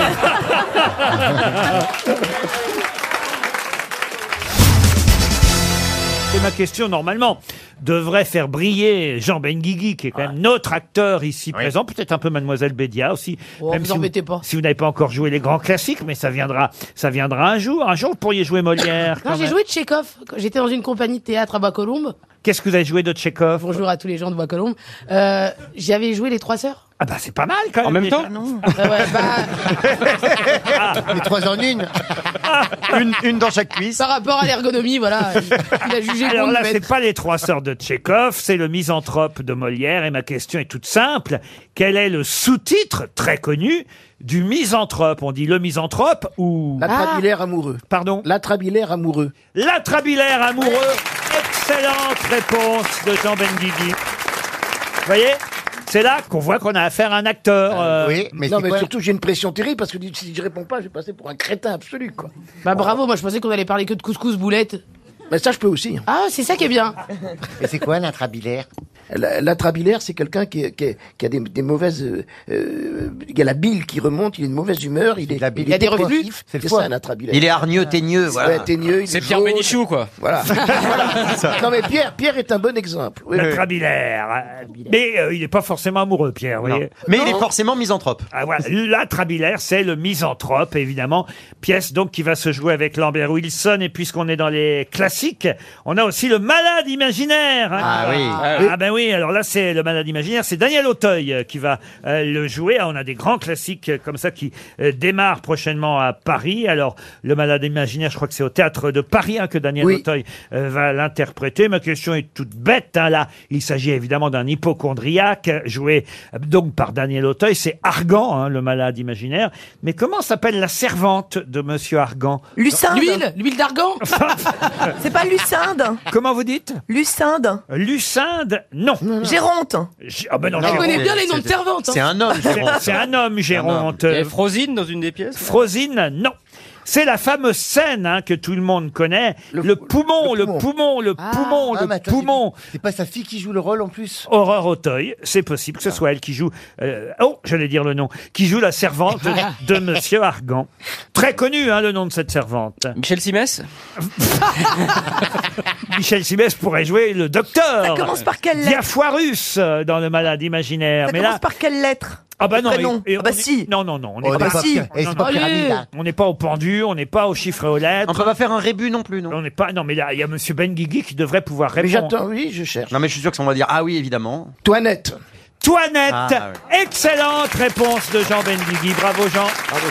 Et ma question, normalement, devrait faire briller Jean Benguigui, qui est quand même notre acteur ici présent, peut-être un peu Mademoiselle Bédia aussi.
Oh, vous
si
embêtez
vous, si vous n'avez pas encore joué les grands classiques, mais ça viendra, ça viendra un jour. Un jour, vous pourriez jouer Molière.
Non,
Ah, quand
j'ai
même.
joué Tchekhov. quand J'étais dans une compagnie de théâtre à Bois-Colombes.
Qu'est-ce que vous avez joué de Tchekhov
Bonjour à tous les gens de Bois-Colombes. Euh, J'avais joué Les Trois Sœurs.
Ah
Ah,
bah c'est pas mal quand même. En même Ah. temps
Les Trois en une.
Ah.
une, une dans chaque cuisse.
Par rapport à l'ergonomie, voilà. Il a jugé
Alors
bon de
là,
mettre-
c'est pas les trois sœurs de Tchékov, c'est le misanthrope de Molière. Et ma question est toute simple. Quel est le sous-titre très connu du misanthrope On dit le misanthrope ou...
L'atrabilaire amoureux.
Pardon
L'atrabilaire amoureux.
L'atrabilaire amoureux. Excellente réponse de Jean Benguigui. Vous voyez C'est là qu'on voit qu'on a affaire à un acteur. euh,
oui, mais non, mais surtout, j'ai une pression terrible parce que si je réponds pas, je vais passer pour un crétin absolu, quoi.
Bah bravo, moi je pensais qu'on allait parler que de couscous boulette.
Mais ça, je peux
hein.
aussi.
Ah, c'est ça qui est bien.
Et c'est quoi l'intrabilaire L'intrabilaire, c'est quelqu'un qui, est- qui est- qui a des, des mauvaises. euh, euh, il y a la bile qui remonte, il est de mauvaise humeur, il est.
Il y a des reflux.
C'est
C'est le
ça,
foie.
un intrabilaire.
Il est hargneux, teigneux, voilà.
Ouais, teigneux, il est
C'est Pierre
jaune.
Bénichou, quoi.
Voilà. Voilà.
Ça.
Non, mais Pierre, Pierre est un bon exemple. Oui.
L'atrabilaire. Mais euh, il n'est pas forcément amoureux, Pierre. vous voyez.
Mais il est forcément misanthrope.
Ah, voilà. L'atrabilaire, c'est le misanthrope, évidemment. Pièce donc qui va se jouer avec Lambert Wilson. Et puisqu'on est dans les classiques, on a aussi le malade imaginaire. hein.
Ah oui.
Ah ben oui, alors là, c'est le malade imaginaire. C'est Daniel Auteuil euh, qui va euh, le jouer. Ah, On a des grands classiques euh, comme ça qui euh, démarrent prochainement à Paris. Alors, le malade imaginaire, je crois que c'est au théâtre de Paris hein, que Daniel Auteuil euh, va l'interpréter. Ma question est toute bête. hein. Là, il s'agit évidemment d'un hypochondriaque euh, joué euh, donc par Daniel Auteuil. C'est Argan, hein, le malade imaginaire. Mais comment s'appelle la servante de Monsieur Argan
L'huile, l'huile d'argan.
C'est pas Lucinde
Comment vous dites
Lucinde.
Lucinde, non.
Géronte.
Gé- ah ben non,
Elle
Géronte.
connaît bien les noms de servantes, hein. C'est un homme,
C'est-
Géronte.
C'est un homme, Géronte.
Et Frosine dans une des pièces
Frosine, non. C'est la fameuse scène hein, que tout le monde connaît. Le, poumon, Ah. le poumon, le poumon, le poumon. C'est pas sa fille qui joue le rôle en plus Ah. Aurore Auteuil, c'est possible que ce soit elle qui joue. euh, oh, j'allais dire le nom. Qui joue la servante de Monsieur Argan. Très connu, hein, le nom de cette servante. Michel Simès Michel Simès pourrait jouer le docteur.
Ça commence par quelle lettre
Diafoirus euh, dans Le Malade Imaginaire.
Ça
Mais
commence
là,
par quelle lettre
Ah bah non,
Prénom.
et- et
Ah bah
on est-
si.
Non, non, non, on
Ah
Oh,
n'est
bah
pas,
si. Et
Eh,
non,
c'est pas
non,
pyramide, là.
on n'est pas au pendu, on n'est pas au chiffre et aux lettres. On peut pas faire un rébut non plus, non On n'est pas, non mais là, il y a Monsieur Ben Guigui qui devrait pouvoir
Mais
répondre.
j'attends,
oui, je cherche.
Non, mais je suis sûr que ça, on va dire ah oui, évidemment.
Toinette. Toinette
Ah,
Excellente réponse de Jean Benguigui. Bravo Jean.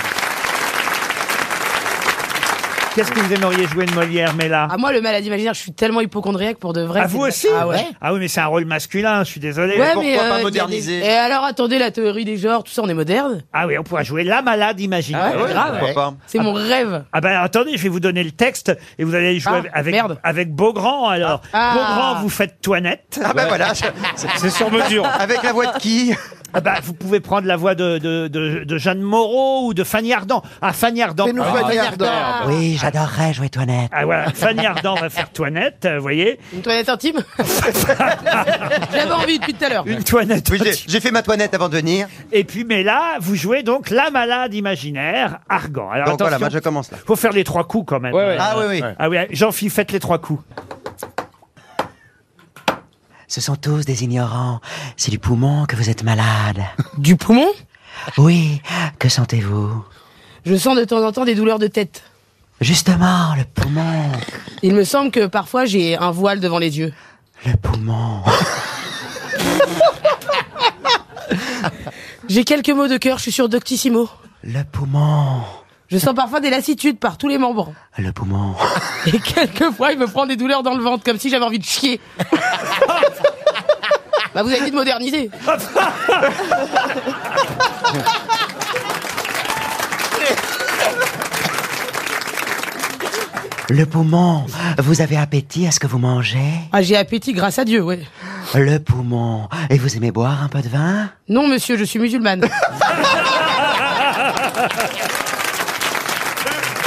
Qu'est-ce que vous aimeriez jouer de Molière, mais là
Ah, moi, le malade imaginaire, je suis tellement hypochondriaque pour de vrai.
À
c'est-
vous aussi
Ah ouais.
Ah oui, mais c'est un rôle masculin, je suis désolé.
Ouais, mais, euh, il y a des- Et alors, attendez, la théorie des genres, tout ça, on est moderne.
Ah oui, on pourra jouer la malade imaginaire.
Ah ouais, Ouais, grave. pourquoi pas. C'est mon rêve.
Ah ben attendez, je vais vous donner le texte et vous allez jouer
Ah,
avec, avec Beaugrand alors.
Ah.
Beaugrand, vous faites Toinette.
Ah ben Ouais. voilà, c'est- c'est sur mesure. Avec la voix de qui
ah ben, vous pouvez prendre la voix de, de, de, de Jeanne Moreau ou de Fanny Ardant. Ah, Fanny Ardant.
Fais-nous
pardon.
Fanny Ardant. Oui, j'adorerais jouer Toinette.
Ah voilà, Fanny Ardant va faire Toinette, euh, vous voyez.
Une toilette intime J'avais envie depuis tout à l'heure.
Une toinette.
J'ai fait ma toinette avant de venir.
Et puis, mais là, vous jouez donc la malade imaginaire, Argan. Alors,
Donc voilà,
attention,
moi, je commence, là.
Faut faire les trois coups quand même.
Ouais, ouais. Ah, oui, oui.
Ah oui, Jean-Phi, faites les trois coups.
Ce sont tous des ignorants. C'est du poumon que vous êtes malade.
Du poumon
Oui, que sentez-vous
Je sens de temps en temps des douleurs de tête.
Justement, le poumon.
Il me semble que parfois j'ai un voile devant les yeux.
Le poumon.
J'ai quelques mots de cœur, je suis sur Doctissimo.
Le poumon.
Je sens parfois des lassitudes par tous les membres.
Le poumon.
Et quelquefois, il me prend des douleurs dans le ventre, comme si j'avais envie de chier. bah, vous avez dit de moderniser.
Le poumon. Vous avez appétit à ce que vous mangez
ah, j'ai appétit grâce à Dieu, ouais.
Le poumon. Et vous aimez boire un peu de vin
Non, monsieur, je suis musulmane.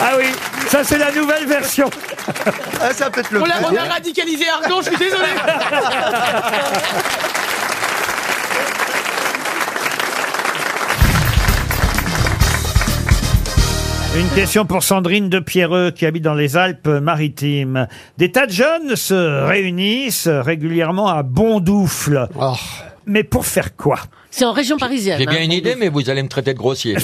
Ah oui, ça c'est la nouvelle version.
Ah, ça peut être
on, a, on a radicalisé Argon, je suis désolé.
Une question pour Sandrine de Pierreux qui habite dans les Alpes-Maritimes. Des tas de jeunes se réunissent régulièrement à Bondoufle.
Ah.
Mais pour faire quoi
C'est en région parisienne.
J'ai bien
hein.
une idée, mais vous allez me traiter de grossier.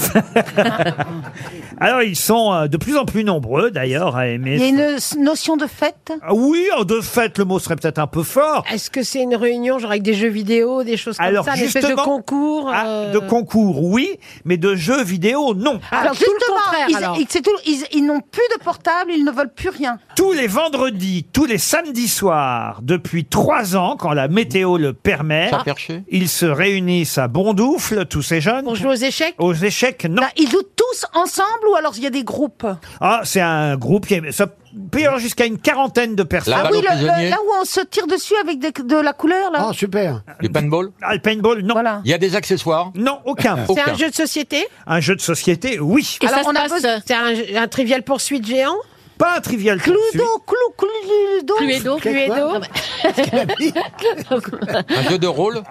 Alors ils sont euh, de plus en plus nombreux d'ailleurs à aimer.
Il y a une s- notion de fête
Ah Oui, en de fait, le mot serait peut-être un peu fort.
Est-ce que c'est une réunion genre avec des jeux vidéo, des choses comme
Alors,
ça, une espèce de
justement-
concours
Ah,
euh,
De concours, oui, mais de jeux vidéo, non.
Alors, tout le contraire, Ah, ils- alors. ils- c'est tout- ils- ils n'ont plus de portable, ils ne veulent plus rien.
Tous les vendredis, tous les samedis soirs, depuis trois ans, quand la météo le permet,
Ça perché.
ils se réunissent à Bondoufle, tous ces jeunes. Pour jouer
aux échecs
Aux échecs, non.
Bah, Ils jouent tous ensemble ou alors il y a des groupes
Ah, c'est un groupe qui est- ça peut y avoir jusqu'à une quarantaine de personnes.
Ah oui, le- le- là où on se tire dessus avec des- de la couleur là.
Oh, super.
Du paintball
Ah, le paintball, non.
Il y a des accessoires
Non, aucun.
C'est un jeu de société
Un jeu de société, oui.
Alors, on a
euh,
besoin- C'est un, jeu- un trivial poursuite géant
Pas un trivial
Cluedo, clou, cluedo.
Cluedo.
Cluedo.
Non,
Un jeu de rôle
Non,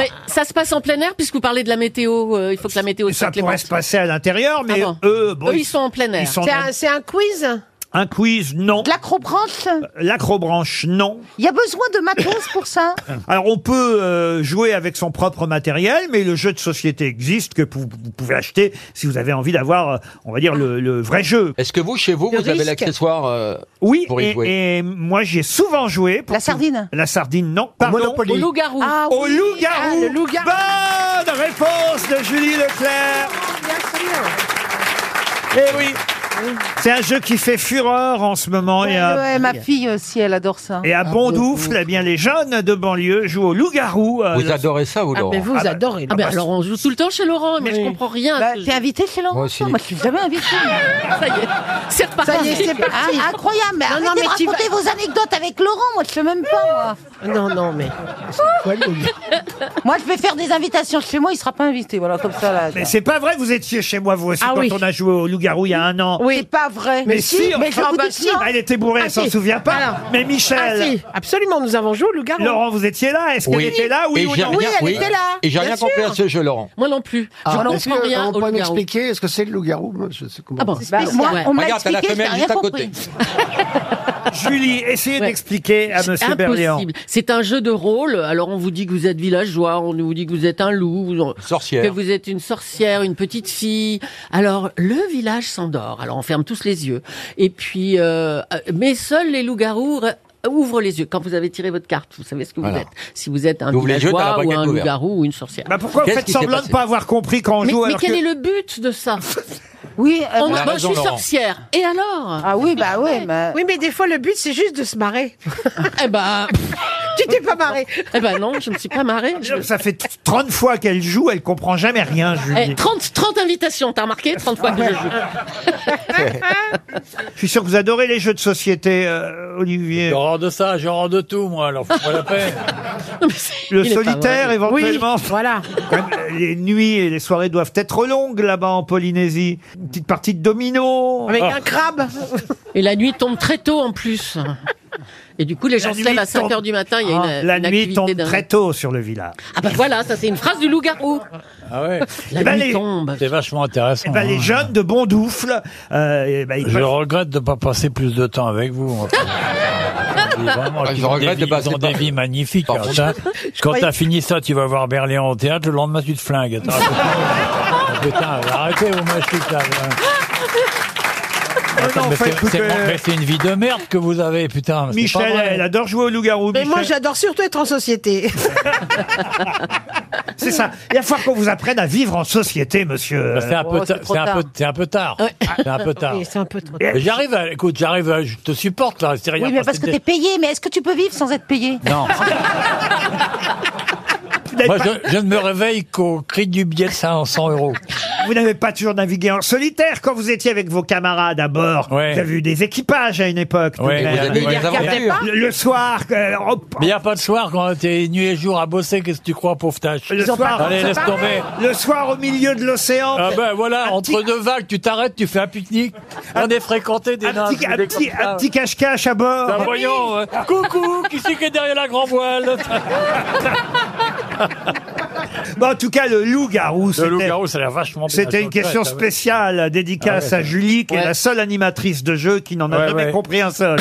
mais ça se passe en plein air puisque vous parlez de la météo. euh, il faut que la météo soit
Ça pourrait
clémente.
se passer à l'intérieur, mais eux, bon,
Eux, ils sont en plein air.
ils sont C'est dans- un-
C'est un quiz
Un quiz, non.
De l'acrobranche
L'acrobranche, non.
Il y a besoin de matos pour ça
Alors on peut euh, jouer avec son propre matériel, mais le jeu de société existe que pou- vous pouvez acheter si vous avez envie d'avoir, euh, on va dire, le, le vrai jeu.
Est-ce que vous, chez vous,
Le
vous avez
risque.
l'accessoire euh,
Oui,
pour y
et,
jouer
et moi j'ai souvent joué. la sardine La sardine, non. Pardon.
Au loup-garou.
Au loup-garou. Bonne réponse de Julie Leclerc. Eh oui. C'est un jeu qui fait fureur en ce moment. et à-
Oh, Ouais, ma fille aussi, elle adore ça.
Et à Bondoufle, eh bien, les jeunes de banlieue jouent au loup-garou. euh,
Vous
le-
adorez ça, vous,
Ah,
Laurent
mais vous
Ah bah-
adorez.
ah
Ah, mais
bah-
alors, on joue tout le temps chez Laurent, mais je comprends rien. à
Bah,
ce
T'es
jeu.
invité chez Laurent
Moi aussi.
Non, Moi, je suis jamais invité.
Ça y est, c'est reparti.
Ça y est, c'est parti. Ah, incroyable, mais Non, non, arrêtez mais de tu raconter vas- vos anecdotes avec Laurent, moi je sais même pas. Moi. Non, non, mais. moi je vais faire des invitations chez moi, il sera pas invité, voilà, comme ça là.
Mais c'est pas vrai, vous étiez chez moi, vous aussi,
Ah
quand
oui.
on a joué au loup-garou il y a un an.
Oui. C'est pas vrai.
Mais, si,
mais je
enfin,
vous dis que non.
elle était bourrée,
Ah,
elle s'en
si.
souvient pas.
Alors.
Mais Michel,
Ah, si. Absolument, nous avons joué au loup-garou.
Laurent, vous étiez là Est-ce qu'elle était là Oui
Et
ou
j'ai
non
rien- oui. Et j'ai rien compris à ce jeu, Laurent.
Moi non plus.
Ah,
je
est-ce
comprends
que,
rien
on
au
peut
loup-garou.
m'expliquer ce que c'est le loup-garou
Ah bon,
Regarde, t'as la femelle juste à côté.
Julie, essayez
Ouais.
d'expliquer à
C'est
Monsieur Berlian.
impossible. C'est un jeu de rôle. Alors on vous dit que vous êtes villageois, on vous dit que vous êtes un loup, vous- que vous êtes une sorcière, une petite fille. Alors le village s'endort. Alors on ferme tous les yeux. Et puis, euh, euh, mais seuls les loups-garous re- ouvrent les yeux. Quand vous avez tiré votre carte, vous savez ce que vous
Voilà.
êtes. Si vous êtes un
T'ouvres les yeux, t'as la
villageois ou
braguette
un
ouverte.
loup-garou ou une sorcière.
Bah pourquoi vous faites semblant de ne pas avoir compris quand on
mais,
joue
mais
alors
quel
que...
est le but de ça Oui,
euh,
on,
Elle a
moi,
raison,
je suis
Laurent.
sorcière. Et alors
Ah oui, bah oui, mais... Oui, mais des fois, le but, c'est juste de se marrer.
eh ben...
tu t'es pas marré.
Eh ben non, je me suis pas marrée.
Ça fait 30 fois qu'elle joue, elle comprend jamais rien, Julie.
Eh, 30, 30 invitations, t'as remarqué 30 fois que je joue.
Je suis sûr que vous adorez les jeux de société, euh, Olivier. J'ai horreur de ça, j'ai horreur de tout, moi, alors faut pas la peine. Le
Il est pas
solitaire,
vrai.
éventuellement.
voilà.
Quand même, Les nuits et les soirées doivent être longues là-bas en Polynésie. Une petite partie de domino. Ah.
Avec un crabe.
Et la nuit tombe très tôt en plus. Et du coup, les gens se lèvent à 5 h du matin, il y a une,
Ah, La
une
nuit
activité
tombe
dingue.
très tôt sur le village.
Ah bah voilà, ça c'est une phrase du loup-garou.
Ah ouais.
ben,
La nuit tombe.
C'est vachement intéressant. hein.
Eh ben, les jeunes de Bondoufle. euh, eh ben, ils Ah,
Je
passent-
regrette de ne pas passer plus de temps avec vous. Vraiment,
Ah, je
ils ont
regrette
des
de
vies-
passer
Ils ont des
pas-
vies magnifiques. hein, ça.
Je
Quand
croyais-
t'as fini ça, tu vas voir Berlin au théâtre, le lendemain tu te flingues. Attends, Putain, arrêtez vos machines là. Attends,
non,
mais
faites
c'est-
tout
c'est
que-
mon- mais c'est une vie de merde que vous avez, putain. c'est pas
Michel,
vrai.
elle adore jouer au loup-garou.
Mais moi,
Michel.
j'adore surtout être en société.
C'est ça. Il va falloir qu'on vous apprenne à vivre en société, monsieur.
Bah, c'est
Oh,
un
Oh,
peu ta- c'est un peu- c'est un peu tard. Ah, C'est un peu tard.
Oui, c'est un peu trop
Mais J'arrive, à- écoute, j'arrive, à- je te supporte là. c'est rien
Oui, mais parce que
c'était-
t'es payé, mais est-ce que tu peux vivre sans être payé
Non. Moi, je, je ne me réveille qu'au cri du billet de 500 euros.
Vous n'avez pas toujours navigué en solitaire quand vous étiez avec vos camarades à bord.
Ouais.
Vous avez eu des équipages à une époque. tout
Ouais,
de
vous
même.
avez eu Mais des ils aventures. regardaient pas
Le, le soir, euh, hop,
Mais il n'y a pas de soir quand t'es nuit et jour à bosser, qu'est-ce que tu crois, pauvre tâche
le soir,
Allez, laisse tomber.
Le soir au milieu de l'océan.
Ah ben voilà, entre deux vagues, tu t'arrêtes, tu fais un pique-nique. On est fréquenté des nains.
Un petit- un petit- un petit cache-cache à bord.
Ben voyons, euh, coucou, qui c'est qui est derrière la grand voile
Bon, en tout cas, le loup-garou, c'était-
loup-garou, ça a l'air vachement bien.
C'était une
Ouais,
question
ça va.
spéciale, dédicace
Ah ouais.
à Julie, qui est
Ouais.
la seule animatrice de jeu qui n'en a
Ouais,
jamais
ouais.
compris un seul.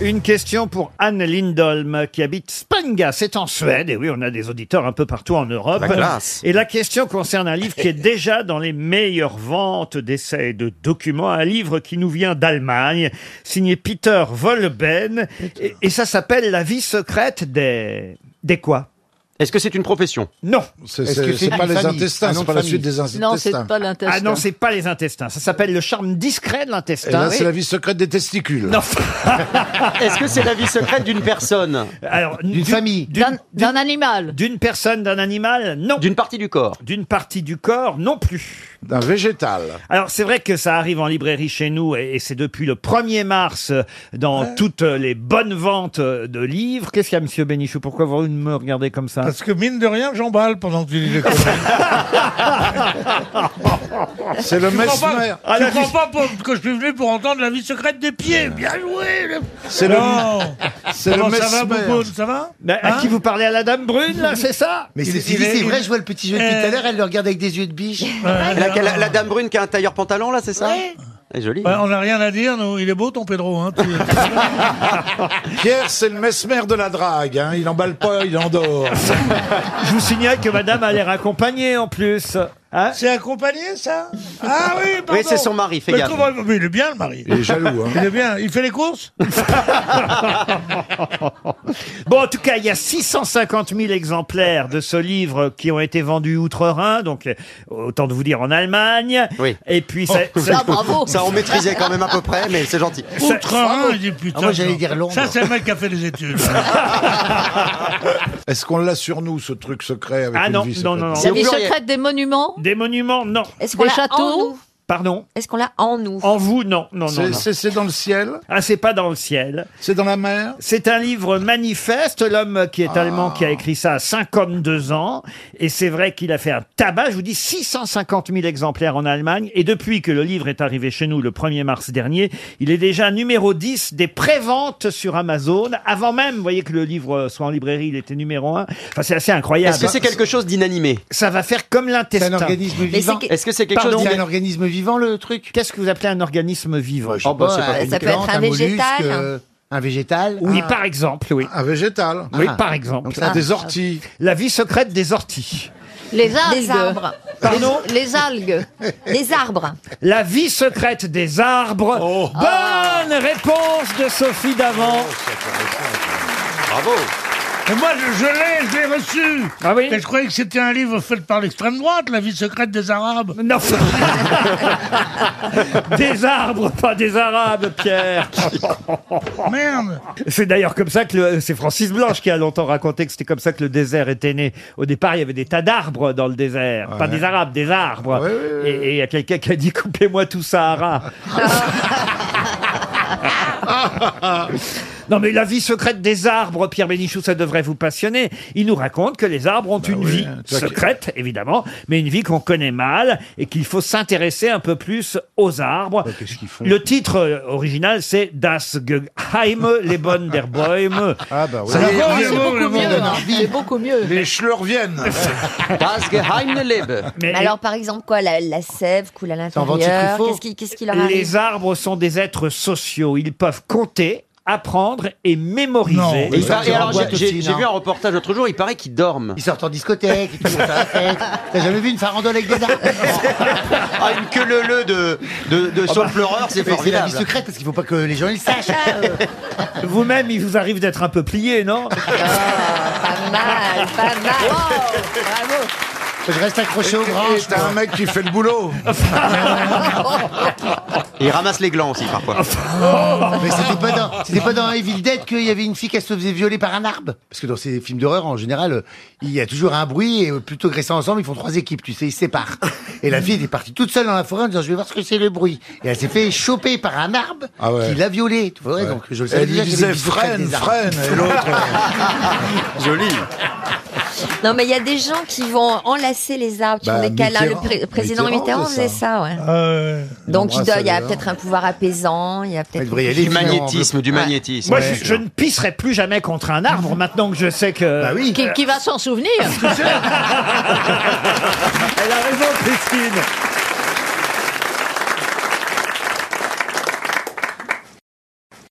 Une question pour Anne Lindholm qui habite Spanga, c'est en Suède. Et oui, on a des auditeurs un peu partout en Europe.
La classe.
Et la question concerne un livre qui est déjà dans les meilleures ventes d'essais et de documents, un livre qui nous vient d'Allemagne, signé Peter Volben, et, et ça s'appelle La vie secrète des des quoi
Est-ce que c'est une profession
Non.
C'est- Est-ce que c'est- c'est pas les intestins, c'est pas la suite des intestins.
Non, c'est pas l'intestin.
Ah non, c'est pas les intestins. Ça s'appelle le charme discret de l'intestin.
Eh ben, c'est la
vie secrète des testicules. Non.
Est-ce que c'est la vie secrète d'une personne
Alors, d'une famille,
d'un animal,
d'une personne, d'un animal, non.
D'une partie du corps.
D'une partie du corps, non plus. D'un végétal. Alors c'est vrai que ça arrive en librairie chez nous et, et c'est depuis le 1er mars euh, dans toutes les bonnes ventes euh, de livres. Qu'est-ce qu'il y a, Monsieur Bénichou Pourquoi vous me regardez comme ça
Parce que mine de rien, j'emballe pendant que tu lis les
C'est le
Tu prends pas-
mesmer.
Ah,
Tu comprends pas pour- que je suis venu pour entendre la vie secrète des pieds. Bien joué. le-
C'est le-
Non.
c'est le
Comment ça va,
mesmer.
Bouboune Ça va Hein
Mais à qui vous parlez à la dame brune, là, c'est ça
Mais
Il-
c'est-
il
si
est-
c'est
il-
vrai, je vois le petit jeu depuis
Euh,
tout à l'heure, elle le regarde avec des yeux de biche.
Ouais.
la, la- la dame brune qui a un tailleur pantalon, là, c'est ça Elle est jolie.
Ouais, on n'a rien à dire, nous. Il est beau ton Pedro. Hein,
Pierre, c'est le mesmer de la drague. Hein. Il emballe pas, il endort.
Je vous signale que madame a l'air accompagnée en plus. Hein
c'est accompagné, ça Ah oui, pardon.
Oui, c'est son mari, fais
Mais
gaffe.
comment- mais il est bien, le mari.
Il est jaloux, hein.
Il est bien. Il fait les courses
Bon, en tout cas, il y a 650 000 exemplaires de ce livre qui ont été vendus outre-Rhin, donc euh, autant de vous dire en Allemagne.
Oui. Oh,
Et puis ça,
Ça, on maîtrisait quand même à peu près, mais c'est gentil.
Outre-Rhin, il dit putain.
Ah, moi, j'allais
non.
dire Londres.
Ça, c'est le mec qui a fait des études.
Est-ce qu'on l'a sur nous, ce truc secret avec
Ah
une
non,
vie
non,
secrète
non, non.
C'est au
Des
pluriel.
secrets
Des monuments
Des monuments, non.
Est-ce qu'on l'a en nous
Pardon
Est-ce qu'on l'a en nous
En vous, non. non, non,
C'est- c'est-
dans le ciel Ah, c'est pas dans le ciel. C'est dans la mer Ah. C'est un livre manifeste. L'homme qui est allemand qui a écrit ça à 52 ans. Et c'est vrai qu'il a fait un tabac. Je vous dis, 650 000 exemplaires en Allemagne. Et depuis que le livre est arrivé chez nous le 1er mars dernier, il est déjà numéro 10 des préventes sur Amazon. Avant même, vous voyez que le livre soit en librairie, il était numéro 1. Enfin, c'est assez incroyable.
Est-ce que c'est quelque chose d'inanimé
Ça va faire comme l'intestin.
C'est un organisme Mais vivant. c'est que- Est-ce que c'est quelque chose
C'est
d'ina-
un organisme vivant le truc Qu'est-ce que vous appelez un organisme vivant
sais Oh, pas, bah, c'est pas ça compliqué. peut être un euh, végétal.
Un végétal Oui,
Ah.
par exemple, oui. Un végétal Oui,
Ah.
par exemple.
Donc ça- Ah, des orties.
La vie secrète des orties.
Les
algues.
Les arbres.
Pardon
les, les algues. Les arbres.
La vie secrète des arbres. Bonne réponse de Sophie Davant.
Bravo mais moi, je, je l'ai, je l'ai reçu
Ah oui
Mais je croyais que c'était un livre fait par l'extrême droite, La vie secrète des Arabes
Non Des arbres, pas des arabes, Pierre.
Merde
C'est d'ailleurs comme ça que le- c'est Francis Blanche qui a longtemps raconté que c'était comme ça que le désert était né. Au départ, il y avait des tas d'arbres dans le désert, pas des arabes, des arbres. Et et il y a quelqu'un qui a dit coupez-moi tout Sahara. Non mais la vie secrète des arbres, Pierre Bénichou, ça devrait vous passionner. Il nous raconte que les arbres ont une vie
Bah hein, toi qui-
secrète, évidemment, mais une vie qu'on connaît mal et qu'il faut s'intéresser un peu plus aux arbres.
Bah,
Le titre euh, original, c'est Das Geheime Leben der Bäume. Ah bah
oui. Ça va, c'est beaucoup mieux, hein.
C'est beaucoup mieux.
Les schleurs viennent.
Das
Geheime Leben.
Mais, alors, par exemple, quoi La, la sève coule à
invente
l'intérieur.
Truffaut.
Qu'est-ce qui, qu'est-ce qui leur arrive
Les arbres sont des êtres sociaux. Ils peuvent compter, apprendre et mémoriser.
Et il paraît- alors, j'ai- j'ai j'ai vu un reportage l'autre jour, il paraît qu'ils dorment. Ils sortent en discothèque, ils font la fête. T'as jamais vu une farandole avec des arbres
Ah, une queue leu de, de, de Saufleur, c'est
Ah bah, Mais c'est la
formidable.
vie secrète,
parce qu'il faut pas que les gens le sachent.
Vous-même, il vous arrive d'être un peu plié, non
Pas mal, pas mal. Oh, bravo.
Je reste accroché aux branches.
T'as un mec qui fait le boulot.
Et ils ramassent les glands aussi parfois.
Ah, Mais c'était pas dans, c'était pas dans Evil Dead qu'il y avait une fille qui se faisait violer par un arbre. Parce que dans ces films d'horreur, en général, euh, il y a toujours un bruit et euh, plutôt que rester ensemble, ils font trois équipes, tu sais, ils se séparent. Et la fille était partie toute seule dans la forêt en disant, je vais voir ce que c'est le bruit. Et elle s'est fait choper par un arbre
Ah ouais.
qui l'a violée. Tu vois, donc je le savais
Elle lui
déjà qu'il y avait
disait
une secrète
freine,
des arbres.
freine, et l'autre. euh, Joli.
Non, mais il y a des gens qui vont enlacer les arbres, qui
Bah,
font des câlins. Le pré-
Mitterrand-
président
Mitterrand
Mitterrand
faisait
faisait ça, ouais.
Ah,
Euh, Donc, il doit- il y a
hein.
peut-être un pouvoir apaisant, il y a peut-être.
Du magnétisme, du magnétisme.
Moi, je, je ne pisserai plus jamais contre un arbre maintenant que je sais que.
oui.
Qui,
Qui-
va s'en souvenir